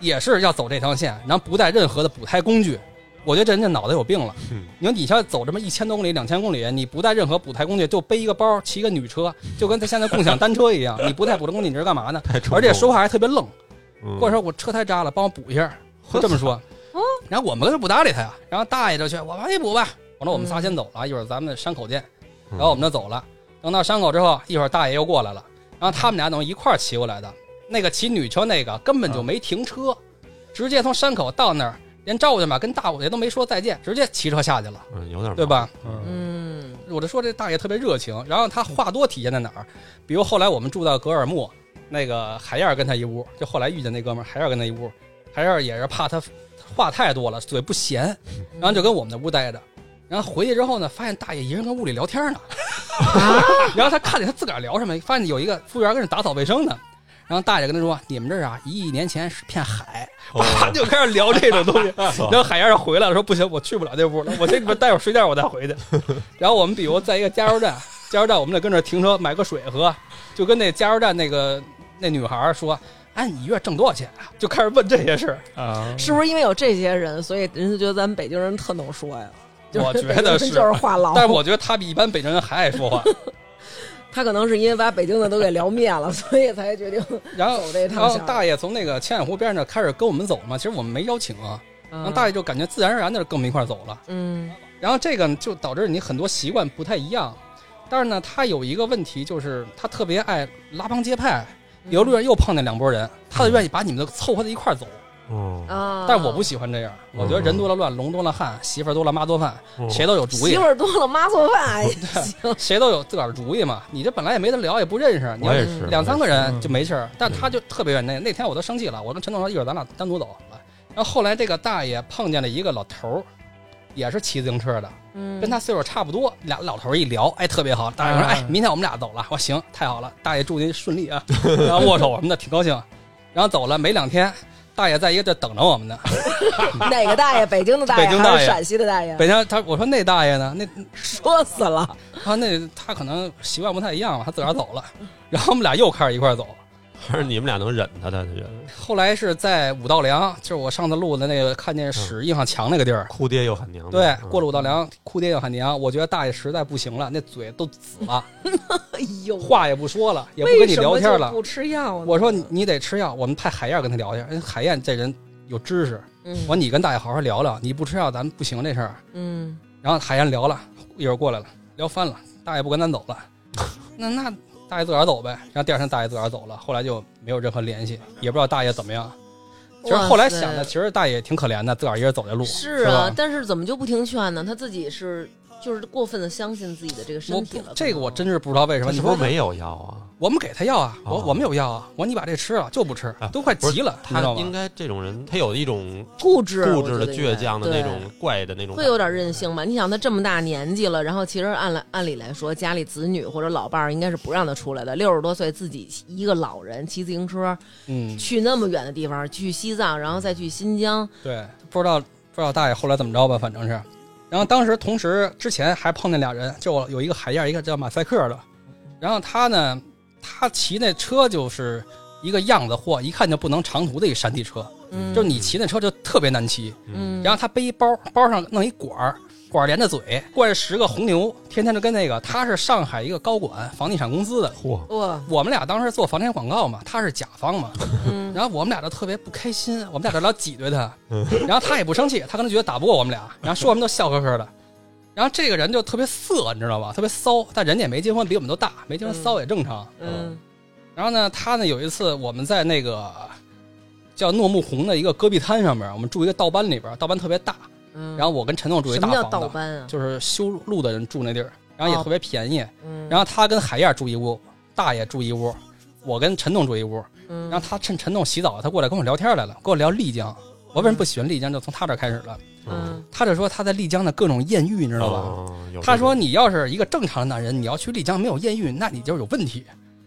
[SPEAKER 4] 也是要走这条线，然后不带任何的补胎工具。我觉得这人家脑袋有病了。你说你像走这么一千多公里、两千公里，你不带任何补胎工具，就背一个包，骑一个女车，就跟他现在共享单车一样，你不带补胎工具，你这是干嘛呢？
[SPEAKER 2] 太冲嗯
[SPEAKER 4] 而且说
[SPEAKER 2] 话
[SPEAKER 4] 话还特别愣，或
[SPEAKER 2] 说
[SPEAKER 4] 者说我车胎扎了，帮我补一下，就这么说。然后我们根本不搭理他呀。然后大爷就去，我帮你补吧。完了，我们仨先走了，一会儿咱们山口见。然后我们就走了。等到山口之后，一会儿大爷又过来了，然后他们俩等于一块儿骑过来的。那个骑女车那个根本就没停车，直接从山口到那儿，连招呼去嘛，跟大伙爷都没说再见，直接骑车下去了，
[SPEAKER 2] 嗯有点
[SPEAKER 4] 对？吧？
[SPEAKER 3] 嗯，
[SPEAKER 1] 嗯
[SPEAKER 4] 我就说这大爷特别热情，然后他话多体现在哪儿？比如后来我们住到格尔木，那个海燕儿跟他一屋，就后来遇见那哥们儿海燕儿跟他一屋，海燕儿也是怕他话太多了，嘴不闲，然后就跟我们那屋待着。然后回去之后呢，发现大爷一人跟屋里聊天呢， 然后他看见他自个儿聊什么，发现有一个服务员跟那打扫卫生呢。然后大爷跟他说：“你们这儿啊，一亿年前是片海。”他
[SPEAKER 2] 哦
[SPEAKER 4] 就开始聊这种东西。 然后海燕儿回来了，说：“不行，我去不了这屋了，我这里边待会儿睡觉，我再回去。” 然后我们比如在一个加油站，加油站我们得跟这儿停车买个水喝，就跟那加油站那个那女孩儿说：“哎，你一月挣多少钱啊？”就开始问这些事儿。
[SPEAKER 3] 啊，
[SPEAKER 1] 是不是因为有这些人，所以人家觉得咱们北京人特能说呀？就是
[SPEAKER 4] 我觉 得
[SPEAKER 1] 北京人
[SPEAKER 4] 是
[SPEAKER 1] 就是话痨。
[SPEAKER 4] 但是我觉得他比一般北京人还爱 说话。
[SPEAKER 1] 他可能是因为把北京的都给聊灭了，所以才 决定
[SPEAKER 4] 然后
[SPEAKER 1] 走这一趟
[SPEAKER 4] 然后
[SPEAKER 1] 想
[SPEAKER 4] 大爷从那个千眼湖边上开始跟我们走嘛，其实我们没邀请啊。
[SPEAKER 1] 嗯
[SPEAKER 4] 然后大爷就感觉自然而然的跟我们一块儿走了。
[SPEAKER 1] 嗯
[SPEAKER 4] 然后这个就导致你很多习惯不太一样。但是呢，他有一个问题，就是他特别爱拉帮结派。
[SPEAKER 1] 嗯
[SPEAKER 4] 游乐园又碰见两拨人，他就愿意把你们都凑合在一块儿走。
[SPEAKER 2] 哦，
[SPEAKER 1] 啊，
[SPEAKER 4] 但我不喜欢这样，我觉得人多了乱，龙多了汉，媳妇儿多了妈多饭，
[SPEAKER 2] 哦
[SPEAKER 4] 谁都有主
[SPEAKER 1] 啊媳
[SPEAKER 4] 意
[SPEAKER 1] 妇，儿多了，妈做 饭也行。
[SPEAKER 4] 谁都有自个儿主意嘛。你这本来也没得聊，也不认识，你
[SPEAKER 2] 我
[SPEAKER 4] 要
[SPEAKER 2] 也
[SPEAKER 4] 是
[SPEAKER 2] 是
[SPEAKER 4] 两三个
[SPEAKER 3] 嗯
[SPEAKER 4] 人就没事儿。但他就特别愿意那那天我都生气了，我跟陈总说一会儿咱俩单独走。然后后来这个大爷碰见了一个老头儿，也是骑自行车的，
[SPEAKER 1] 嗯
[SPEAKER 4] 跟他岁数差不多，俩老头儿一聊，哎，特别好。大爷
[SPEAKER 2] 嗯
[SPEAKER 4] 说，
[SPEAKER 3] 哎
[SPEAKER 4] 哎，明天我们俩走了。我说行，太好了，大爷祝您顺利啊， 然后握手什么的，挺高兴。然后走了没两天，大爷在一个地儿等着我们呢。
[SPEAKER 1] 哪个大爷？北京的大爷
[SPEAKER 4] 北京
[SPEAKER 1] 还
[SPEAKER 4] 大
[SPEAKER 1] 是
[SPEAKER 4] 爷
[SPEAKER 1] 陕西的大爷？
[SPEAKER 4] 北京他我说那大爷呢？那
[SPEAKER 1] 说死了。
[SPEAKER 4] 他那他可能习惯不太一样吧，他自个儿走了。
[SPEAKER 1] 嗯
[SPEAKER 4] 然后我们俩又开始一块儿走。
[SPEAKER 2] 还是你们俩能忍他的，他觉得
[SPEAKER 4] 后来是在五道梁，就是我上次录的那个看见屎印上墙那个地儿。
[SPEAKER 2] 哭爹又喊娘的。
[SPEAKER 4] 对，
[SPEAKER 2] 嗯
[SPEAKER 4] 过了五道梁，哭爹又喊娘。我觉得大爷实在不行了，那嘴都紫 了，
[SPEAKER 1] 哎呦，
[SPEAKER 4] 话也不说了，也不跟你聊天
[SPEAKER 1] 为什么
[SPEAKER 4] 了
[SPEAKER 1] 就。不吃药呢。
[SPEAKER 4] 我说你你得吃药，我们派海燕跟他聊去。人海燕这人有知识，我说
[SPEAKER 1] 嗯
[SPEAKER 4] 你跟大爷好好聊聊，你不吃药咱们不行这事儿。
[SPEAKER 1] 嗯，
[SPEAKER 4] 然后海燕聊了一会儿过来了，聊翻了，大爷不跟 咱走了，那那大爷自个儿走呗。然后第二天大爷自个儿走了，后来就没有任何联系，也不知道大爷怎么样。其实后来想的，
[SPEAKER 1] 哇
[SPEAKER 4] 其实大爷挺可怜的，自个儿一人走这路。
[SPEAKER 1] 塞是啊
[SPEAKER 4] 吧，
[SPEAKER 1] 但是怎么就不听劝呢？他自己是就是过分的相信自己的这个身
[SPEAKER 4] 我
[SPEAKER 1] 体了。
[SPEAKER 4] 这个我
[SPEAKER 1] 可能
[SPEAKER 4] 真是不知道为什
[SPEAKER 2] 他
[SPEAKER 4] 么。
[SPEAKER 2] 是
[SPEAKER 4] 你
[SPEAKER 2] 不是
[SPEAKER 4] 说
[SPEAKER 2] 没有药啊？
[SPEAKER 4] 我们给他药啊，我
[SPEAKER 2] 哦
[SPEAKER 4] 我们有药啊。我说你把这吃了就不吃
[SPEAKER 2] 啊，
[SPEAKER 4] 都快
[SPEAKER 2] 不是
[SPEAKER 4] 急了，你
[SPEAKER 2] 他
[SPEAKER 4] 知道吗
[SPEAKER 2] 应？该这种人，他有一种
[SPEAKER 1] 固执
[SPEAKER 2] 固
[SPEAKER 1] 我
[SPEAKER 2] 执
[SPEAKER 1] 觉
[SPEAKER 2] 的、
[SPEAKER 1] 得应该
[SPEAKER 2] 倔强的那
[SPEAKER 1] 对
[SPEAKER 2] 种怪的那种，
[SPEAKER 1] 会有点任。性吧？你想他这么大年纪了，然后其实按来按理来说，家里子女或者老伴儿应该是不让他出来的。六十多岁自己一个老人骑自行车
[SPEAKER 4] 嗯，
[SPEAKER 1] 去那么远的地方，去西藏，然后再去新疆，
[SPEAKER 4] 对，不知道不知道大爷后来怎么着吧，反正是。然后当时同时之前还碰见俩人，就我有一个海燕，一个叫马赛克的。然后他呢，他骑那车就是一个样子货，一看就不能长途的一山地车，
[SPEAKER 1] 嗯，
[SPEAKER 4] 就是你骑那车就特别难骑。
[SPEAKER 2] 嗯，
[SPEAKER 1] 嗯，
[SPEAKER 4] 然后他背一包，包上弄一管儿，管儿连着嘴，灌着十个红牛，天天就跟那个他是上海一个高管房地产公司的。
[SPEAKER 2] 嚯，
[SPEAKER 1] 哇，
[SPEAKER 4] 我们俩当时做房产广告嘛，他是甲方嘛，
[SPEAKER 1] 嗯
[SPEAKER 4] 然后我们俩就特别不开心，我们俩就老挤兑他，然后他也不生气，他可能觉得打不过我们俩，然后说我们都笑呵呵的。然后这个人就特别色，你知道吧？特别骚，但人家也没结婚，比我们都大，没结婚
[SPEAKER 1] 嗯
[SPEAKER 4] 骚也正常。
[SPEAKER 1] 嗯
[SPEAKER 4] 然后呢，他呢有一次我们在那个叫诺木红的一个戈壁滩上面，我们住一个道班里边，道班特别大。
[SPEAKER 1] 嗯，
[SPEAKER 4] 然后我跟陈总住一
[SPEAKER 1] 什
[SPEAKER 4] 大
[SPEAKER 1] 么叫
[SPEAKER 4] 房子，
[SPEAKER 1] 倒班啊？哦
[SPEAKER 4] 就是修路的人住那地儿，然后也特别便宜。
[SPEAKER 1] 嗯，
[SPEAKER 4] 然后他跟海燕住一屋，大爷住一屋，我跟陈总住一屋。
[SPEAKER 1] 嗯
[SPEAKER 4] 然后他趁陈总洗澡，他过来跟我聊天来了，跟我聊丽江。我为什么不喜欢丽江？就从他这儿开始了。
[SPEAKER 1] 嗯
[SPEAKER 4] 他就说他在丽江的各种艳遇，你知
[SPEAKER 2] 知
[SPEAKER 4] 道吧？
[SPEAKER 2] 哦
[SPEAKER 4] 他说你要是一个正常的男人，你要去丽江没有艳遇，那你就是有问题。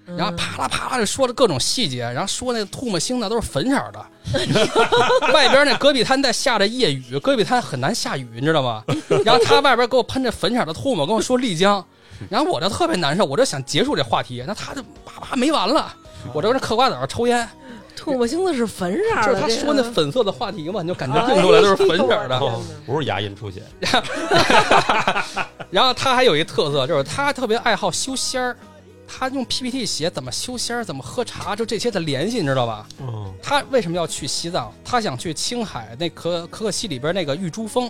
[SPEAKER 1] 嗯
[SPEAKER 4] 然后啪啦啪啦就说了各种细节，然后说那吐沫星子都是粉色的，外边那戈壁滩在下着夜雨，戈壁滩很难下雨，你知道吗？然后他外边给我喷着粉色的吐沫，跟我说丽江，然后我就特别难受，我就想结束这话题，那他就啪啪没完了，我这跟这嗑瓜子儿抽烟，
[SPEAKER 1] 吐沫星子是粉色
[SPEAKER 4] 就
[SPEAKER 1] 的，
[SPEAKER 4] 是他
[SPEAKER 1] 这个
[SPEAKER 4] 说那粉色的话题嘛，你就感觉蹦出来都是粉色 的。
[SPEAKER 1] 哎呦我天哪
[SPEAKER 2] 哦不是牙龈出血，
[SPEAKER 4] 然后他还有一特色，就是他特别爱好修仙儿，他用 PPT 写怎么修仙儿，怎么喝茶，就这些的联系，你知道吧？
[SPEAKER 2] 嗯，
[SPEAKER 4] 他为什么要去西藏？他想去青海那可可可西里边那个玉珠峰，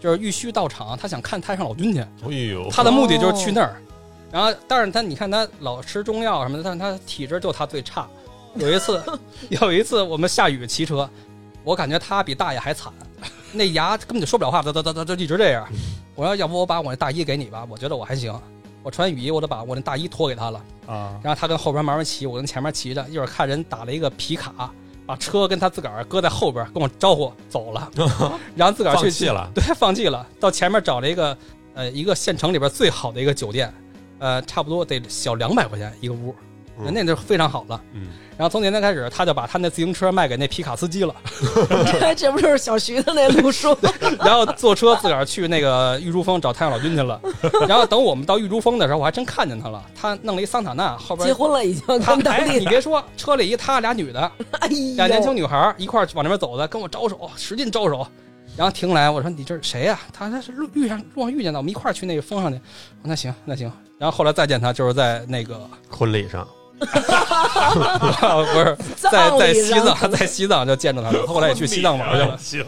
[SPEAKER 4] 就是玉虚道场，他想看太上老君去。
[SPEAKER 2] 哎呦，
[SPEAKER 4] 他的目的就是去那
[SPEAKER 2] 哦
[SPEAKER 4] 儿。然后，但是他你看他老吃中药什么的，但是他体质就他最差。有 一次，有一次我们下雨骑车，我感觉他比大爷还惨，那牙根本就说不了话，哒哒哒哒就一直这
[SPEAKER 2] 嗯
[SPEAKER 4] 样。我说要不我把我那大衣给你吧，我觉得我还行。我穿雨衣，我都把我那大衣脱给他了。
[SPEAKER 3] 啊，
[SPEAKER 4] 然后他跟后边慢慢骑，我跟前面骑着，一会儿看人打了一个皮卡，把车跟他自个儿搁在后边，跟我招呼走 了，然后自个儿
[SPEAKER 2] 放
[SPEAKER 4] 去
[SPEAKER 2] 弃了，
[SPEAKER 4] 啊对，放弃了，到前面找了一个呃一个县城里边最好的一个酒店，呃，差不多得小两百块钱一个屋，
[SPEAKER 2] 嗯
[SPEAKER 4] 那就非常好了。
[SPEAKER 2] 嗯，
[SPEAKER 4] 然后从那天开始，他就把他那自行车卖给那皮卡司机了，
[SPEAKER 1] 这 这不就是小徐的那路数？
[SPEAKER 4] 然后坐车自个儿去那个玉珠峰找太阳老君 去了。然后等我们到玉珠峰的时候，我还真看见他了，他弄了一桑塔纳，后
[SPEAKER 1] 结
[SPEAKER 4] 边。
[SPEAKER 1] 婚了已经
[SPEAKER 4] 他
[SPEAKER 1] 跟当
[SPEAKER 4] 哎，
[SPEAKER 1] 地
[SPEAKER 4] 你
[SPEAKER 1] 的，
[SPEAKER 4] 别说，车里一他俩女的，
[SPEAKER 1] 哎呦，
[SPEAKER 4] 俩年轻女孩儿一块儿往那边走的，跟我招手，使劲招手，然后停来，我说你这是谁呀、啊他他是路遇上路上遇见的，我们一块儿去那个峰上去。我说那行那行，然后后来再见他就是在 那个
[SPEAKER 2] 婚礼上，
[SPEAKER 4] 不是在
[SPEAKER 1] 葬
[SPEAKER 4] 在
[SPEAKER 1] 礼
[SPEAKER 4] 西
[SPEAKER 1] 上
[SPEAKER 4] 藏，在西藏就见着他了，后来也去西藏玩去了。
[SPEAKER 2] 行，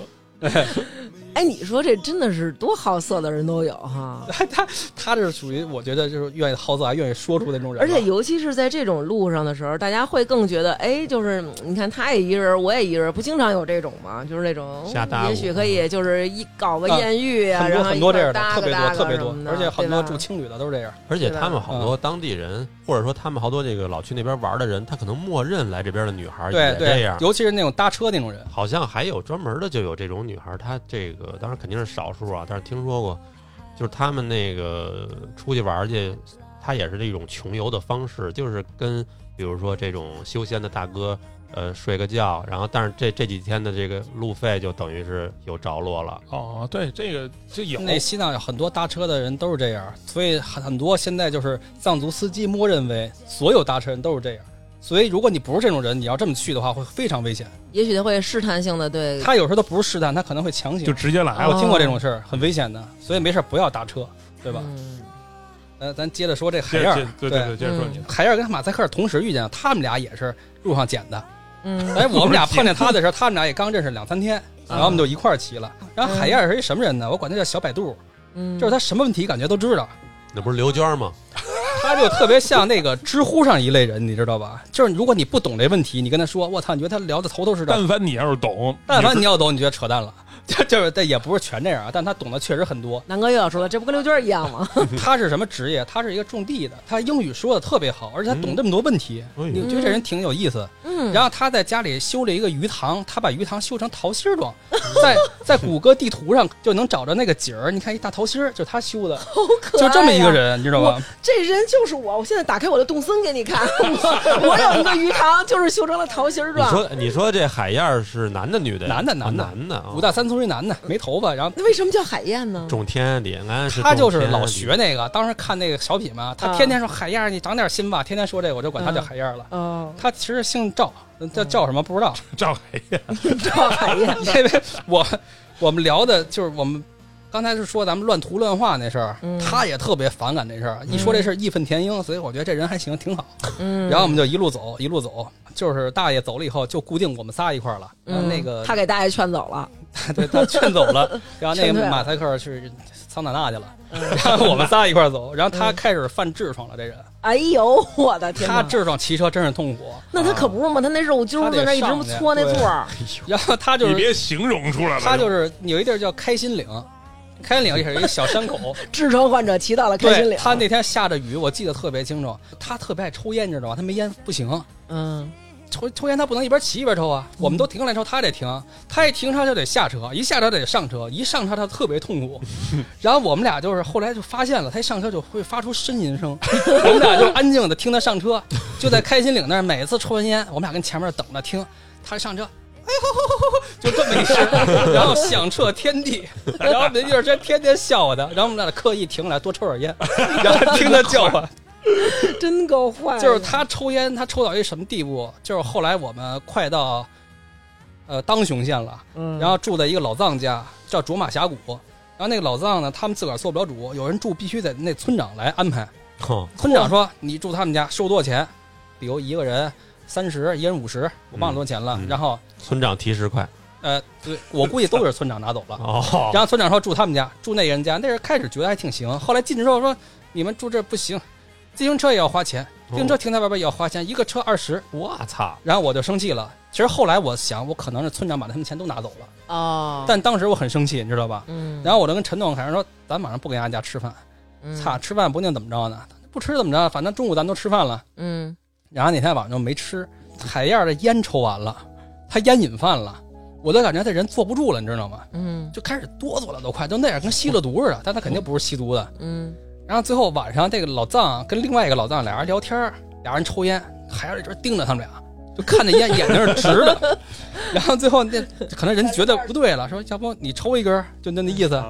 [SPEAKER 1] 哎，你说这真的是多好色的人都有哈，
[SPEAKER 4] 他他他这是属于我觉得就是愿意好色啊，愿意说出那种人
[SPEAKER 1] 而
[SPEAKER 4] 啊，
[SPEAKER 1] 且尤其是在这种路上的时候，大家会更觉得，哎，就是嗯你看他也一人，我也一人，不经常有这种吗？就是那种嗯
[SPEAKER 2] 瞎搭舞
[SPEAKER 1] 也许可以就是一搞个
[SPEAKER 4] 啊
[SPEAKER 1] 艳遇啊，
[SPEAKER 4] 很
[SPEAKER 1] 然
[SPEAKER 4] 多
[SPEAKER 1] 后
[SPEAKER 4] 很多这样的
[SPEAKER 1] 搭，
[SPEAKER 4] 特
[SPEAKER 1] 个
[SPEAKER 4] 别
[SPEAKER 1] 搭
[SPEAKER 4] 多
[SPEAKER 1] 个
[SPEAKER 4] 特别
[SPEAKER 1] 什
[SPEAKER 4] 多
[SPEAKER 1] 么，的
[SPEAKER 4] 而且很
[SPEAKER 1] 对吧
[SPEAKER 4] 多住青旅的都是这样。
[SPEAKER 2] 而且他们
[SPEAKER 4] 嗯
[SPEAKER 2] 好多当地人，或者说他们好多这个老去那边玩的人，他可能默认来这边的女孩
[SPEAKER 4] 对
[SPEAKER 2] 啊也这
[SPEAKER 4] 对
[SPEAKER 2] 样，。
[SPEAKER 4] 尤其是那种搭车那种人，
[SPEAKER 2] 好像还有专门的就有这种女孩，她这个当然肯定是少数啊，但是听说过，就是他们那个出去玩去，她也是这种穷游的方式，就是跟比如说这种修仙的大哥。呃，睡个觉，然后但是这这几天的这个路费就等于是有着落了，
[SPEAKER 4] 嗯
[SPEAKER 3] 哦，对，这个这有
[SPEAKER 4] 那西藏有很多搭车的人都是这样，所以很很多现在就是藏族司机默认为所有搭车人都是这样。所以如果你不是这种人，你要这么去的话，会非常危险。
[SPEAKER 1] 也许他会试探性的对
[SPEAKER 4] 他有时候都不是试探，他可能会强行。
[SPEAKER 3] 就直接来
[SPEAKER 4] 哎，
[SPEAKER 3] 了。
[SPEAKER 4] 我听过这种事儿，很危险的。所以没事儿不要搭车，对吧？
[SPEAKER 1] 嗯
[SPEAKER 4] 咱咱接着说这海
[SPEAKER 3] 接
[SPEAKER 4] 燕
[SPEAKER 3] 接
[SPEAKER 4] 儿，嗯
[SPEAKER 3] 对对对，接着说你。
[SPEAKER 4] 海燕儿跟马赛克尔同时遇见，他们俩也是路上捡的。
[SPEAKER 1] 嗯
[SPEAKER 4] 哎，我们俩碰见他的时候，他们俩也刚认识两三天，然后我们就一块儿骑了。然后海燕儿是一什么人呢？我管他叫小百度，
[SPEAKER 1] 嗯，
[SPEAKER 4] 就是他什么问题感觉都知道。
[SPEAKER 2] 那不是刘娟吗？
[SPEAKER 4] 他就特别像那个知乎上一类人，你知道吧？就是如果你不懂这问题，你跟他说，我操，你觉得他聊的头头是道，
[SPEAKER 3] 但凡你要是懂，
[SPEAKER 4] 但凡
[SPEAKER 3] 你
[SPEAKER 4] 你要懂，你觉得扯淡了。 就就是，但也不是全这样啊，但他懂得确实很多。
[SPEAKER 1] 南哥又要说了，这不跟刘娟一样 吗？
[SPEAKER 4] 他是什么职业？他是一个种地的，他英语说的特别好，而且他懂这么多问题，
[SPEAKER 2] 哎
[SPEAKER 4] 你
[SPEAKER 2] 呦
[SPEAKER 4] 觉得这人挺有意思。
[SPEAKER 1] 嗯，
[SPEAKER 4] 然后他在家里修了一个鱼塘，他把鱼塘修成桃心儿状，在在谷歌地图上就能找着那个景儿。你看一大桃心儿，就是他修的，
[SPEAKER 1] 好可爱、
[SPEAKER 4] 就这么一个。人，你知道吧？
[SPEAKER 1] 这人就是我，我现在打开我的动森给你看， 我我有一个鱼塘，就是修成了桃心儿
[SPEAKER 2] 你
[SPEAKER 1] 状。
[SPEAKER 2] 说你说这海燕儿是男的女的呀？
[SPEAKER 4] 男的
[SPEAKER 2] 啊
[SPEAKER 4] 男的
[SPEAKER 2] 男的啊，
[SPEAKER 4] 五大三粗一男的，没头发，然后
[SPEAKER 1] 那为什么叫海燕呢？
[SPEAKER 2] 种天里，俺是
[SPEAKER 4] 他就
[SPEAKER 2] 种
[SPEAKER 4] 是
[SPEAKER 2] 天啊
[SPEAKER 4] 老
[SPEAKER 2] 里
[SPEAKER 4] 学那个，当时看那个小品嘛，他
[SPEAKER 1] 啊
[SPEAKER 4] 天天说海燕儿，你长点心吧，天天说这个，我就管他叫海燕儿了。
[SPEAKER 1] 哦，
[SPEAKER 4] 他其实姓赵，叫
[SPEAKER 1] 嗯
[SPEAKER 4] 叫什么不知道，
[SPEAKER 3] 赵海燕，
[SPEAKER 1] 叫海燕。
[SPEAKER 4] 因为我我们聊的就是我们刚才是说咱们乱涂乱画那事儿，
[SPEAKER 1] 嗯
[SPEAKER 4] 他也特别反感这事儿，一说这事儿义愤填膺，所以我觉得这人还行，挺好。
[SPEAKER 1] 嗯，
[SPEAKER 4] 然后我们就一路走一路走，就是大爷走了以后就固定我们仨一块儿了，然后
[SPEAKER 1] 嗯
[SPEAKER 4] 那个
[SPEAKER 1] 他给大爷劝走了，
[SPEAKER 4] 对他劝走了，然后那
[SPEAKER 1] 劝退
[SPEAKER 4] 个
[SPEAKER 1] 了嗯
[SPEAKER 4] 马赛克去桑塔纳去了，然后我们仨一块儿走，然后他开始犯痔疮了，这人。
[SPEAKER 1] 哎呦我的天
[SPEAKER 4] 他
[SPEAKER 1] 哪！
[SPEAKER 4] 这上骑车真是 痛苦，
[SPEAKER 1] 那他可不是嘛，他那肉筋儿在那一
[SPEAKER 4] 他得上去
[SPEAKER 1] 直搓那座儿，
[SPEAKER 4] 然后他就
[SPEAKER 3] 你
[SPEAKER 4] 是
[SPEAKER 3] 别形容出来了。
[SPEAKER 4] 他就是有一地儿叫开心岭，开心 岭也是一小山口。
[SPEAKER 1] 痔疮患者骑到了开心
[SPEAKER 4] 对，
[SPEAKER 1] 岭。啊
[SPEAKER 4] 他那天下着雨，我记得特别清楚。他特别爱抽烟，你知道吧？他没烟不行，
[SPEAKER 1] 嗯，
[SPEAKER 4] 抽抽烟他不能一边骑一边抽啊。我们都停下来抽，他得停，他一停车就得下车，一下车得上车，一上车他特别痛苦。然后我们俩就是后来就发现了，他一上车就会发出呻吟声， 我们俩就安静的听他上车，就在开心岭那儿，每次抽完烟，我们俩跟前面等着听他上车。哎呦， 就这么一声，然后响彻天地，然后那一段时间天天笑我的，然后我们俩刻意停下来多抽点烟，然后听他叫唤。
[SPEAKER 1] 真够坏的。
[SPEAKER 4] 就是他抽烟，他抽到一什么地步？就是后来我们快到，呃，当雄县了，
[SPEAKER 1] 嗯，
[SPEAKER 4] 然后住在一个老藏家，叫卓玛峡谷。然后那个老藏呢，他们自个儿做不了主，有人住必须得那村长来安排。
[SPEAKER 2] 哼，
[SPEAKER 4] 村长说：“你住他们家收多少钱？比如一个人三十，一人五十，我忘了多少钱了。
[SPEAKER 2] 嗯嗯
[SPEAKER 4] 然后，
[SPEAKER 2] 村长提十块
[SPEAKER 4] 呃，对我估计都是村长拿走了。
[SPEAKER 2] 哦，
[SPEAKER 4] 然后村长说住他们家，住那人家。那人开始觉得还挺行，后来进去之后说你们住这儿不行，自行车也要花钱，自行车
[SPEAKER 2] 哦
[SPEAKER 4] 停在外边也要花钱，一个车二十。
[SPEAKER 2] 我操，
[SPEAKER 4] 然后我就生气了。其实后来我想，我可能是村长把他们钱都拿走了，
[SPEAKER 1] 哦，
[SPEAKER 4] 但当时我很生气，你知道吧？
[SPEAKER 1] 嗯，
[SPEAKER 4] 然后我就跟陈总凯说，咱晚上不跟俺家吃饭，
[SPEAKER 1] 嗯
[SPEAKER 4] 操，，吃饭不定怎么着呢，不吃怎么着，反正中午咱都吃饭了。
[SPEAKER 1] 嗯，
[SPEAKER 4] 然后那天晚上就没吃，海燕儿的烟抽完了，他烟瘾犯了，我都感觉这人坐不住了，你知道吗？
[SPEAKER 1] 嗯，
[SPEAKER 4] 就开始哆嗦了，都快，就那样跟吸了毒似的，但他肯定不是吸毒的。
[SPEAKER 1] 嗯，
[SPEAKER 4] 然后最后晚上，这个老藏跟另外一个老藏俩人聊天儿，俩人抽烟，海燕一直盯着他们俩，就看着烟眼睛是直的。 然后最后那可能人觉得不对了，说要不你抽一根儿，就那那意思。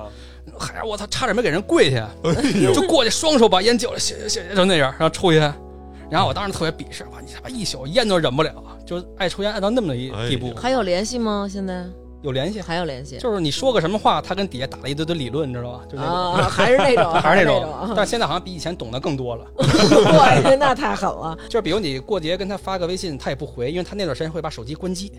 [SPEAKER 4] 海燕，我操，差点没给人跪下，
[SPEAKER 2] 哎
[SPEAKER 4] 就过去双手把烟揪了，谢谢谢谢，就那样，然后抽烟。然后我当时特别鄙视，哇，你他妈一宿烟都忍不了，就是爱抽烟爱到那么一
[SPEAKER 2] 哎呦
[SPEAKER 4] 地步，
[SPEAKER 1] 还有联系吗？现在
[SPEAKER 4] 有联系。
[SPEAKER 1] 还有联系
[SPEAKER 4] 就是你说个什么话，他跟底下打了一堆堆理论，你知道吧？就那种。
[SPEAKER 1] 啊？ 还是那种，
[SPEAKER 4] 哦还是那
[SPEAKER 1] 那
[SPEAKER 4] 种，啊但是现在好像比以前懂得更多了。
[SPEAKER 1] 我那太狠了。
[SPEAKER 4] 就是比如你过节跟他发个微信，他也不回，因为他那段时间会把手机关机，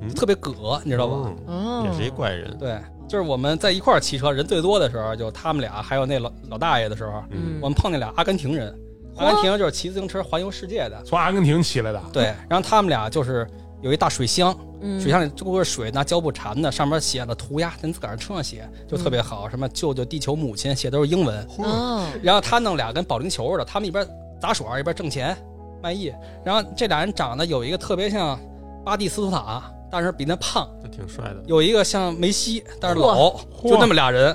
[SPEAKER 2] 嗯
[SPEAKER 4] 特别葛，你知道吧？
[SPEAKER 2] 嗯
[SPEAKER 1] 哦，
[SPEAKER 2] 也是一怪人。
[SPEAKER 4] 对，就是我们在一块儿骑车，人最多的时候，就他们俩还有那老老大爷的时候，
[SPEAKER 1] 嗯
[SPEAKER 4] 我们碰见俩阿根廷人，阿根廷就是骑自行车环游世界的，
[SPEAKER 3] 从阿根廷骑来的，
[SPEAKER 4] 对，然后他们俩就是有一大水箱，
[SPEAKER 1] 嗯
[SPEAKER 4] 水箱里都是水，拿胶布缠的，上面写了涂鸦，咱自个儿车上写就
[SPEAKER 1] 嗯
[SPEAKER 4] 特别好，什么救救地球母亲，写的都是英文。
[SPEAKER 1] 哦，
[SPEAKER 4] 然后他弄俩跟保龄球似的，他们一边砸水儿一边挣钱卖艺。然后这俩人长得有一个特别像巴蒂斯图塔，但是比那胖；
[SPEAKER 2] 这挺帅的。
[SPEAKER 4] 有一个像梅西，但是老，
[SPEAKER 3] 嚯
[SPEAKER 4] 就那么俩人。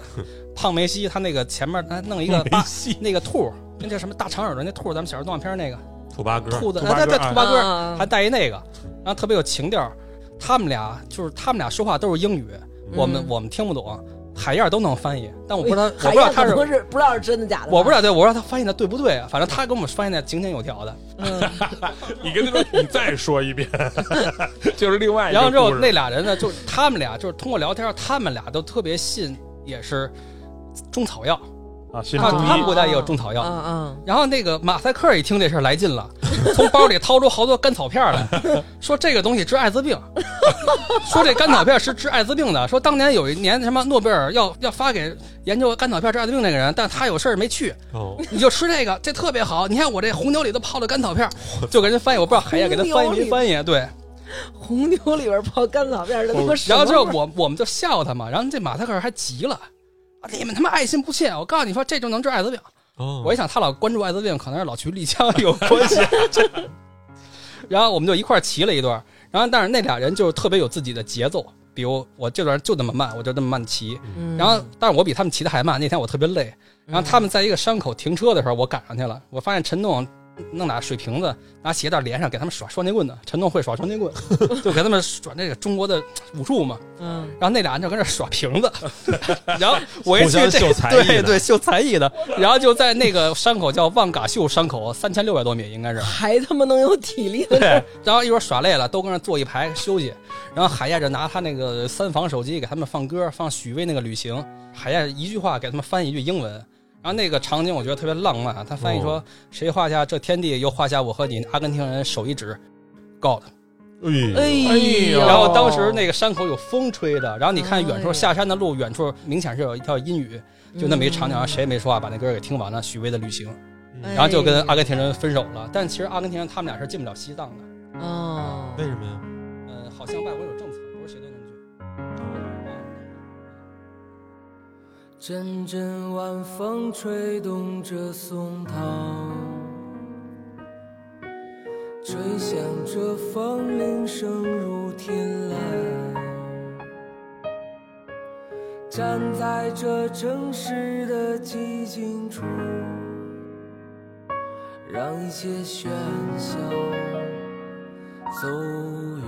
[SPEAKER 4] 胖梅西他那个前面他弄一个
[SPEAKER 3] 梅
[SPEAKER 4] 巴
[SPEAKER 3] 西
[SPEAKER 4] 那个兔儿，那叫什么大长耳朵那兔儿，咱们小时候动画片儿那个
[SPEAKER 2] 兔八哥，
[SPEAKER 4] 兔子，
[SPEAKER 3] 兔八
[SPEAKER 4] 哎对
[SPEAKER 3] 哥
[SPEAKER 4] 对，
[SPEAKER 3] 啊
[SPEAKER 4] 兔八哥。
[SPEAKER 1] 啊
[SPEAKER 4] 还带一那个，然后特别有情调儿。他们俩就是他们俩说话都是英语，我
[SPEAKER 3] 嗯
[SPEAKER 4] 们我们听不懂，海燕儿都能翻译，但我不知道我不
[SPEAKER 1] 海
[SPEAKER 4] 知道
[SPEAKER 1] 燕
[SPEAKER 4] 他是
[SPEAKER 1] 可能是不知道是真的假的吧，
[SPEAKER 4] 我不知道对，我不知道他翻译的对不对啊，反正他给我们翻译的井井有条的。
[SPEAKER 1] 嗯
[SPEAKER 3] 你跟他说你再说一 遍，就是另外一个
[SPEAKER 4] 然后之后
[SPEAKER 3] 故事
[SPEAKER 4] 那俩人呢，就是他们俩就是通过聊天儿，他们俩都特别信也是中草药，
[SPEAKER 3] 啊，信
[SPEAKER 4] 他
[SPEAKER 3] 中
[SPEAKER 4] 他们
[SPEAKER 3] 医
[SPEAKER 4] 国家也有中草
[SPEAKER 1] 啊
[SPEAKER 4] 药。
[SPEAKER 1] 啊，
[SPEAKER 4] 然后那个马赛克一听这事儿来劲了，从包里掏出好多甘草片儿来，说这个东西治艾滋病，说这甘草片是治艾滋病的，说当年有一年什么诺贝尔要要发给研究甘草片治艾滋病那个人，但他有事儿没去，
[SPEAKER 2] 哦，
[SPEAKER 4] 你就吃这个，这特别好。你看我这红牛里都泡了甘草片儿，就给人翻译，我不知道海燕给他翻译
[SPEAKER 1] 红牛
[SPEAKER 4] 没
[SPEAKER 1] 里
[SPEAKER 4] 翻译，啊对。
[SPEAKER 1] 红牛里边泡甘草片儿的那个什
[SPEAKER 4] 然
[SPEAKER 1] 么味
[SPEAKER 4] 后
[SPEAKER 1] 儿，
[SPEAKER 4] 之后我我们就笑他嘛，然后这马赛克还急了。啊你们他妈爱信不信！我告诉你说，这就能治艾滋病。
[SPEAKER 1] 嗯
[SPEAKER 2] 哦
[SPEAKER 4] 我一想，他老关注艾滋病，可能是老去丽江有 关系。然后我们就一块儿骑了一段儿，然后但是那俩人就是特别有自己的节奏，比如我这段就那么慢，我就这么慢骑。
[SPEAKER 1] 嗯，
[SPEAKER 4] 然后，但是我比他们骑的还慢。那天我特别累，然后他们在一个山口停车的时候，我赶上去了。我发现陈栋弄俩水瓶子，拿鞋带连上，给他们耍双截棍呢。陈栋会耍双截棍， 就给他们耍那个中国的武术嘛。
[SPEAKER 1] 嗯，
[SPEAKER 4] 然后那俩人就跟那耍瓶子， 然后我一去
[SPEAKER 2] 互相
[SPEAKER 4] 这
[SPEAKER 2] 秀才艺呢
[SPEAKER 4] 对对秀才艺的，然后就在那个山口叫万嘎秀山口，三千六百多米应该是。
[SPEAKER 1] 还他妈能有体力的，
[SPEAKER 4] 对，然后一会儿耍累了，都跟那坐一排休息。然后海燕就拿他那个三房手机给他们放歌，放许巍那个《旅行》。海燕一句话给他们翻译一句英文。然后那个场景我觉得特别浪漫，啊他翻译说：“谁画下这天地，又画下我和你。”阿根廷人手一指，God。
[SPEAKER 1] 哎
[SPEAKER 2] 哎，
[SPEAKER 1] 呦，
[SPEAKER 4] 然后当时那个山口有风吹着，然后你看远
[SPEAKER 1] 哎呦
[SPEAKER 4] 处下山的路，远处明显是有一条阴雨，就那么一
[SPEAKER 1] 嗯
[SPEAKER 4] 场景，然后谁也没说话，把那歌给听完了。许巍的《旅行》，
[SPEAKER 1] 哎
[SPEAKER 4] 然后就跟阿根廷人分手了。但其实阿根廷人他们俩是进不了西藏的。
[SPEAKER 1] 哦，
[SPEAKER 4] 哎
[SPEAKER 2] 为什么呀？
[SPEAKER 4] 呃，好像外国有政策，不是谁都能去。
[SPEAKER 5] 阵阵晚风吹动着松涛，吹响着风铃声如天籁。站在这城市的寂静处，让一切喧嚣走远。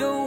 [SPEAKER 5] 又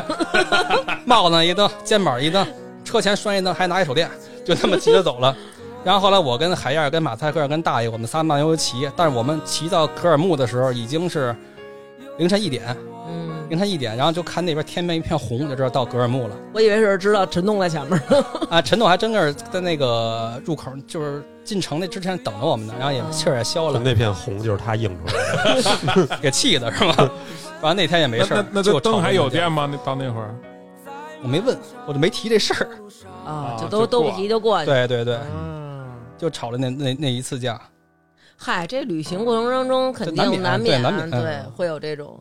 [SPEAKER 4] 帽子上一蹬，肩膀一蹬，车前拴一蹬，还拿一手电，就那么骑着走了。然后后来我跟海燕、跟马赛克、跟大爷，我们仨慢悠悠骑，但是我们骑到可尔木的时候已经是凌晨一点，
[SPEAKER 1] 嗯，
[SPEAKER 4] 凌晨一点，然后就看那边天边一片红，就知道到格尔木了。
[SPEAKER 1] 我以为是知道陈栋在前面，
[SPEAKER 4] 啊，陈总还真是在那个入口，就是进城那之前等着我们呢，然后也气儿也消
[SPEAKER 2] 就
[SPEAKER 3] 哦
[SPEAKER 4] 了，
[SPEAKER 2] 那片红就是他映出来的。
[SPEAKER 4] 给气的是吧？完了那天也没
[SPEAKER 3] 那
[SPEAKER 4] 事儿
[SPEAKER 3] 那，那
[SPEAKER 4] 就
[SPEAKER 3] 这灯还有
[SPEAKER 4] 电
[SPEAKER 3] 电，吗？那到那会儿，
[SPEAKER 4] 我没问，我就没提这事儿。
[SPEAKER 1] 啊
[SPEAKER 3] 啊
[SPEAKER 1] 就都
[SPEAKER 3] 就
[SPEAKER 1] 都
[SPEAKER 3] 过
[SPEAKER 1] 不急就过去。
[SPEAKER 4] 对对对，
[SPEAKER 1] 啊
[SPEAKER 4] 就吵了那那那一次架。
[SPEAKER 1] 嗨，这旅行过程当中肯
[SPEAKER 4] 这
[SPEAKER 1] 定
[SPEAKER 4] 难
[SPEAKER 1] 免
[SPEAKER 4] 免啊对难免
[SPEAKER 1] 对
[SPEAKER 4] 嗯
[SPEAKER 1] 会有这种，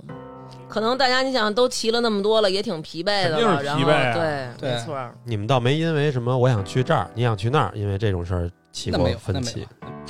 [SPEAKER 1] 可能大家你想都骑了那么多了，也挺疲惫的
[SPEAKER 3] 肯定
[SPEAKER 1] 了，
[SPEAKER 3] 是
[SPEAKER 1] 然
[SPEAKER 3] 疲
[SPEAKER 1] 后
[SPEAKER 3] 惫啊
[SPEAKER 1] 对，
[SPEAKER 4] 对
[SPEAKER 1] 没错儿，
[SPEAKER 2] 你们倒没因为什么我想去这儿，你想去那儿，因为这种事儿起
[SPEAKER 4] 那
[SPEAKER 2] 过
[SPEAKER 4] 没有，那
[SPEAKER 2] 分
[SPEAKER 4] 没
[SPEAKER 2] 歧
[SPEAKER 4] 有。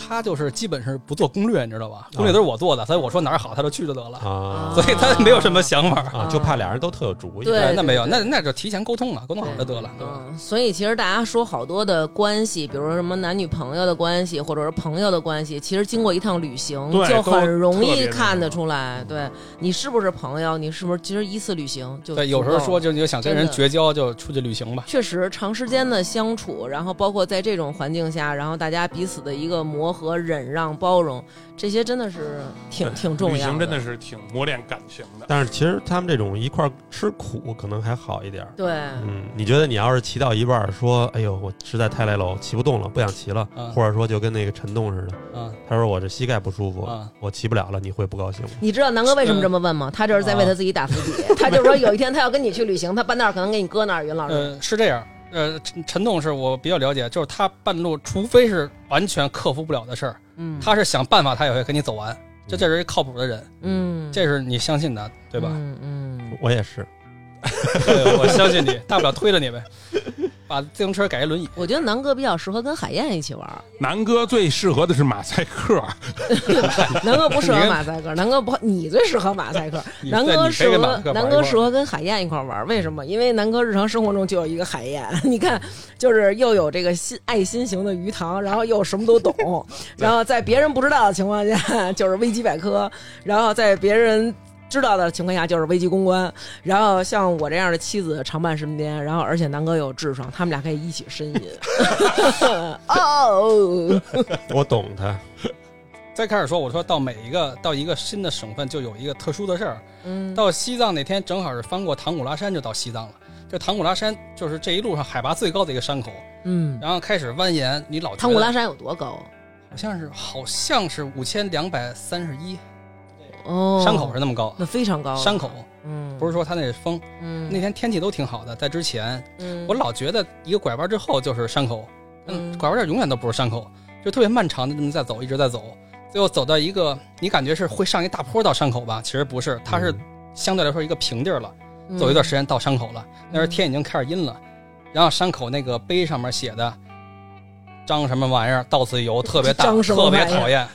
[SPEAKER 4] 他就是基本是不做攻略，你知道吧？攻略都是我做的，所以我说哪儿好，他就去就得了，
[SPEAKER 2] 啊
[SPEAKER 4] 所以他没有什么想法。
[SPEAKER 2] 啊，就怕俩人都特有主意。
[SPEAKER 1] 对
[SPEAKER 4] 那没有，那那就提前沟通嘛，沟通好就得了。对吧
[SPEAKER 1] 嗯，所以其实大家说好多的关系，比如说什么男女朋友的关系，或者是朋友的关系，其实经过一趟旅行，
[SPEAKER 3] 对
[SPEAKER 1] 就很
[SPEAKER 3] 都
[SPEAKER 1] 容
[SPEAKER 3] 特
[SPEAKER 1] 易
[SPEAKER 3] 别那
[SPEAKER 1] 看得
[SPEAKER 3] 什么
[SPEAKER 1] 出来，对你是不是朋友，你是不是其实一次旅行就
[SPEAKER 4] 对，
[SPEAKER 1] 足
[SPEAKER 4] 有时候
[SPEAKER 1] 够
[SPEAKER 4] 说
[SPEAKER 1] 了
[SPEAKER 4] 就你就想跟
[SPEAKER 1] 真
[SPEAKER 4] 人
[SPEAKER 1] 的
[SPEAKER 4] 绝交，就出去旅行吧。
[SPEAKER 1] 确实长时间的相处，然后包括在这种环境下，然后大家彼此的一个磨合、忍让、包容，这些真的是挺挺重要
[SPEAKER 3] 旅行真的是挺磨练感情的。
[SPEAKER 2] 但是其实他们这种一块儿吃苦可能还好一点儿。
[SPEAKER 1] 对，
[SPEAKER 2] 嗯，你觉得你要是骑到一半儿说，哎呦，我实在太累了，我骑不动了，不想骑了，
[SPEAKER 4] 嗯
[SPEAKER 2] 或者说就跟那个陈栋似的，
[SPEAKER 4] 嗯，
[SPEAKER 2] 他说我这膝盖不舒服，
[SPEAKER 4] 嗯
[SPEAKER 2] 我骑不了了，你会不高兴吗？
[SPEAKER 1] 你知道南哥为什么这么问吗？他就是在为他自己打伏笔，他就说有一天他要跟你去旅行，他半道儿可能给你搁那儿，云老师。
[SPEAKER 4] 呃，是这样，呃，陈陈栋是我比较了解，就是他半路，除非是完全克服不了的事儿，
[SPEAKER 1] 嗯，
[SPEAKER 4] 他是想办法，他也会跟你走完。这这是一靠谱的人，
[SPEAKER 1] 嗯，
[SPEAKER 4] 这是你相信的，对吧？
[SPEAKER 1] 嗯嗯，
[SPEAKER 2] 我也是，
[SPEAKER 4] 对， 我相信你，大不了推着你呗，把自行车改一轮椅。
[SPEAKER 1] 我觉得南哥比较适合跟海燕一起玩 儿，
[SPEAKER 3] 南哥最适合的是马赛克，
[SPEAKER 1] 南哥不适合
[SPEAKER 4] 你跟
[SPEAKER 1] 马赛克，南哥不，你最适合马赛克，
[SPEAKER 4] 你
[SPEAKER 1] 南
[SPEAKER 4] 对
[SPEAKER 1] 哥
[SPEAKER 4] 你
[SPEAKER 1] 适
[SPEAKER 4] 非跟马
[SPEAKER 1] 合
[SPEAKER 4] 克玩
[SPEAKER 1] 南
[SPEAKER 4] 一
[SPEAKER 1] 哥
[SPEAKER 4] 玩
[SPEAKER 1] 适合跟海燕一块儿玩儿，为什么？因为南哥日常生活中就有一个海燕， 你看，就是又有这个心爱心型的鱼塘，然后又什么都 懂，然后在别人不知道的情况下 就是危机百科，然后在别人。知道的情况下就是危机公关，然后像我这样的妻子常伴身边，然后而且南哥有智商，他们俩可以一起呻 吟。哦，
[SPEAKER 2] 我懂他。
[SPEAKER 4] 再开始说，我说到每一个到一个新的省份就有一个特殊的事儿。
[SPEAKER 1] 嗯，
[SPEAKER 4] 到西藏那天正好是翻过唐古拉山就到西藏了，就唐古拉山就是这一路上海拔最高的一个山口，
[SPEAKER 1] 嗯，
[SPEAKER 4] 然后开始蜿蜒，你老觉得
[SPEAKER 1] 唐古拉山有多高？
[SPEAKER 4] 好像是好像是五千两百三十一，
[SPEAKER 1] 哦，
[SPEAKER 4] 山口是那么高，
[SPEAKER 1] 那非常高，
[SPEAKER 4] 山口
[SPEAKER 1] 嗯，
[SPEAKER 4] 不是说它那是风，
[SPEAKER 1] 嗯，
[SPEAKER 4] 那天天气都挺好的。在之前，
[SPEAKER 1] 嗯
[SPEAKER 4] 我老觉得一个拐弯之后就是山口，嗯
[SPEAKER 1] 嗯，
[SPEAKER 4] 拐弯这儿永远都不是山口，就特别漫长的这么在走，一直在走，最后走到一个你感觉是会上一大坡到山口吧？其实不是，它是
[SPEAKER 1] 嗯
[SPEAKER 4] 相对来说一个平地儿了。走一段时间到山口了，
[SPEAKER 1] 嗯
[SPEAKER 4] 那时候天已经开始阴了，然后山口那个碑上面写的张什么玩意儿，到此一游，特别 大，
[SPEAKER 1] 张什么
[SPEAKER 4] 特
[SPEAKER 1] 玩意
[SPEAKER 4] 别
[SPEAKER 1] 儿
[SPEAKER 4] 讨厌。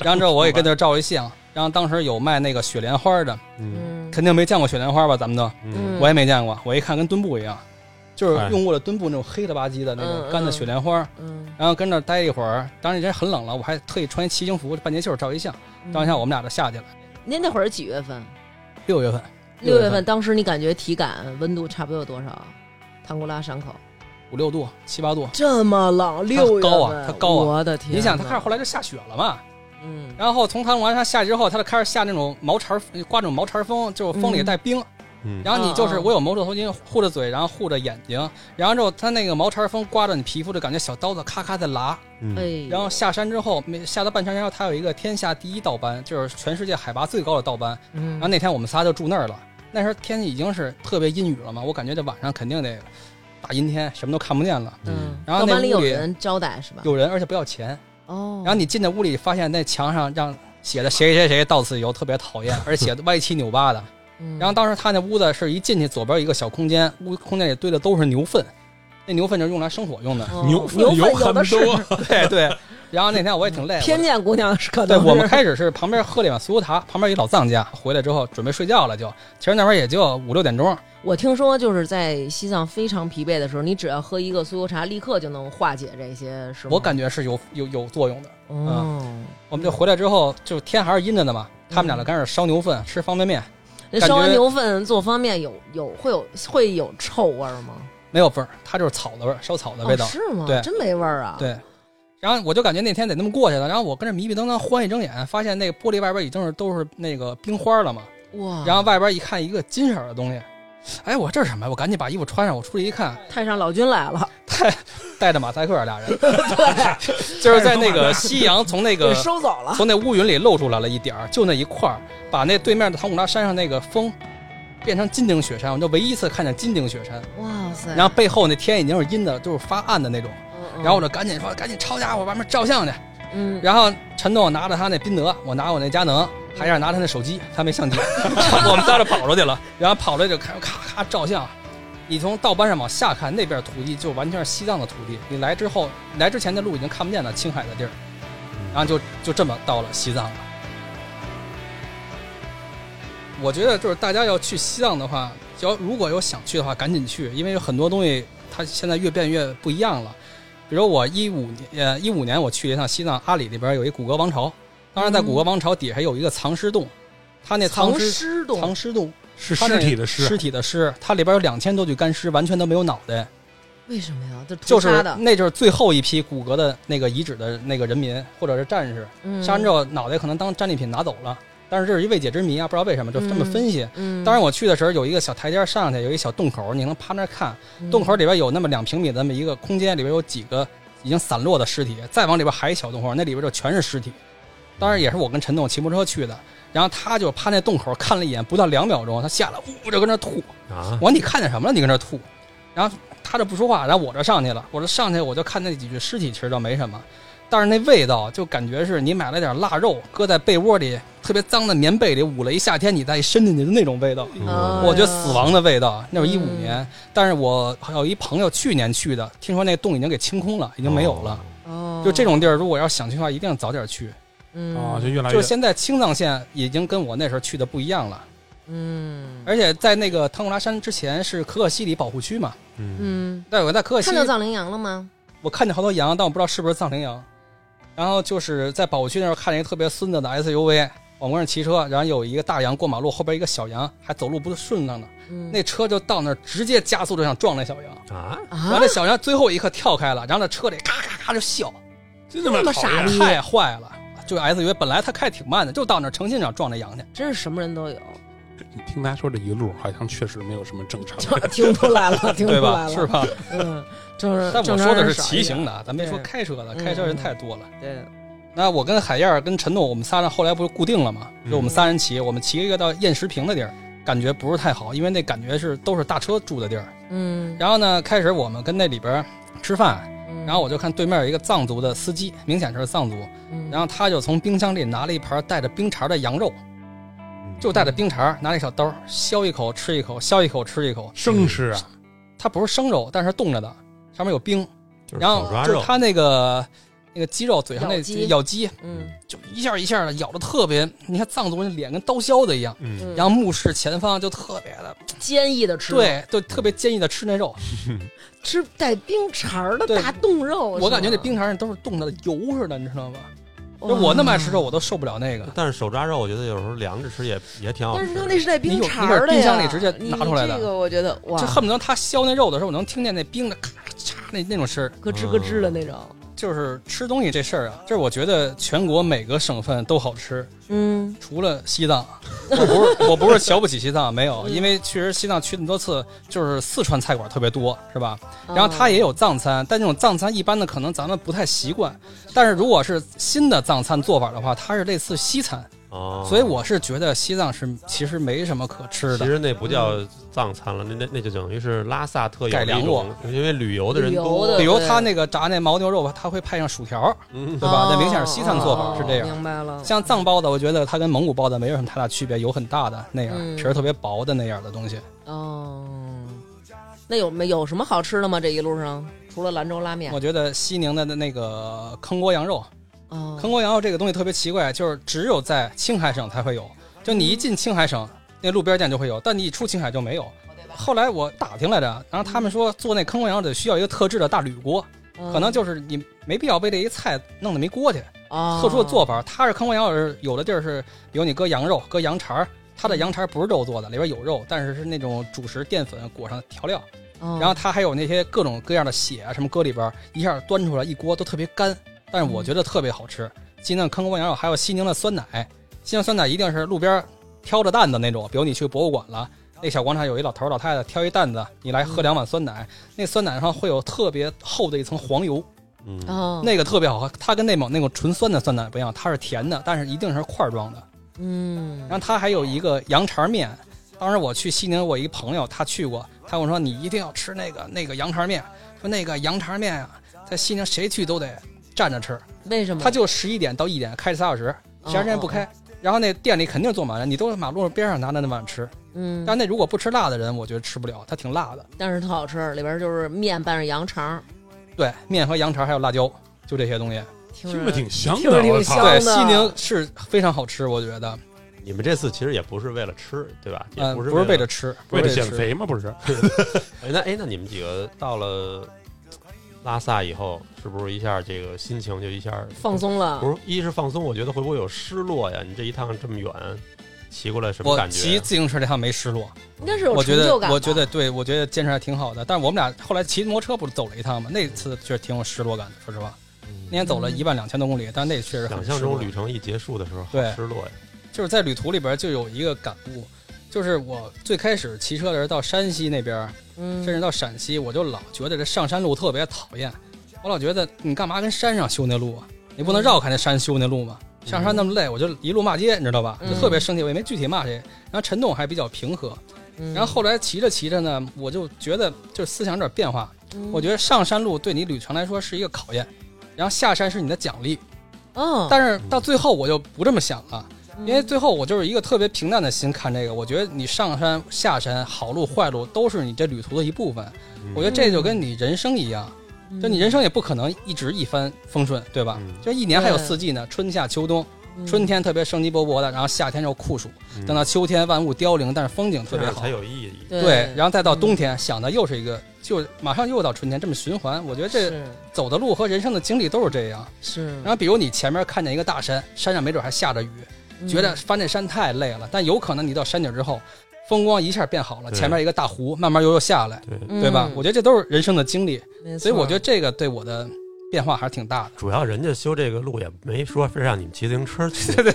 [SPEAKER 4] 然后之后我也跟他照一相，然后当时有卖那个雪莲花的，
[SPEAKER 2] 嗯
[SPEAKER 1] 嗯，
[SPEAKER 4] 肯定没见过雪莲花吧？咱们都，
[SPEAKER 1] 嗯
[SPEAKER 4] 我也没见过，我一看跟墩布一样，就是
[SPEAKER 2] 哎
[SPEAKER 4] 用过了墩布那种黑了吧唧的那
[SPEAKER 1] 嗯
[SPEAKER 4] 种干的
[SPEAKER 1] 嗯
[SPEAKER 4] 雪莲花，
[SPEAKER 1] 嗯，
[SPEAKER 4] 然后跟那儿待一会儿，当时天很冷了，我还特意穿一骑行服半截袖照一相，照一相我们俩就下去了，
[SPEAKER 1] 您那会儿是几月份？
[SPEAKER 4] 六月份，
[SPEAKER 1] 六
[SPEAKER 4] 六
[SPEAKER 1] 月
[SPEAKER 4] 月
[SPEAKER 1] 份，
[SPEAKER 4] 份
[SPEAKER 1] 当时你感觉体感温度差不多有多少？唐古拉山口
[SPEAKER 4] 五六度，七八度。
[SPEAKER 1] 这么冷，六月份
[SPEAKER 4] 高啊它高啊
[SPEAKER 1] 我的天哪！
[SPEAKER 4] 你想，他开始后来就下雪了嘛，
[SPEAKER 1] 嗯，
[SPEAKER 4] 然后从唐古拉山下去之后，它就开始下那种毛茬儿，刮那种毛茬儿风，就是风里带冰。
[SPEAKER 2] 嗯，
[SPEAKER 4] 然后你就是
[SPEAKER 1] 嗯嗯
[SPEAKER 4] 我有毛绒头巾护着嘴，然后护着眼睛，然后之后它那个毛茬儿风刮着你皮肤，就感觉小刀子咔咔在拉。
[SPEAKER 1] 哎
[SPEAKER 2] 嗯，
[SPEAKER 1] 呦，
[SPEAKER 4] 然后下山之后，没下到半山腰，它有一个天下第一道班，就是全世界海拔最高的道班。
[SPEAKER 1] 嗯，
[SPEAKER 4] 然后那天我们仨就住那儿了，那时候天气已经是特别阴雨了嘛，我感觉这晚上肯定得大阴天，什么都看不见了。
[SPEAKER 1] 嗯，
[SPEAKER 4] 然后那
[SPEAKER 1] 班里有
[SPEAKER 4] 屋里
[SPEAKER 1] 人招待是吧？
[SPEAKER 4] 有人，而且不要钱。
[SPEAKER 1] 哦，
[SPEAKER 4] 然后你进那 屋里，发现那墙上让写的谁谁谁到此一游，特别讨厌，而且歪七扭八的。
[SPEAKER 1] 嗯
[SPEAKER 4] 然后当时他那屋子是一进去左边有一个小空间，屋空间里堆的都是牛粪，那牛粪就是用来生火用的。
[SPEAKER 1] 嗯
[SPEAKER 3] 牛
[SPEAKER 1] 牛
[SPEAKER 3] 有
[SPEAKER 1] 有
[SPEAKER 3] 很
[SPEAKER 1] 的是。
[SPEAKER 3] 多，
[SPEAKER 4] 对对。然后那天我也挺累，
[SPEAKER 1] 偏见姑娘是可
[SPEAKER 4] 我对
[SPEAKER 1] 能
[SPEAKER 4] 我们
[SPEAKER 1] 是
[SPEAKER 4] 开始是旁边喝了一碗酥油茶，旁边一老藏家回来之后准备睡觉了就，其实那边也就五六点钟，
[SPEAKER 1] 我听说就是在西藏非常疲惫的时候，你只要喝一个酥油茶，立刻就能化解这些，是吗？
[SPEAKER 4] 我感嗯觉是有有有作用的。
[SPEAKER 1] 哦，
[SPEAKER 4] 我们就回来之后，就天还是阴着呢嘛，
[SPEAKER 1] 嗯
[SPEAKER 4] 他们俩就开始烧牛粪，吃方便面，
[SPEAKER 1] 那、
[SPEAKER 4] 感觉
[SPEAKER 1] 烧完牛粪做方便面有有会有会有臭味儿吗？
[SPEAKER 4] 没有味儿，它就是草的味儿，烧草的味道。
[SPEAKER 1] 哦、是吗？
[SPEAKER 4] 对
[SPEAKER 1] 真没味儿啊。，
[SPEAKER 4] 对，然后我就感觉那天得那么过去了，然后我跟着迷迷瞪瞪欢一睁眼，发现那个玻璃外边已经是都是那个冰花了嘛，
[SPEAKER 1] 哇，
[SPEAKER 4] 然后外边一看一个金色的东西，哎，我这是什么呀？我赶紧把衣服穿上，我出去一看，
[SPEAKER 1] 太上老君来了，
[SPEAKER 4] 带着马赛克啊俩人， 就是在那个夕阳从那
[SPEAKER 1] 给
[SPEAKER 4] 个
[SPEAKER 1] 收走了。
[SPEAKER 4] 从那乌云里露出来了一点儿，就那一块儿，把那对面的唐古拉山上那个峰变成金顶雪山，我就唯一一次看见金顶雪山。
[SPEAKER 1] 哇塞！
[SPEAKER 4] 然后背后那天已经是阴的，就是发暗的那种。
[SPEAKER 1] 嗯，嗯
[SPEAKER 4] 然后我就赶紧说，赶紧抄家伙，外面照相去。
[SPEAKER 1] 嗯，
[SPEAKER 4] 然后陈栋拿着他那宾得，我拿我那佳能，还是拿他那手机，他没相机。 然后我们仨就跑出去了， 然后跑出来就开始咔咔照相。你从道班上往下看，那边土地就完全是西藏的土地。你来之后，来之前的路已经看不见了，青海的地儿。然后就就这么到了西藏了。我觉得就是大家要去西藏的话，只要如果有想去的话，赶紧去，因为有很多东西它现在越变越不一样了。比如我一五年，呃，一五年我去一趟西藏阿里那边有一古格王朝，当然在古格王朝底下有一个藏尸洞，它那
[SPEAKER 1] 嗯藏
[SPEAKER 4] 尸
[SPEAKER 1] 尸洞
[SPEAKER 4] 藏尸洞
[SPEAKER 3] 是
[SPEAKER 4] 它
[SPEAKER 3] 尸
[SPEAKER 4] 那
[SPEAKER 3] 体的
[SPEAKER 4] 尸
[SPEAKER 3] 尸，
[SPEAKER 4] 体的尸，它里边有两千多具干尸，完全都没有脑袋，
[SPEAKER 1] 为什么呀？这
[SPEAKER 4] 就
[SPEAKER 1] 屠
[SPEAKER 4] 是
[SPEAKER 1] 杀的，
[SPEAKER 4] 那就是最后一批古格的那个遗址的那个人民或者是战士，
[SPEAKER 1] 嗯
[SPEAKER 4] 杀完之，后脑袋可能当战利品拿走了，但是这是一未解之谜啊，不知道为什么就这么分析。
[SPEAKER 1] 嗯，
[SPEAKER 4] 当然，我去的时候有一个小台阶上去，有一小洞口，你能趴那儿看。
[SPEAKER 1] 嗯
[SPEAKER 4] 洞口里边有那么两平米的那么一个空间，里边有几个已经散落的尸体，再往里边还一小洞口，那里边就全是尸体。当然也是我跟陈栋骑摩托车去的，然后他就趴那洞口看了一眼，不到两秒钟，他吓得呜就跟那吐。
[SPEAKER 2] 啊
[SPEAKER 1] 哎
[SPEAKER 4] 我，说你看见什么了？你跟这吐。然后他这不说话，然后我这上去了，我这上去我就看那几具尸体，其实倒没什么，但是那味道就感觉是你买了点腊肉，搁在被窝里特别脏的棉被里捂了一夏天，你再一伸进去的那种味道。
[SPEAKER 1] 啊
[SPEAKER 2] 哦
[SPEAKER 4] 我觉得死亡的味道，那是一五
[SPEAKER 1] 嗯
[SPEAKER 4] 年，但是我有一朋友去年去的，听说那洞已经给清空了，已
[SPEAKER 2] 已
[SPEAKER 4] 经没有了。
[SPEAKER 1] 哦，
[SPEAKER 4] 就这种地儿，如果要想去的话，一定要早点去。
[SPEAKER 1] 嗯
[SPEAKER 3] 啊，就越来
[SPEAKER 4] 就
[SPEAKER 3] 越
[SPEAKER 4] 是现在青藏线已经跟我那时候去的不一样了，
[SPEAKER 1] 嗯
[SPEAKER 4] 而且在那个唐古拉山之前是可可西里保护区嘛，
[SPEAKER 2] 嗯，
[SPEAKER 1] 嗯，
[SPEAKER 4] 对，我在可可西
[SPEAKER 1] 看到藏羚羊了吗？
[SPEAKER 4] 我看见好多羊，但我不知道是不是藏羚羊。然后就是在保护区那儿看见一个特别孙子的 SUV，往公上骑车，然后有一个大羊过马路，后边一个小羊还走路不顺当呢，
[SPEAKER 1] 嗯
[SPEAKER 4] 那车就到那儿直接加速就想撞那小羊，
[SPEAKER 2] 啊，
[SPEAKER 4] 然后
[SPEAKER 1] 啊
[SPEAKER 4] 那，小羊最后一刻跳开了，然后那车里咔咔咔就笑，
[SPEAKER 3] 真他妈
[SPEAKER 1] 么
[SPEAKER 3] 讨厌
[SPEAKER 1] 傻逼
[SPEAKER 4] 太坏了。就 SUV 本来它开挺慢的，就到那儿诚心想撞那羊去，
[SPEAKER 1] 真是什么人都有，
[SPEAKER 3] 你 听他说这一路，好像确实没有什么正常。
[SPEAKER 1] 就听出来了，听出
[SPEAKER 4] 对
[SPEAKER 1] 来
[SPEAKER 4] 吧？
[SPEAKER 1] 了，
[SPEAKER 4] 是？吧？
[SPEAKER 1] 嗯，就是
[SPEAKER 4] 但我
[SPEAKER 1] 正常
[SPEAKER 4] 说的
[SPEAKER 1] 人
[SPEAKER 4] 是
[SPEAKER 1] 少一
[SPEAKER 4] 骑
[SPEAKER 1] 点
[SPEAKER 4] 行，的，咱别说
[SPEAKER 1] 对
[SPEAKER 4] 开车的，
[SPEAKER 1] 嗯
[SPEAKER 4] 开车
[SPEAKER 1] 嗯
[SPEAKER 4] 人太多了。
[SPEAKER 1] 对，
[SPEAKER 4] 那我跟海燕儿、跟陈诺，我们仨人后来不是固定了嘛？
[SPEAKER 2] 嗯
[SPEAKER 4] 就我们仨人骑，我们骑一个到燕石坪的地儿，感觉不是太好，因为那感觉是都是大车住的地儿。
[SPEAKER 1] 嗯，
[SPEAKER 4] 然后呢，开始我们跟那里边吃饭，
[SPEAKER 1] 嗯
[SPEAKER 4] 然后我就看对面有一个藏族的司机，明显是藏族，
[SPEAKER 1] 嗯
[SPEAKER 4] 然后他就从冰箱里拿了一盘带着冰碴的羊肉，
[SPEAKER 2] 哦嗯
[SPEAKER 4] 就带着冰碴，拿了一小刀削一口吃一口，削一口吃一口。
[SPEAKER 3] 生吃 啊，
[SPEAKER 4] 它不是生肉，但是冻着的，上面有冰，
[SPEAKER 2] 就是
[SPEAKER 4] 然
[SPEAKER 2] 手
[SPEAKER 4] 后
[SPEAKER 2] 抓
[SPEAKER 4] 就
[SPEAKER 2] 肉，
[SPEAKER 4] 它那个那个鸡肉嘴上那
[SPEAKER 1] 咬鸡
[SPEAKER 4] 咬鸡。
[SPEAKER 1] 嗯
[SPEAKER 4] 就一下一下的咬的特别，你看藏族人脸跟刀削的一样，
[SPEAKER 2] 嗯，
[SPEAKER 1] 嗯
[SPEAKER 4] 然后目视前方就特别的，
[SPEAKER 1] 坚毅的吃，，
[SPEAKER 4] 对，就特别坚毅的吃那肉。
[SPEAKER 1] 吃带冰碴儿的
[SPEAKER 4] 对
[SPEAKER 1] 大冻肉，
[SPEAKER 4] 我感觉那
[SPEAKER 1] 那
[SPEAKER 4] 冰碴上都是冻的油似的，你知道吗？就我那么爱吃肉，，我都受不了那个。
[SPEAKER 2] 但是手抓肉我觉得有时候凉着吃也也挺好
[SPEAKER 1] 但
[SPEAKER 2] 吃
[SPEAKER 1] 是
[SPEAKER 2] 的。
[SPEAKER 1] 它那是带冰碴儿的呀，
[SPEAKER 4] 啊你有冰箱里直接拿出来的
[SPEAKER 1] 你这个我觉得哇，
[SPEAKER 4] 就恨不得他削那肉的时候，我能听见那冰的咔嚓那那种声儿。
[SPEAKER 1] 咯吱咯吱的那种，
[SPEAKER 4] 就是吃东西这事儿啊，这是我觉得全国每个省份都好吃，
[SPEAKER 1] 嗯
[SPEAKER 4] 除了西藏。我不是我不是瞧不起西藏，没有，
[SPEAKER 1] 嗯
[SPEAKER 4] 因为确实西藏去那么多次，就是四川菜馆特别多，是吧？
[SPEAKER 1] 嗯
[SPEAKER 4] 然
[SPEAKER 1] 哦
[SPEAKER 4] 后它也有藏餐，但这种藏餐一般的可能咱们不太习惯。但是如果是新的藏餐做法的话，它是类似西餐，
[SPEAKER 2] 哦，
[SPEAKER 4] 所以我是觉得西藏是其实没什么可吃
[SPEAKER 2] 其
[SPEAKER 4] 的。
[SPEAKER 2] 实那不叫
[SPEAKER 1] 嗯
[SPEAKER 2] 藏餐了，那那那就等于是拉萨特有的
[SPEAKER 4] 改良
[SPEAKER 2] 一种，因为旅游的人
[SPEAKER 1] 旅游
[SPEAKER 2] 多，
[SPEAKER 1] 的
[SPEAKER 4] 比如
[SPEAKER 1] 对
[SPEAKER 4] 他那个炸那牦牛肉吧，他会配上薯条，
[SPEAKER 2] 嗯
[SPEAKER 4] 对，吧
[SPEAKER 1] 哦
[SPEAKER 4] 那明显是西餐做法是这样
[SPEAKER 1] 哦明白了。
[SPEAKER 4] 像藏包子，我觉得它跟蒙古包子没有什么太大区别，有很大的那样
[SPEAKER 1] 嗯
[SPEAKER 4] 皮儿特别薄的那样的东西。
[SPEAKER 1] 哦，那有没有什么好吃的吗？这一路上除了兰州拉面
[SPEAKER 4] 我，觉得西宁的那个坑锅羊肉，
[SPEAKER 1] 哦，
[SPEAKER 4] 坑锅羊肉这个东西特别奇怪，就是只有在青海省才会有，就你一进青海省，那路边店就会有，但你一出青海就没有。后来我打听来着，然后他们说做那坑锅羊肉得需要一个特制的大铝锅，
[SPEAKER 1] 嗯
[SPEAKER 4] 可能就是你没必要为这一菜弄得没锅去，
[SPEAKER 1] 哦
[SPEAKER 4] 特殊的做法。它是坑锅羊肉是有的地儿是，比如你搁羊肉、搁羊肠儿，它的羊肠儿不是肉做的，里边有肉，但是是那种主食淀粉裹上调料，
[SPEAKER 1] 哦
[SPEAKER 4] 然后它还有那些各种各样的血啊什么搁里边儿，一下端出来一锅都特别干，但是我觉得特别好吃。西宁坑锅羊肉还有西宁的酸奶，西宁酸奶一定是路边儿挑着担子那种，比如你去博物馆了。那小广场有一老头儿老太太挑一担子，你来喝两碗酸奶，那酸奶上会有特别厚的一层黄油，
[SPEAKER 2] 嗯，
[SPEAKER 1] 哦，
[SPEAKER 4] 那个特别好喝，它跟内蒙那种纯酸的酸奶不一样，它是甜的，但是一定是块儿装的。
[SPEAKER 1] 嗯
[SPEAKER 4] 然后它还有一个羊肠面，当时我去西宁，我一朋友他去过，他跟我说你一定要吃那个那个羊肠面，说那个羊肠面啊，在西宁谁去都得站着吃，
[SPEAKER 1] 为什么？哦
[SPEAKER 4] 它就十一点到一点开仨小时，
[SPEAKER 1] 嗯
[SPEAKER 4] 其他时间不开。然后那店里肯定坐满了，你都是马路边上拿着那碗吃。
[SPEAKER 1] 嗯，
[SPEAKER 4] 但那如果不吃辣的人，我觉得吃不了，它挺辣的。
[SPEAKER 1] 但是特好吃，里边就是面拌着羊肠，
[SPEAKER 4] 对，面和羊肠还有辣椒，就这些东西。
[SPEAKER 1] 听
[SPEAKER 3] 听着挺香
[SPEAKER 1] 听
[SPEAKER 3] 的，
[SPEAKER 1] 着挺
[SPEAKER 3] 我操
[SPEAKER 1] 香！的
[SPEAKER 4] 对，西宁是非常好吃，我觉得。
[SPEAKER 2] 你们这次其实也不是为了吃，对吧？也
[SPEAKER 4] 嗯，
[SPEAKER 2] 不
[SPEAKER 4] 不
[SPEAKER 2] 是
[SPEAKER 4] 为
[SPEAKER 2] 了
[SPEAKER 4] 了。吃，不
[SPEAKER 3] 为
[SPEAKER 4] 是
[SPEAKER 3] 了
[SPEAKER 4] 为了
[SPEAKER 3] 减
[SPEAKER 4] 吃。
[SPEAKER 3] 肥 吗？不是，
[SPEAKER 2] 哎那哎，那你们几个到了拉萨以后，是不是一下这个心情就一下
[SPEAKER 1] 放？松了
[SPEAKER 2] 不。是，一是放松，我觉得会不会有失落呀？你这一趟这么远，骑过来什么
[SPEAKER 4] 我
[SPEAKER 2] 感
[SPEAKER 4] 骑
[SPEAKER 2] 觉？啊
[SPEAKER 4] 自行车这趟没失落，
[SPEAKER 1] 应该是有
[SPEAKER 4] 我觉
[SPEAKER 1] 成
[SPEAKER 4] 得
[SPEAKER 1] 就感吧。
[SPEAKER 4] 我觉得对，我觉得坚持还挺好的。但是我们俩后来骑摩托车不是走了一趟吗？那次确实挺有失落感的，说实话，那天走了
[SPEAKER 1] 嗯
[SPEAKER 4] 一万两千多公里，但那确实
[SPEAKER 2] 想
[SPEAKER 4] 很失落
[SPEAKER 2] 象中旅程一结束的时候，好
[SPEAKER 4] 对
[SPEAKER 2] 失落呀。
[SPEAKER 4] 就是在旅途里边就有一个感悟，就是我最开始骑车的时候到山西那边，
[SPEAKER 1] 嗯，
[SPEAKER 4] 甚至到陕西，我就老觉得这上山路特别讨厌，我老觉得你干嘛跟山上修那路啊？你不能
[SPEAKER 1] 嗯
[SPEAKER 4] 绕开那山修那路吗？上山那么累，我就一路骂街，你知道吧？就
[SPEAKER 1] 嗯
[SPEAKER 4] 特别生气，我也没具体骂谁。然后陈董还比较平和，
[SPEAKER 1] 嗯，
[SPEAKER 4] 然后后来骑着骑着呢，我就觉得就是思想有点变化。
[SPEAKER 1] 嗯
[SPEAKER 4] 我觉得上山路对你旅程来说是一个考验，然后下山是你的奖励。
[SPEAKER 1] 嗯，
[SPEAKER 4] 但是到最后我就不这么想了，
[SPEAKER 1] 嗯
[SPEAKER 4] 因为最后我就是一个特别平淡的心看这个。我觉得你上山下山，好路坏路都是你这旅途的一部分。
[SPEAKER 2] 嗯
[SPEAKER 4] 我觉得这就跟你人生一样，
[SPEAKER 1] 嗯
[SPEAKER 4] 就你人生也不可能一直一帆风顺，对吧
[SPEAKER 2] 嗯？
[SPEAKER 4] 就一年还有
[SPEAKER 1] 对
[SPEAKER 4] 四季呢，春夏秋冬。
[SPEAKER 1] 嗯
[SPEAKER 4] 春天特别生机勃勃的，然后夏天又酷暑，
[SPEAKER 2] 嗯
[SPEAKER 4] 等到秋天万物凋零，但是风景特
[SPEAKER 2] 这
[SPEAKER 4] 别
[SPEAKER 2] 样
[SPEAKER 4] 好
[SPEAKER 2] 才。有意义。
[SPEAKER 1] 对嗯
[SPEAKER 4] 对，，然后再到冬天，想的又是一个，就马上又到春天，这么循环。我觉得这
[SPEAKER 1] 是嗯
[SPEAKER 4] 走的路和人生的经历都是这样。
[SPEAKER 1] 是
[SPEAKER 4] 然，后，比如你前面看见一个大山，山上没准还下着雨，
[SPEAKER 1] 嗯
[SPEAKER 4] 觉得翻这山太累了，但有可能你到山顶之后，风光一下变好了，
[SPEAKER 2] 对
[SPEAKER 4] 前面一个大湖慢慢又又下来，
[SPEAKER 2] 对，
[SPEAKER 1] 嗯
[SPEAKER 4] 对吧？我觉得这都是人生的经历，
[SPEAKER 1] 没错
[SPEAKER 4] 所以我觉得这个对我的变化还是挺大的。
[SPEAKER 2] 主要人家修这个路也没说非让你们骑自行车去，
[SPEAKER 4] 对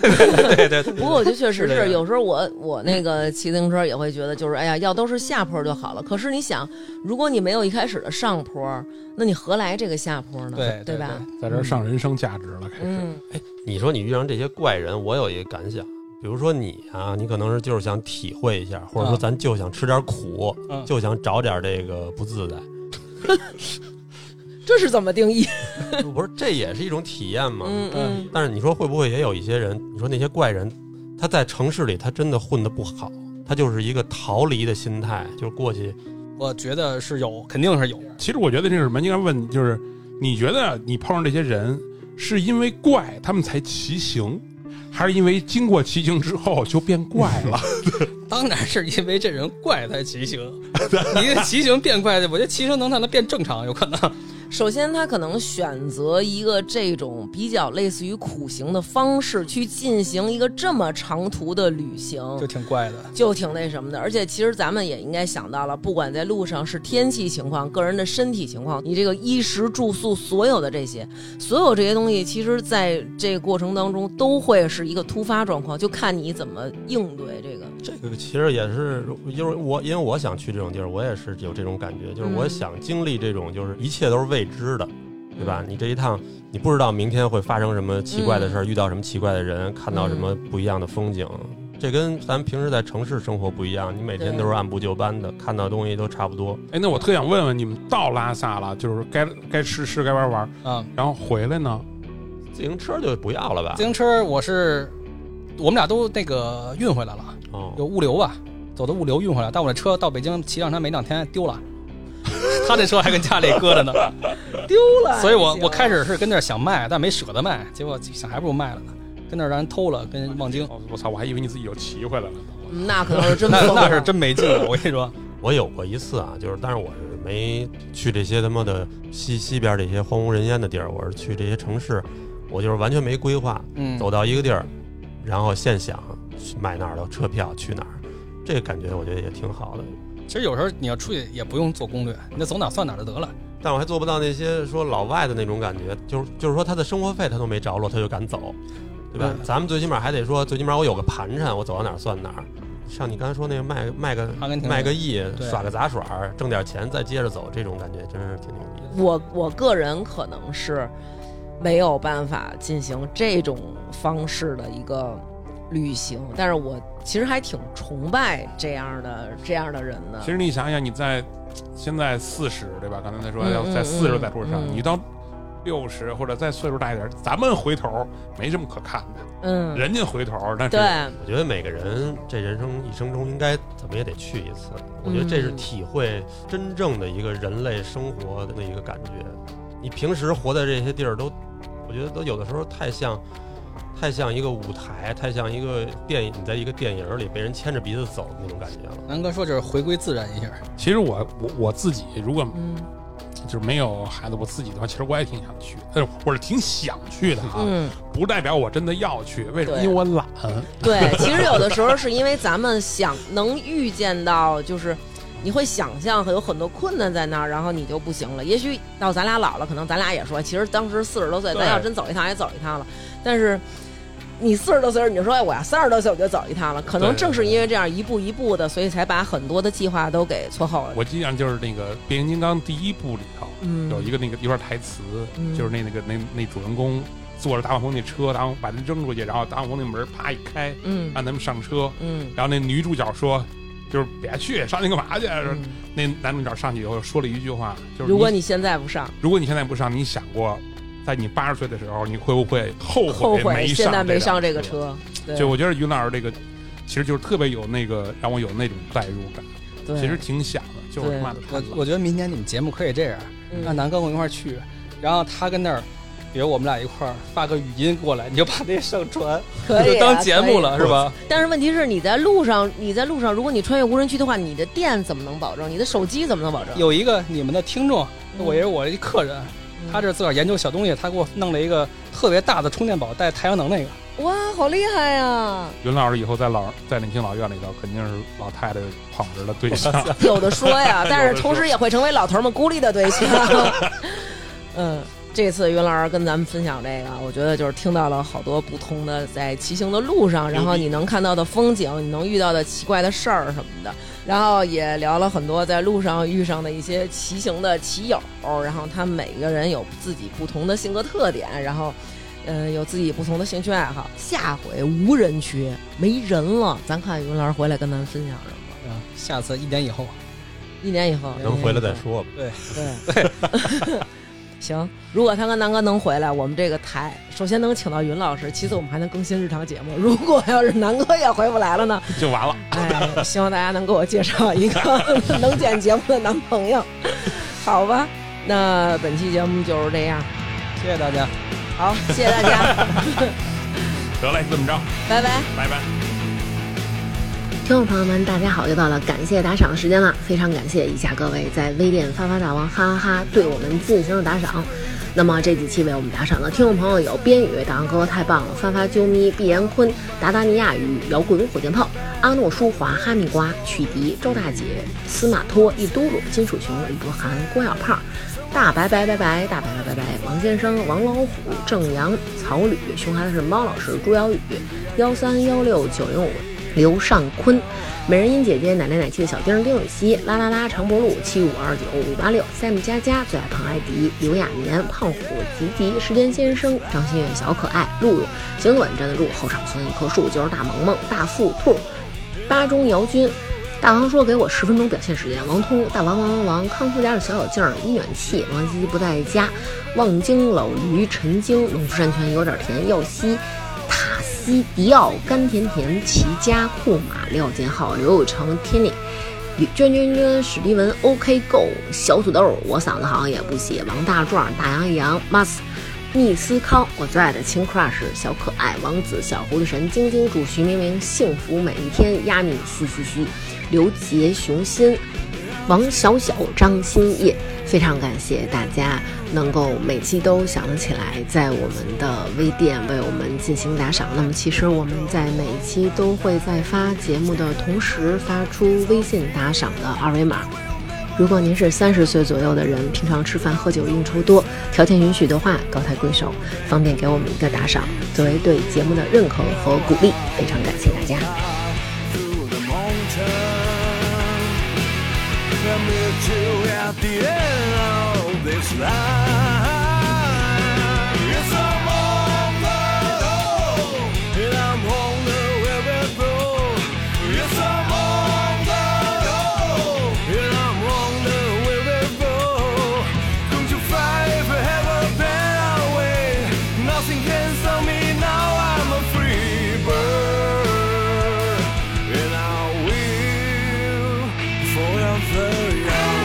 [SPEAKER 4] 对对
[SPEAKER 1] 不过我觉得确实
[SPEAKER 4] 是这
[SPEAKER 1] 是，
[SPEAKER 4] 样
[SPEAKER 1] 有时候我我那个骑自行车也会觉得，就是哎呀，要都是下坡就好了。可是你想，如果你没有一开始的上坡，那你何来这个下坡呢？
[SPEAKER 4] 对
[SPEAKER 1] 对
[SPEAKER 4] 对
[SPEAKER 1] 吧？
[SPEAKER 3] 在这儿上人生价值了，开始。
[SPEAKER 1] 嗯
[SPEAKER 2] 你说你遇上这些怪人，我有一个感想，比如说你啊，你可能是就是想体会一下，或者说
[SPEAKER 4] 嗯
[SPEAKER 2] 咱就想吃点苦，
[SPEAKER 4] 嗯
[SPEAKER 2] 就想找点这个不自在，
[SPEAKER 1] 这是怎么定义？
[SPEAKER 4] 嗯
[SPEAKER 2] 不是这也是一种体验 嘛？
[SPEAKER 1] 嗯嗯
[SPEAKER 2] 但是你说会不会也有一些人，你说那些怪人，他在城市里他真的混得不好，他就是一个逃离的心态，就是过去
[SPEAKER 4] 我觉得是有，肯定是有。
[SPEAKER 3] 其实我觉得这是什么？应该问你，就是你觉得你碰上这些人是因为怪他们才骑行，还是因为经过骑行之后就变怪了？
[SPEAKER 4] 当然是因为这人怪才骑行，你的骑行变怪，我觉得骑行能让他变正常，有可能。
[SPEAKER 1] 首先，他可能选择一个这种比较类似于苦行的方式去进行一个这么长途的旅行，
[SPEAKER 4] 就挺怪的。
[SPEAKER 1] 就挺那什么的。而且其实咱们也应该想到了，不管在路上是天气情况、个人的身体情况，你这个衣食住宿所有的这些，所有这些东西，其实在这个过程当中都会是一个突发状况，就看你怎么应对这个。
[SPEAKER 2] 这个其实也是，就是我因为我想去这种地儿，我也是有这种感觉，就是我
[SPEAKER 1] 嗯
[SPEAKER 2] 想经历这种，就是一切都是未知的。对吧？你这一趟，你不知道明天会发生什么奇怪的事儿，遇到什么奇怪的人，看到什么不一样的风景。这跟咱们平时在城市生活不一样，你每天
[SPEAKER 1] 对
[SPEAKER 2] 都是按部就班的，看到东西都差不多。
[SPEAKER 3] 哎，那我特想问问你们，到拉萨了，就是该该吃吃，该玩玩，
[SPEAKER 4] 啊。
[SPEAKER 3] 然后回来呢？
[SPEAKER 2] 自行车就不要了吧
[SPEAKER 4] 自？行车我是我们俩都那个运回来了，
[SPEAKER 2] 哦，
[SPEAKER 4] 有物流吧，走的物流运回来，但我这车到北京骑上它没两天丢了。 他这车还跟家里搁着 呢，
[SPEAKER 1] 丢了。
[SPEAKER 4] 所以我我开
[SPEAKER 1] 始
[SPEAKER 4] 始是跟那儿想卖，但没舍得卖，结果想还不如卖了呢，跟那儿让人偷了，
[SPEAKER 1] 嗯
[SPEAKER 4] 跟望京，
[SPEAKER 3] 哦我操，我还以为你自己又骑回来了呢。
[SPEAKER 1] 那可能是真
[SPEAKER 4] 那
[SPEAKER 1] 疯了
[SPEAKER 4] 那是真没劲了，我跟你说，
[SPEAKER 2] 我有过一次啊，就是，但是我是没去这些他妈的西西边这些荒无人烟的地儿，我是去这些城市，我就是完全没规划，
[SPEAKER 4] 嗯，
[SPEAKER 2] 走到一个地儿，然后现想买哪儿的车票去哪儿，这感觉我觉得也挺好的。
[SPEAKER 4] 其实有时候你要出去也不用做攻略，你就走哪儿算哪儿就得了。
[SPEAKER 2] 但我还做不到那些说老外的那种感觉，就是就是说他的生活费他都没着落，他就敢走，对
[SPEAKER 4] 嗯
[SPEAKER 2] 吧？咱们最起码还得说，最起码我有个盘缠，我走到哪儿算哪儿。像你刚才说那个卖卖个
[SPEAKER 4] 阿根廷人
[SPEAKER 2] 卖个亿，
[SPEAKER 4] 对
[SPEAKER 2] 耍个杂耍儿，挣点钱再接着走，这种感觉真是挺牛逼的。
[SPEAKER 1] 我我个人可能是没有办法进行这种方式的一个旅行，但是我其实还挺崇拜这样的这样的人的
[SPEAKER 3] 其。实你想想，你在现在四十对吧？刚才他说
[SPEAKER 1] 嗯
[SPEAKER 3] 要在
[SPEAKER 1] 嗯
[SPEAKER 3] 四十在路上，
[SPEAKER 1] 嗯
[SPEAKER 3] 你到六十或者再岁数大一点，咱们回头没什么可看的，
[SPEAKER 1] 嗯，
[SPEAKER 3] 人家回头那是
[SPEAKER 1] 对，
[SPEAKER 2] 我觉得每个人这人生一生中应该怎么也得去一次，我觉得这是体会真正的一个人类生活的一个感觉。你平时活在这些地儿都，我觉得都有的时候太像，太像一个舞台，太像一个电影，你在一个电影里被人牵着鼻子走那种感觉了。
[SPEAKER 4] 南哥说就是回归自然一下，
[SPEAKER 3] 其实我我我自己如果
[SPEAKER 1] 嗯
[SPEAKER 3] 就是没有孩子，我自己的话，其实我也挺想去，但是我是挺想去的啊，
[SPEAKER 1] 嗯，
[SPEAKER 3] 不代表我真的要去。为什么？
[SPEAKER 1] 对
[SPEAKER 3] 因为我懒。
[SPEAKER 1] 对。其实有的时候是因为咱们想能预见到，就是你会想象有很多困难在那儿，然后你就不行了。也许到咱俩老了，可能咱俩也说，其实当时四十多岁，
[SPEAKER 3] 对
[SPEAKER 1] 咱要真走一趟也走一趟了。但是你四十多岁，你就说，哎，我要三十多岁我就走一趟了。可能
[SPEAKER 3] 对
[SPEAKER 1] 正是因为这样一步一步的，所以才把很多的计划都给错后了。
[SPEAKER 3] 我印象就是那个《变形金刚》第一部里头
[SPEAKER 1] 嗯
[SPEAKER 3] 有一个那个一段台词，
[SPEAKER 1] 嗯
[SPEAKER 3] 就是那那个那那主人公坐着大黄蜂那车，大黄把人扔出去，然后大黄蜂那门啪一开，
[SPEAKER 1] 嗯
[SPEAKER 3] 让他们上车，
[SPEAKER 1] 嗯
[SPEAKER 3] 然后那女主角说。就是别去，上去干嘛去？
[SPEAKER 1] 嗯，
[SPEAKER 3] 那男主角上去以后说了一句话，就是
[SPEAKER 1] 如果你现在不上，
[SPEAKER 3] 如果你现在不上，你想过，在你八十岁的时候，你会不会后
[SPEAKER 1] 后
[SPEAKER 3] 悔
[SPEAKER 1] 悔
[SPEAKER 3] 没
[SPEAKER 1] 现在没
[SPEAKER 3] 上
[SPEAKER 1] 上这个
[SPEAKER 3] 车？
[SPEAKER 1] 车。对
[SPEAKER 3] 就我觉得于老师这个，其实就是特别有那个让我有那种代入感，
[SPEAKER 1] 对
[SPEAKER 3] 其实挺想的，就是他妈的太
[SPEAKER 4] 我
[SPEAKER 3] 冷。
[SPEAKER 4] 我觉得明年你们节目可以这样，
[SPEAKER 1] 嗯
[SPEAKER 4] 让南哥跟我一块儿去，然后他跟那儿，比如我们俩一块儿发个语音过来，你就把那上 传，
[SPEAKER 1] 可以啊
[SPEAKER 4] 就当节目了
[SPEAKER 1] 可以
[SPEAKER 4] 是吧？
[SPEAKER 1] 但是问题是，你在路上，你在路上，如果你穿越无人区的话，你的电怎么能保证？你的手机怎么能保证？
[SPEAKER 4] 有一个你们的听众，
[SPEAKER 1] 啊嗯
[SPEAKER 4] 我也是我一客人，他这自个儿研究小东西，他给我弄了一个特别大的充电宝，带太阳能那个，
[SPEAKER 1] 哇，好厉害啊呀！
[SPEAKER 3] 云老师以后在老在年轻老院里头，肯定是老太太捧着的对象。
[SPEAKER 1] 有的说 呀，但
[SPEAKER 3] 有的
[SPEAKER 1] 是
[SPEAKER 3] 说
[SPEAKER 1] 同时也会成为老头们孤立的对象。嗯，这次云老师跟咱们分享这个，我觉得就是听到了好多不同的在骑行的路上，然
[SPEAKER 2] 嗯
[SPEAKER 1] 后你能看到的风景，你能遇到的奇怪的事儿什么的，然后也聊了很多在路上遇上的一些骑行的骑友，然后他们每个人有自己不同的性格特点，然后。嗯，有自己不同的兴趣爱好。下回无人区没人了，咱看云老师回来跟咱分享什么。
[SPEAKER 4] 啊，下次一年以后，
[SPEAKER 1] 一年以后
[SPEAKER 2] 能回来再。说吧。
[SPEAKER 1] 对， 行，如果他跟南哥能回来，我们这个台首先能请到云老师，其次我们还能更新日常节目。如果要是南哥也回不来了呢，
[SPEAKER 3] 就完了。
[SPEAKER 1] 哎，希望大家能给我介绍一个 能剪节目的男朋友，好吧？那本期节目就是这样，
[SPEAKER 4] 谢谢大家。
[SPEAKER 1] 好，谢谢大家，
[SPEAKER 3] 得嘞，这么着，
[SPEAKER 1] 拜拜。
[SPEAKER 3] 拜拜。
[SPEAKER 6] 听众朋友们，大家好，又到了感谢打赏时间了，非常感谢以下各位在微店发发大王哈哈哈对我们进行的打赏。那么这几期为我们打赏的听众朋友有边宇，大王哥太棒了，发发啾咪，毕延坤，达达尼亚与摇滚火箭炮，阿诺舒华，哈密瓜，曲迪，周大姐，司马托，一嘟噜，金属熊，李博涵，郭小胖。大白白白白，大白白白白，王先生、王老虎、郑阳、曹吕、熊孩子是猫老师、朱瑶雨、幺三幺六九零五、刘尚坤、美人音姐姐、奶奶奶气的小丁儿丁禹兮、啦啦啦长脖鹿、七五二九五八六、Sam 佳佳、最爱胖艾迪、刘亚年、胖虎、吉吉、时间先生、张馨月、小可爱、露露、行稳站得住、后场村一棵树就是大萌萌、大富兔、巴中姚军。大王说：“给我十分钟表现时间。”王通、大王、王王王、康复家的小小静儿、一暖气、王西西不在家、望京老驴、陈京、农夫山泉有点甜、耀西、塔西迪奥、甘甜甜、齐家、库马、廖建浩、刘有成、天理。李娟娟娟、史蒂文、OK Go、小土豆，我嗓子好像也不行。王大壮、大洋一洋、Mas、密斯康，我最爱的青 crush 小可爱王子、小糊涂神、晶晶祝徐明明幸福每一天，压米嘻嘻嘻，刘杰、熊心、王小小、张新叶，非常感谢大家能够每期都想起来，在我们的微店为我们进行打赏。那么，其实我们在每一期都会在发节目的同时发出微信打赏的二维码。如果您是三十岁左右的人，平常吃饭喝酒应酬多，条件允许的话，高抬贵手，方便给我们一个打赏，作为对节目的认可和鼓励，非常感谢大家。
[SPEAKER 7] Through the mountain, I meet you at the end of this line. Yes, I'm on my own, and I'm on the river road. Yes, I'm on my own, and I'm on the river road. Don't you fight if I have a better way? Nothing can stop me now. I'm a free bird, and I will forever young.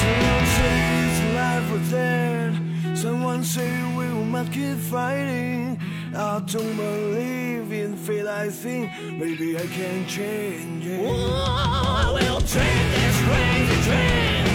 [SPEAKER 7] Someone says life was dead. Someone say we must keep fighting. I don't believe in fate. I think maybe I can change it. I will take this crazy train.